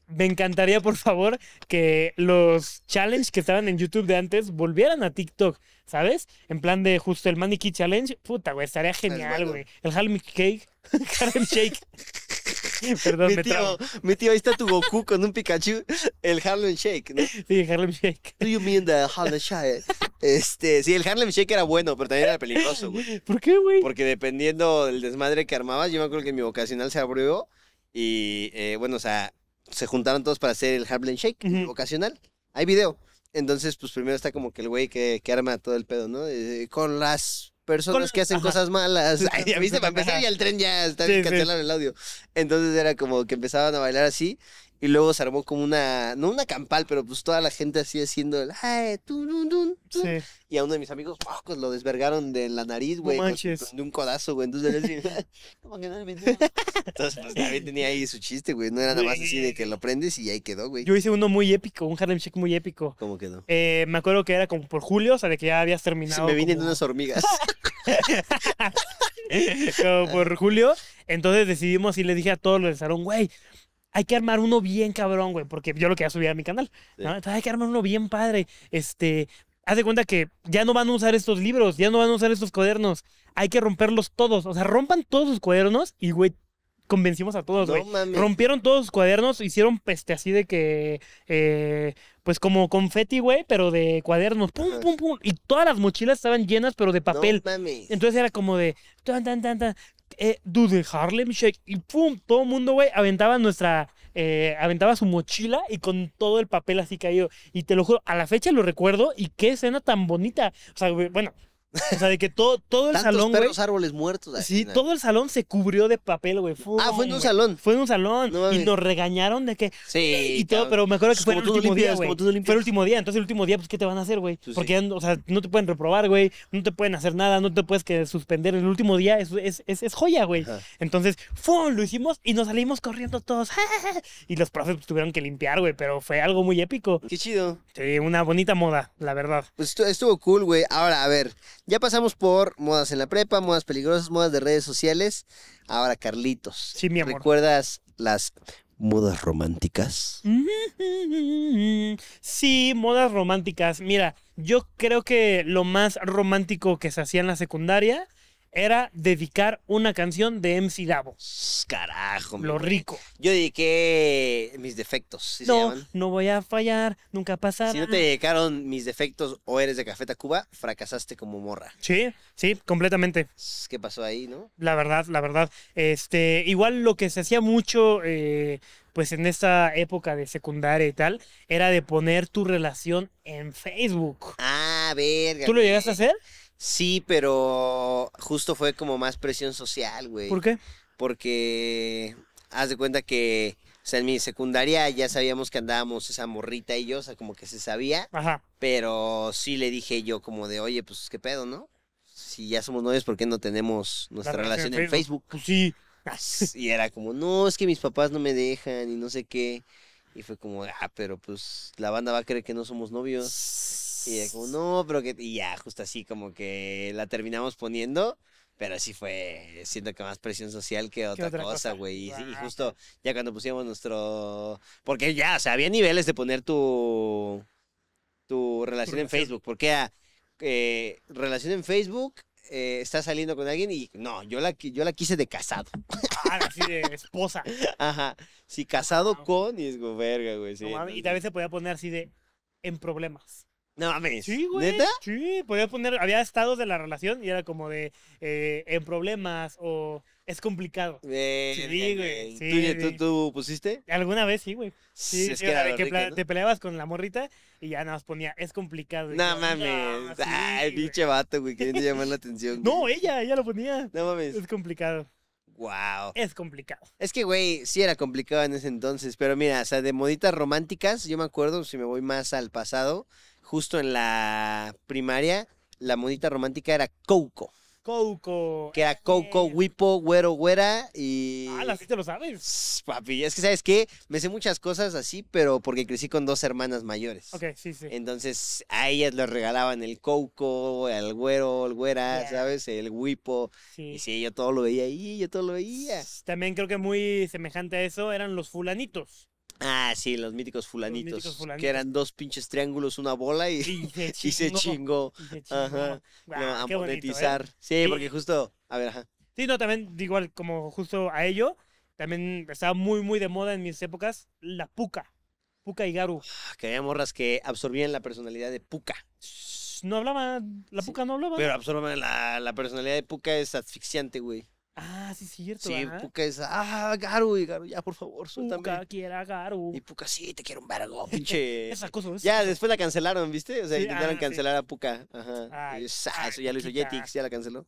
[SPEAKER 2] me encantaría, por favor, que los challenge que estaban en YouTube de antes volvieran a TikTok, ¿sabes? En plan de justo el Maniquí Challenge. Puta, güey, estaría genial,
[SPEAKER 1] bueno.
[SPEAKER 2] güey. El Harlem Cake. Harlem Shake. Perdón,
[SPEAKER 1] Mi
[SPEAKER 2] me
[SPEAKER 1] tío,
[SPEAKER 2] trabo.
[SPEAKER 1] mi tío, ahí está tu Goku con un Pikachu. El Harlem Shake, ¿no?
[SPEAKER 2] Sí, Harlem Shake.
[SPEAKER 1] Do you mean the Harlem Shake? Este, sí, el Harlem Shake era bueno, pero también era peligroso, güey.
[SPEAKER 2] ¿Por qué, güey?
[SPEAKER 1] Porque dependiendo del desmadre que armabas, yo me acuerdo que mi vocacional se abrió y, eh, bueno, o sea, se juntaron todos para hacer el Harlem Shake, mi
[SPEAKER 2] Ujú.
[SPEAKER 1] vocacional. Hay video. Entonces, pues primero está como que el güey que, que arma todo el pedo, ¿no? Eh, con las personas
[SPEAKER 2] Con-
[SPEAKER 1] que hacen
[SPEAKER 2] ajá.
[SPEAKER 1] cosas malas.
[SPEAKER 2] Sí,
[SPEAKER 1] Ay, ya
[SPEAKER 2] sí,
[SPEAKER 1] viste,
[SPEAKER 2] sí,
[SPEAKER 1] para empezar
[SPEAKER 2] ajá.
[SPEAKER 1] ya el tren ya está
[SPEAKER 2] Sí, sí.
[SPEAKER 1] cancelado el audio. Entonces era como que empezaban a bailar así y luego se armó como una, no una campal, pero pues toda la gente así haciendo el... "Ay, turun, dun, tun".
[SPEAKER 2] Sí.
[SPEAKER 1] Y a uno de mis amigos, pocos, lo desvergaron de la nariz, güey. con-
[SPEAKER 2] manches.
[SPEAKER 1] con- De un codazo, güey. Entonces, él así, "Como que no le metió". Entonces, pues también tenía ahí su chiste, güey. No era nada más así de que lo prendes y ahí quedó, güey.
[SPEAKER 2] Yo hice uno muy épico, un Harlem Shake muy épico.
[SPEAKER 1] ¿Cómo quedó?
[SPEAKER 2] Eh, me acuerdo que era como por julio, o sea, de que ya habías
[SPEAKER 1] Se
[SPEAKER 2] terminado.
[SPEAKER 1] me vienen
[SPEAKER 2] como-
[SPEAKER 1] unas hormigas.
[SPEAKER 2] como por julio. Entonces decidimos y le dije a todos los del salón, güey, hay que armar uno bien cabrón, güey, porque yo lo quería subir a mi canal. ¿no?
[SPEAKER 1] Sí.
[SPEAKER 2] Entonces hay que armar uno bien padre. Este, haz de cuenta que ya no van a usar estos libros, ya no van a usar estos cuadernos. Hay que romperlos todos. O sea, rompan todos sus cuadernos y, güey, convencimos a todos, güey.
[SPEAKER 1] No mames.
[SPEAKER 2] Rompieron todos sus cuadernos, hicieron peste así de que, eh, pues como confeti, güey, pero de cuadernos, pum,
[SPEAKER 1] Ajá.
[SPEAKER 2] pum, pum. Y todas las mochilas estaban llenas, pero de papel.
[SPEAKER 1] No mames.
[SPEAKER 2] Entonces era como de. Tan, tan, tan, tan. Eh, dude, Harlem Shake. Y pum, todo el mundo, güey, aventaba nuestra. eh, aventaba su mochila y con todo el papel así caído. Y te lo juro, a la fecha lo recuerdo. Y qué escena tan bonita. O sea, güey, bueno. O sea, de que todo, todo el
[SPEAKER 1] Tantos
[SPEAKER 2] salón, güey.
[SPEAKER 1] perros, árboles muertos. al
[SPEAKER 2] Sí,
[SPEAKER 1] final.
[SPEAKER 2] todo el salón se cubrió de papel, güey.
[SPEAKER 1] Ah, fue en un
[SPEAKER 2] güey.
[SPEAKER 1] salón.
[SPEAKER 2] Fue en un salón.
[SPEAKER 1] No
[SPEAKER 2] y
[SPEAKER 1] mames.
[SPEAKER 2] nos regañaron de que.
[SPEAKER 1] Sí.
[SPEAKER 2] Y todo,
[SPEAKER 1] cabrón.
[SPEAKER 2] pero me acuerdo
[SPEAKER 1] Pues
[SPEAKER 2] que fue el
[SPEAKER 1] como tú no
[SPEAKER 2] último día,
[SPEAKER 1] limpias,
[SPEAKER 2] güey.
[SPEAKER 1] como tú no
[SPEAKER 2] Fue el
[SPEAKER 1] limpias.
[SPEAKER 2] último día, entonces el último día, pues, ¿qué te van a hacer, güey?
[SPEAKER 1] Pues sí.
[SPEAKER 2] Porque, ya, o sea, no te pueden reprobar, güey, no te pueden hacer nada, no te puedes que suspender. El último día es, es, es, es joya, güey.
[SPEAKER 1] Ajá.
[SPEAKER 2] Entonces, ¡fum! Lo himos y nos salimos corriendo todos. ¡ja, ja, ja! y los profes pues, tuvieron que limpiar, güey, pero fue algo muy épico.
[SPEAKER 1] Qué chido.
[SPEAKER 2] Sí, una bonita moda, la verdad.
[SPEAKER 1] Pues estu- estuvo cool, güey. Ahora, a ver, ya pasamos por modas en la prepa, modas peligrosas, modas de redes sociales. Ahora, Carlitos.
[SPEAKER 2] Sí, mi amor.
[SPEAKER 1] ¿Recuerdas las modas románticas?
[SPEAKER 2] Sí, modas románticas. Mira, yo creo que lo más romántico que se hacía en la secundaria era dedicar una canción de MC Davo.
[SPEAKER 1] Carajo. mi
[SPEAKER 2] Lo
[SPEAKER 1] güey.
[SPEAKER 2] rico.
[SPEAKER 1] Yo dediqué mis defectos, ¿sí se
[SPEAKER 2] No, Ah.
[SPEAKER 1] llaman?
[SPEAKER 2] no voy a fallar, nunca pasará.
[SPEAKER 1] Si no te dedicaron mis defectos o eres de Café Tacuba, fracasaste como morra.
[SPEAKER 2] Sí, sí, completamente.
[SPEAKER 1] ¿Qué pasó ahí, no?
[SPEAKER 2] La verdad, la verdad. Este, igual lo que se hacía mucho, eh, pues en esta época de secundaria y tal, era de poner tu relación en Facebook.
[SPEAKER 1] Ah, verga.
[SPEAKER 2] ¿Tú lo
[SPEAKER 1] güey.
[SPEAKER 2] llegaste a hacer?
[SPEAKER 1] Sí, pero justo fue como más presión social, güey.
[SPEAKER 2] ¿Por qué?
[SPEAKER 1] porque haz de cuenta que, o sea, en mi secundaria ya sabíamos que andábamos esa morrita y yo, o sea, como que se sabía,
[SPEAKER 2] Ajá.
[SPEAKER 1] pero sí le dije yo como de, oye, pues qué pedo, ¿no? Si ya somos novios, ¿por qué no tenemos nuestra relación en Facebook? Ah,
[SPEAKER 2] Pues sí.
[SPEAKER 1] Y era como, no, es que mis papás no me dejan y no sé qué. Y fue como, ah, pero pues la banda va a creer que no somos novios. Y era como, no, pero que... Y ya, justo así, como que la terminamos poniendo. Pero sí fue, siento que más presión social que otra,
[SPEAKER 2] otra cosa?
[SPEAKER 1] cosa, güey. Y, sí, y
[SPEAKER 2] Guau.
[SPEAKER 1] justo ya cuando pusimos nuestro... Porque ya, o sea, había niveles de poner tu, tu relación en
[SPEAKER 2] relación.
[SPEAKER 1] Facebook. Porque era eh, relación en Facebook, eh, estás saliendo con alguien y no, yo la, qui- yo la quise de casado.
[SPEAKER 2] Ah, así de esposa.
[SPEAKER 1] Ajá. Sí, casado
[SPEAKER 2] Wow.
[SPEAKER 1] con y es como verga, güey. Sí,
[SPEAKER 2] No mames, y
[SPEAKER 1] entonces-
[SPEAKER 2] también se podía poner así de en problemas.
[SPEAKER 1] No mames.
[SPEAKER 2] Sí, güey.
[SPEAKER 1] ¿Neta?
[SPEAKER 2] Sí, podía poner, había estados de la relación y era como de eh, en problemas o es complicado.
[SPEAKER 1] Verga, ¿Tú,
[SPEAKER 2] güey, sí,
[SPEAKER 1] ya- tú,
[SPEAKER 2] güey.
[SPEAKER 1] tú pusiste?
[SPEAKER 2] Alguna vez sí, güey. Sí,
[SPEAKER 1] es
[SPEAKER 2] sí,
[SPEAKER 1] que era
[SPEAKER 2] de
[SPEAKER 1] lo
[SPEAKER 2] que
[SPEAKER 1] rico,
[SPEAKER 2] pla-
[SPEAKER 1] ¿no?
[SPEAKER 2] te peleabas con la morrita y ya nada más ponía, es complicado. Y
[SPEAKER 1] No
[SPEAKER 2] yo,
[SPEAKER 1] mames. Ah,
[SPEAKER 2] sí,
[SPEAKER 1] Ay,
[SPEAKER 2] güey.
[SPEAKER 1] pinche vato, güey, queriendo llamar la atención.
[SPEAKER 2] No,
[SPEAKER 1] güey.
[SPEAKER 2] ella, ella lo ponía.
[SPEAKER 1] No mames.
[SPEAKER 2] Es complicado,
[SPEAKER 1] Wow.
[SPEAKER 2] es complicado.
[SPEAKER 1] Es que, güey, sí era complicado en ese entonces. Pero mira, o sea, de moditas románticas, yo me acuerdo, si me voy más al pasado, justo en la primaria, la modita romántica era Coco.
[SPEAKER 2] Coco.
[SPEAKER 1] Que era Coco,
[SPEAKER 2] Eh.
[SPEAKER 1] Wipo, Güero, Güera y.
[SPEAKER 2] Ah, la sí te lo sabes.
[SPEAKER 1] Sss, Papi, es que sabes qué, me sé muchas cosas así, pero porque crecí con dos hermanas mayores.
[SPEAKER 2] Ok, sí, sí.
[SPEAKER 1] Entonces a ellas les regalaban el coco, el güero, el güera,
[SPEAKER 2] Ya.
[SPEAKER 1] ¿sabes? El huipo.
[SPEAKER 2] sí.
[SPEAKER 1] Y sí, yo todo lo veía ahí, yo todo lo veía.
[SPEAKER 2] También creo que muy semejante a eso eran los fulanitos.
[SPEAKER 1] Ah, sí, los míticos fulanitos,
[SPEAKER 2] míticos fulanitos.
[SPEAKER 1] que eran dos pinches triángulos, una bola y,
[SPEAKER 2] Y se
[SPEAKER 1] y se chingó.
[SPEAKER 2] y se chingó.
[SPEAKER 1] Ajá.
[SPEAKER 2] Guau,
[SPEAKER 1] no, a
[SPEAKER 2] qué bonito, ¿eh?
[SPEAKER 1] monetizar. Sí,
[SPEAKER 2] Sí.
[SPEAKER 1] porque justo, a ver, ajá.
[SPEAKER 2] Sí, no, también igual como justo a ello, también estaba muy, muy de moda en mis épocas la puca. Puca y Garu.
[SPEAKER 1] Ah, Que había morras que absorbían la personalidad de Puka.
[SPEAKER 2] No hablaban, la
[SPEAKER 1] Sí,
[SPEAKER 2] puca no hablaba.
[SPEAKER 1] Pero absorben la, la personalidad de Puka es asfixiante, güey.
[SPEAKER 2] Ah, sí, es cierto.
[SPEAKER 1] Sí,
[SPEAKER 2] ajá.
[SPEAKER 1] Puka es, ah, Garu, y Garu, ya, por favor, suéltame.
[SPEAKER 2] Puca, quiera Garu.
[SPEAKER 1] Y Puka, sí, te quiero un vergo, pinche.
[SPEAKER 2] Esas cosas.
[SPEAKER 1] Ya, después la cancelaron, ¿viste? O sea,
[SPEAKER 2] Sí,
[SPEAKER 1] intentaron
[SPEAKER 2] ah, sí.
[SPEAKER 1] cancelar a Puka. Ajá.
[SPEAKER 2] Ay,
[SPEAKER 1] Y es, ah,
[SPEAKER 2] ay,
[SPEAKER 1] eso ya lo hizo
[SPEAKER 2] Puquita.
[SPEAKER 1] Jetix, ya la canceló.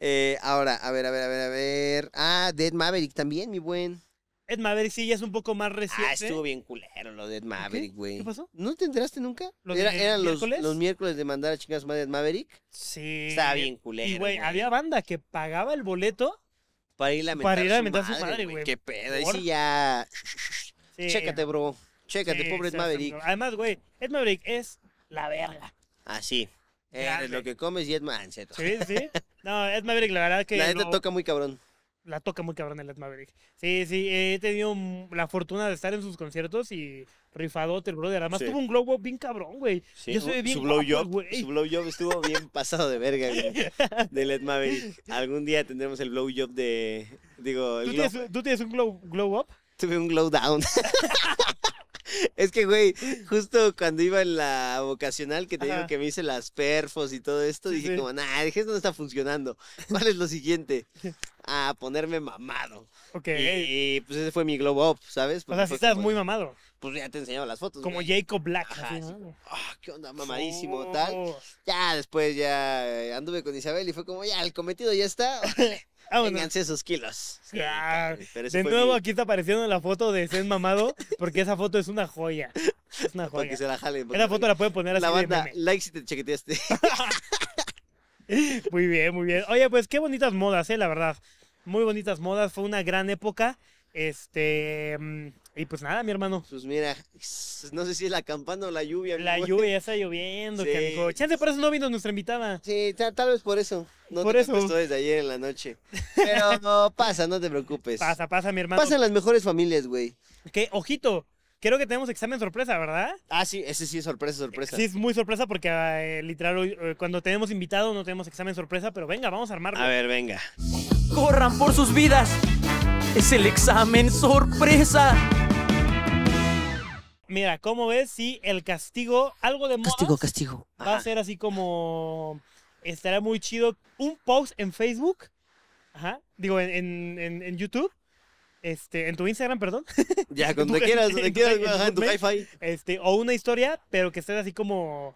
[SPEAKER 1] Eh, ahora, a ver, a ver, a ver, a ver. Ah, Dead Maverick también, mi buen.
[SPEAKER 2] Ed Maverick sí ya es un poco más reciente.
[SPEAKER 1] Ah, estuvo bien culero lo de Dead Maverick, güey.
[SPEAKER 2] ¿Qué pasó?
[SPEAKER 1] ¿No te enteraste nunca?
[SPEAKER 2] ¿Lo
[SPEAKER 1] Era-
[SPEAKER 2] de
[SPEAKER 1] eran los
[SPEAKER 2] miércoles?
[SPEAKER 1] los miércoles de mandar a chingar a su madre Dead Maverick.
[SPEAKER 2] Sí.
[SPEAKER 1] Estaba bien culero.
[SPEAKER 2] Y güey, había banda que pagaba el boleto.
[SPEAKER 1] Para ir a lamentar,
[SPEAKER 2] para ir a lamentar
[SPEAKER 1] a su madre, güey. Qué pedo. Ahí
[SPEAKER 2] Por-
[SPEAKER 1] sí ya.
[SPEAKER 2] Sí.
[SPEAKER 1] Chécate, bro. Chécate,
[SPEAKER 2] Sí,
[SPEAKER 1] pobre
[SPEAKER 2] sí,
[SPEAKER 1] Dead Maverick.
[SPEAKER 2] sí. Además, güey, Ed Maverick es la verga.
[SPEAKER 1] Así. Ah, Eres
[SPEAKER 2] Grande.
[SPEAKER 1] lo que comes y es man, ¿cierto?
[SPEAKER 2] Sí, sí. No, Ed Maverick, la verdad que
[SPEAKER 1] La neta
[SPEAKER 2] lo-
[SPEAKER 1] toca muy cabrón.
[SPEAKER 2] la toca muy cabrón el Ed Maverick. Sí, sí, eh, he tenido mm, la fortuna de estar en sus conciertos y rifadote el brother. Además
[SPEAKER 1] Sí.
[SPEAKER 2] tuvo un glow up bien cabrón, güey.
[SPEAKER 1] Sí,
[SPEAKER 2] Yo soy
[SPEAKER 1] su-
[SPEAKER 2] bien
[SPEAKER 1] su blow
[SPEAKER 2] guapo,
[SPEAKER 1] job,
[SPEAKER 2] güey.
[SPEAKER 1] su blow job estuvo bien pasado de verga, güey. De Led Maverick. Algún día tendremos el blow job de. Digo, el
[SPEAKER 2] ¿Tú
[SPEAKER 1] glow-
[SPEAKER 2] tienes, tú tienes un glow, glow up?
[SPEAKER 1] tuve un glow down. es que, güey, justo cuando iba en la vocacional que te digo
[SPEAKER 2] Ajá.
[SPEAKER 1] que me hice las perfos y todo esto,
[SPEAKER 2] Sí,
[SPEAKER 1] dije
[SPEAKER 2] sí.
[SPEAKER 1] como, nah, dije, esto no está funcionando. ¿Cuál es lo siguiente? Ah, ponerme mamado.
[SPEAKER 2] Ok.
[SPEAKER 1] Y, y, pues ese fue mi glow up, ¿sabes?
[SPEAKER 2] o
[SPEAKER 1] Porque
[SPEAKER 2] sea, si
[SPEAKER 1] fue
[SPEAKER 2] estás
[SPEAKER 1] pues, como-
[SPEAKER 2] muy mamado.
[SPEAKER 1] Pues ya te enseñaba las fotos.
[SPEAKER 2] Como
[SPEAKER 1] güey.
[SPEAKER 2] Jacob Black.
[SPEAKER 1] Ajá,
[SPEAKER 2] así,
[SPEAKER 1] sí.
[SPEAKER 2] ¿no?
[SPEAKER 1] Ah, qué onda, mamadísimo, tal.
[SPEAKER 2] Oh,
[SPEAKER 1] Ya después ya eh, anduve con Isabel y fue como, ya, el cometido ya está.
[SPEAKER 2] vámonos.
[SPEAKER 1] Vénganse esos kilos. Sí,
[SPEAKER 2] Ah,
[SPEAKER 1] cabrón, pero ese
[SPEAKER 2] de
[SPEAKER 1] fue
[SPEAKER 2] nuevo
[SPEAKER 1] mi-
[SPEAKER 2] aquí está apareciendo la foto de Zen Mamado, porque esa foto es una joya. Es una
[SPEAKER 1] para
[SPEAKER 2] joya.
[SPEAKER 1] que se la jalen. porque
[SPEAKER 2] Esa foto la puede poner así
[SPEAKER 1] la
[SPEAKER 2] de
[SPEAKER 1] banda,
[SPEAKER 2] meme.
[SPEAKER 1] like si te chequeteaste.
[SPEAKER 2] Muy bien, muy bien. Oye, pues qué bonitas modas, eh, la verdad. Muy bonitas modas, fue una gran época. Este. mm, Y pues nada, mi hermano.
[SPEAKER 1] Pues mira, no sé si es la campana o la lluvia. mi
[SPEAKER 2] La
[SPEAKER 1] güey.
[SPEAKER 2] lluvia ya está lloviendo,
[SPEAKER 1] Sí.
[SPEAKER 2] canijo. Chance, por eso no vino nuestra invitada.
[SPEAKER 1] Sí, ta- tal vez por eso. No
[SPEAKER 2] Por
[SPEAKER 1] te
[SPEAKER 2] eso.
[SPEAKER 1] contesto desde ayer en la noche. Pero no, pasa, no te preocupes.
[SPEAKER 2] Pasa, pasa, mi hermano.
[SPEAKER 1] Pasan las mejores familias, güey.
[SPEAKER 2] Que, ojito, creo que tenemos examen sorpresa, ¿verdad?
[SPEAKER 1] Ah, sí, ese sí es sorpresa, sorpresa.
[SPEAKER 2] Sí, es muy sorpresa porque eh, literal hoy, eh, cuando tenemos invitado no tenemos examen sorpresa, pero venga, vamos a armarlo.
[SPEAKER 1] A ver, venga.
[SPEAKER 3] Corran por sus vidas. Es el examen sorpresa.
[SPEAKER 2] Mira, ¿cómo ves si el castigo, algo de moda,
[SPEAKER 1] castigo.
[SPEAKER 2] va a ser así como, estará muy chido, un post en Facebook, ajá, digo, en, en- en- en YouTube, este, en tu Instagram, perdón,
[SPEAKER 1] Ya,
[SPEAKER 2] tu
[SPEAKER 1] cuando
[SPEAKER 2] hi-
[SPEAKER 1] quieras,
[SPEAKER 2] en
[SPEAKER 1] donde
[SPEAKER 2] tu
[SPEAKER 1] quieras,
[SPEAKER 2] hi- en
[SPEAKER 1] ajá, en
[SPEAKER 2] tu
[SPEAKER 1] tu hi-fi.
[SPEAKER 2] este, o una historia, pero que estés así como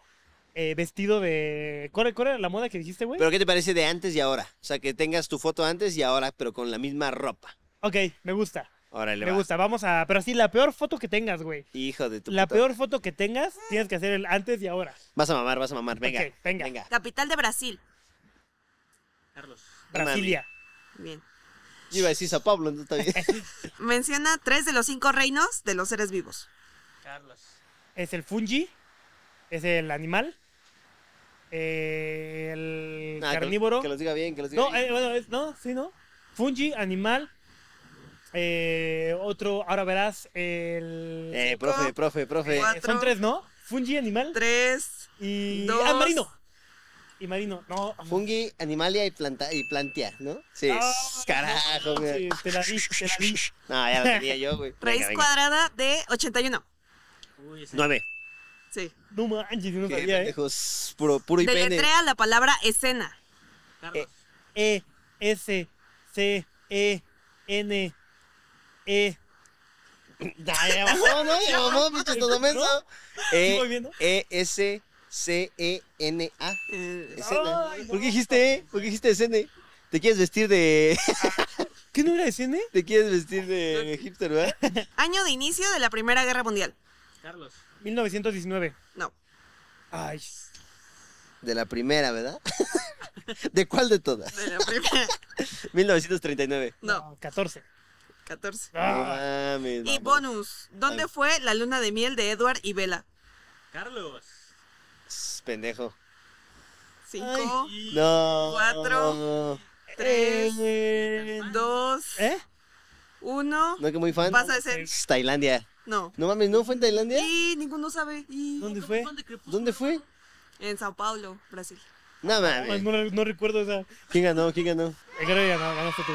[SPEAKER 2] eh, vestido de, corre, corre, la moda que dijiste, güey.
[SPEAKER 1] Pero ¿qué te parece de antes y ahora? O sea, que tengas tu foto antes y ahora, pero con la misma ropa.
[SPEAKER 2] Ok, me gusta,
[SPEAKER 1] Órale,
[SPEAKER 2] me
[SPEAKER 1] va.
[SPEAKER 2] gusta, vamos a, pero así la peor foto que tengas, güey.
[SPEAKER 1] Hijo de tu
[SPEAKER 2] La
[SPEAKER 1] puta-
[SPEAKER 2] peor foto que tengas, tienes que hacer el antes y ahora.
[SPEAKER 1] Vas a mamar, vas a mamar. Venga.
[SPEAKER 2] Ok, venga.
[SPEAKER 4] Capital de Brasil.
[SPEAKER 2] Brasilia.
[SPEAKER 4] Bien.
[SPEAKER 1] Yo iba a decir Sao Paulo, entonces está bien. Ah,
[SPEAKER 4] Menciona tres de los cinco reinos de los seres vivos.
[SPEAKER 2] Es el fungi, es el animal eh, el
[SPEAKER 1] Ah, que-
[SPEAKER 2] carnívoro.
[SPEAKER 1] Que, los diga bien, que los diga
[SPEAKER 2] No,
[SPEAKER 1] bien.
[SPEAKER 2] eh, bueno, es- no, sí, no. Fungi, animal. eh, otro, ahora verás, el.
[SPEAKER 1] Eh, profe, profe, profe.
[SPEAKER 2] eh,
[SPEAKER 4] cuatro.
[SPEAKER 2] son tres, ¿no? Fungi, animal.
[SPEAKER 4] Tres.
[SPEAKER 2] y.
[SPEAKER 4] dos.
[SPEAKER 2] Ah, marino. Y marino. No.
[SPEAKER 1] Fungi, animalia y, planta, y plantia, ¿no? Sí.
[SPEAKER 2] Ah,
[SPEAKER 1] Carajo,
[SPEAKER 2] no,
[SPEAKER 1] güey.
[SPEAKER 2] sí, Te la di, te la di.
[SPEAKER 1] No, ya lo tenía yo, güey.
[SPEAKER 4] Raíz cuadrada de 81.
[SPEAKER 1] Nueve.
[SPEAKER 4] Sí.
[SPEAKER 2] No manches, yo no
[SPEAKER 1] Qué
[SPEAKER 2] sabía, ¿eh?
[SPEAKER 1] pendejos, puro, puro y pene.
[SPEAKER 4] Deletrea la palabra escena.
[SPEAKER 2] E, S, C, E, N, E.
[SPEAKER 1] Ya, ya mamó, ¿no? Ya mamó, pinche todo
[SPEAKER 2] ¿Sí
[SPEAKER 1] E,
[SPEAKER 2] voy viendo?
[SPEAKER 1] E, S, C, E, N, A.
[SPEAKER 4] Eh,
[SPEAKER 1] Escena.
[SPEAKER 2] Ay,
[SPEAKER 1] ¿Por qué
[SPEAKER 2] no.
[SPEAKER 1] dijiste E? ¿Por qué dijiste escena? ¿Te quieres vestir de.
[SPEAKER 2] ¿Qué no era de N?
[SPEAKER 1] ¿Te quieres vestir de hipster, verdad?
[SPEAKER 4] año de inicio de la Primera Guerra Mundial.
[SPEAKER 2] 1919.
[SPEAKER 4] No.
[SPEAKER 2] Ay.
[SPEAKER 1] De la primera, ¿verdad? ¿De cuál de todas?
[SPEAKER 4] De la primera.
[SPEAKER 1] 1939.
[SPEAKER 4] No.
[SPEAKER 2] 14.
[SPEAKER 4] 14.
[SPEAKER 1] No
[SPEAKER 2] Ah,
[SPEAKER 1] mames,
[SPEAKER 4] Y
[SPEAKER 1] mamón.
[SPEAKER 4] bonus. ¿Dónde
[SPEAKER 1] Ay.
[SPEAKER 4] fue la luna de miel de Edward y Bella?
[SPEAKER 5] Carlos.
[SPEAKER 1] Sss, Pendejo.
[SPEAKER 4] Cinco,
[SPEAKER 1] No.
[SPEAKER 4] Cuatro.
[SPEAKER 1] No,
[SPEAKER 4] tres,
[SPEAKER 2] eh,
[SPEAKER 4] dos,
[SPEAKER 2] ¿Eh?
[SPEAKER 4] uno.
[SPEAKER 1] que muy fan.
[SPEAKER 4] Vas a decir.
[SPEAKER 1] Sss, Tailandia.
[SPEAKER 4] No.
[SPEAKER 1] No mames, ¿no fue en Tailandia?
[SPEAKER 4] Y ninguno sabe. Y
[SPEAKER 2] ¿Dónde fue?
[SPEAKER 1] ¿Eh? ¿Dónde fue?
[SPEAKER 4] en Sao Paulo, Brasil.
[SPEAKER 1] No
[SPEAKER 2] Ay,
[SPEAKER 1] mames.
[SPEAKER 2] No, no recuerdo esa.
[SPEAKER 1] ¿Quién ganó? ¿Quién ganó?
[SPEAKER 2] Eh, Creo que ganó- ganaste tú.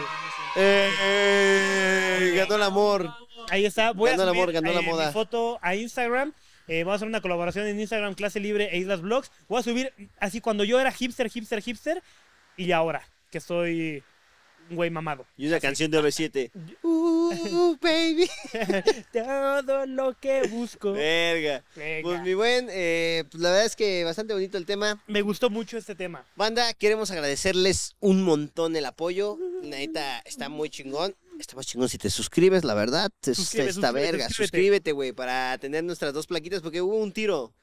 [SPEAKER 1] Eh, eh, ganó el amor.
[SPEAKER 2] Ahí está. Voy
[SPEAKER 1] Ganó
[SPEAKER 2] a
[SPEAKER 1] el
[SPEAKER 2] subir
[SPEAKER 1] amor, ganó la
[SPEAKER 2] eh, mi
[SPEAKER 1] moda.
[SPEAKER 2] foto a Instagram. Eh, vamos a hacer una colaboración en Instagram, Clase Libre e Islas Blogs. Voy a subir así cuando yo era hipster, hipster, hipster. Y ahora, que soy un güey mamado.
[SPEAKER 1] Y una canción de R7. Uh, baby.
[SPEAKER 2] Todo lo que busco.
[SPEAKER 1] Verga.
[SPEAKER 2] Venga.
[SPEAKER 1] Eh, Pues mi buen, eh, pues, la verdad es que bastante bonito el tema.
[SPEAKER 2] Me gustó mucho este tema.
[SPEAKER 1] Banda, queremos agradecerles un montón el apoyo. La neta, está muy chingón. Está muy chingón si te suscribes, la verdad. Es-
[SPEAKER 2] Suscribe,
[SPEAKER 1] está
[SPEAKER 2] suscríbete,
[SPEAKER 1] verga.
[SPEAKER 2] suscríbete.
[SPEAKER 1] Suscríbete, güey, para tener nuestras dos plaquitas, porque hubo un tiro.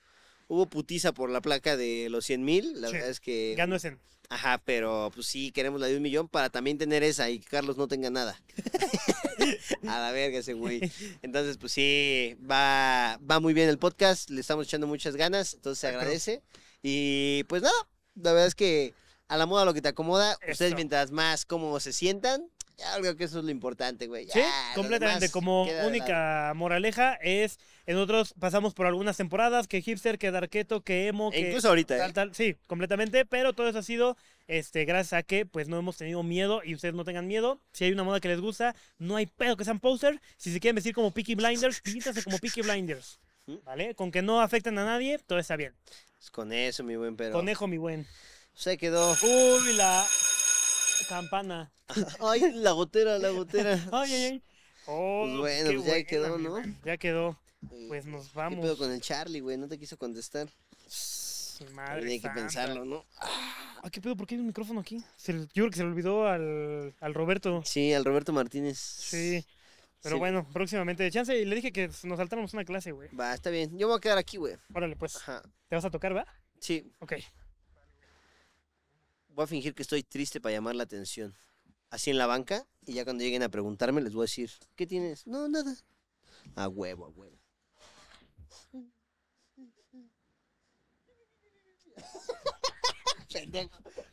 [SPEAKER 1] Hubo putiza por la placa de los 100 mil. La
[SPEAKER 2] Sí.
[SPEAKER 1] verdad es que.
[SPEAKER 2] Ganó ese.
[SPEAKER 1] Ajá, pero pues sí, queremos la de un millón para también tener esa y que Carlos no tenga nada. A la verga ese güey. Entonces, pues sí, va, va muy bien el podcast, le estamos echando muchas ganas, entonces se agradece. Y pues nada, la verdad es que a la moda lo que te acomoda, ustedes
[SPEAKER 2] Eso.
[SPEAKER 1] mientras más cómodos se sientan, ya creo que eso es lo importante, güey.
[SPEAKER 2] Sí,
[SPEAKER 1] Ya, lo
[SPEAKER 2] completamente.
[SPEAKER 1] demás
[SPEAKER 2] Como
[SPEAKER 1] queda de lado.
[SPEAKER 2] única moraleja es, en otros pasamos por algunas temporadas, que hipster, que darketo, que emo,
[SPEAKER 1] E
[SPEAKER 2] que...
[SPEAKER 1] incluso ahorita,
[SPEAKER 2] tal,
[SPEAKER 1] ¿eh?
[SPEAKER 2] tal. Sí, completamente, pero todo eso ha sido este, gracias a que pues no hemos tenido miedo y ustedes no tengan miedo. Si hay una moda que les gusta, no hay pedo que sean poster. Si se quieren vestir como Peaky Blinders, vístanse como Peaky Blinders.
[SPEAKER 1] ¿Mm?
[SPEAKER 2] ¿Vale? Con que no afecten a nadie, todo está bien.
[SPEAKER 1] Pues, con eso, mi buen pero.
[SPEAKER 2] Conejo, mi buen.
[SPEAKER 1] Se quedó.
[SPEAKER 2] Uy, la campana.
[SPEAKER 1] Ay, la gotera, la gotera.
[SPEAKER 2] Ay, ay, ay. Oh,
[SPEAKER 1] Pues bueno,
[SPEAKER 2] qué
[SPEAKER 1] pues ya
[SPEAKER 2] buena,
[SPEAKER 1] quedó,
[SPEAKER 2] mi
[SPEAKER 1] ¿no?
[SPEAKER 2] man. Ya quedó. Pues nos
[SPEAKER 1] ¿Qué
[SPEAKER 2] vamos. Ah,
[SPEAKER 1] pedo con el Charlie, güey? No te quiso contestar.
[SPEAKER 2] Madre
[SPEAKER 1] Tiene que
[SPEAKER 2] santa.
[SPEAKER 1] pensarlo, ¿no?
[SPEAKER 2] Ah, ¿qué pedo? ¿Por qué hay un micrófono aquí? Se le- yo creo que se le olvidó al, al Roberto.
[SPEAKER 1] Sí, al Roberto Martínez.
[SPEAKER 2] Sí. Pero
[SPEAKER 1] Sí.
[SPEAKER 2] bueno, próximamente. Chance, y le dije que nos saltáramos una clase, güey.
[SPEAKER 1] Va, está bien. Yo me voy a quedar aquí, güey.
[SPEAKER 2] Órale, pues.
[SPEAKER 1] Ajá.
[SPEAKER 2] Te vas a tocar, ¿va?
[SPEAKER 1] Sí,
[SPEAKER 2] Ok.
[SPEAKER 1] voy a fingir que estoy triste para llamar la atención. Así en la banca, y ya cuando lleguen a preguntarme, les voy a decir, ¿qué tienes? No, nada. A huevo, a huevo. Pendejo.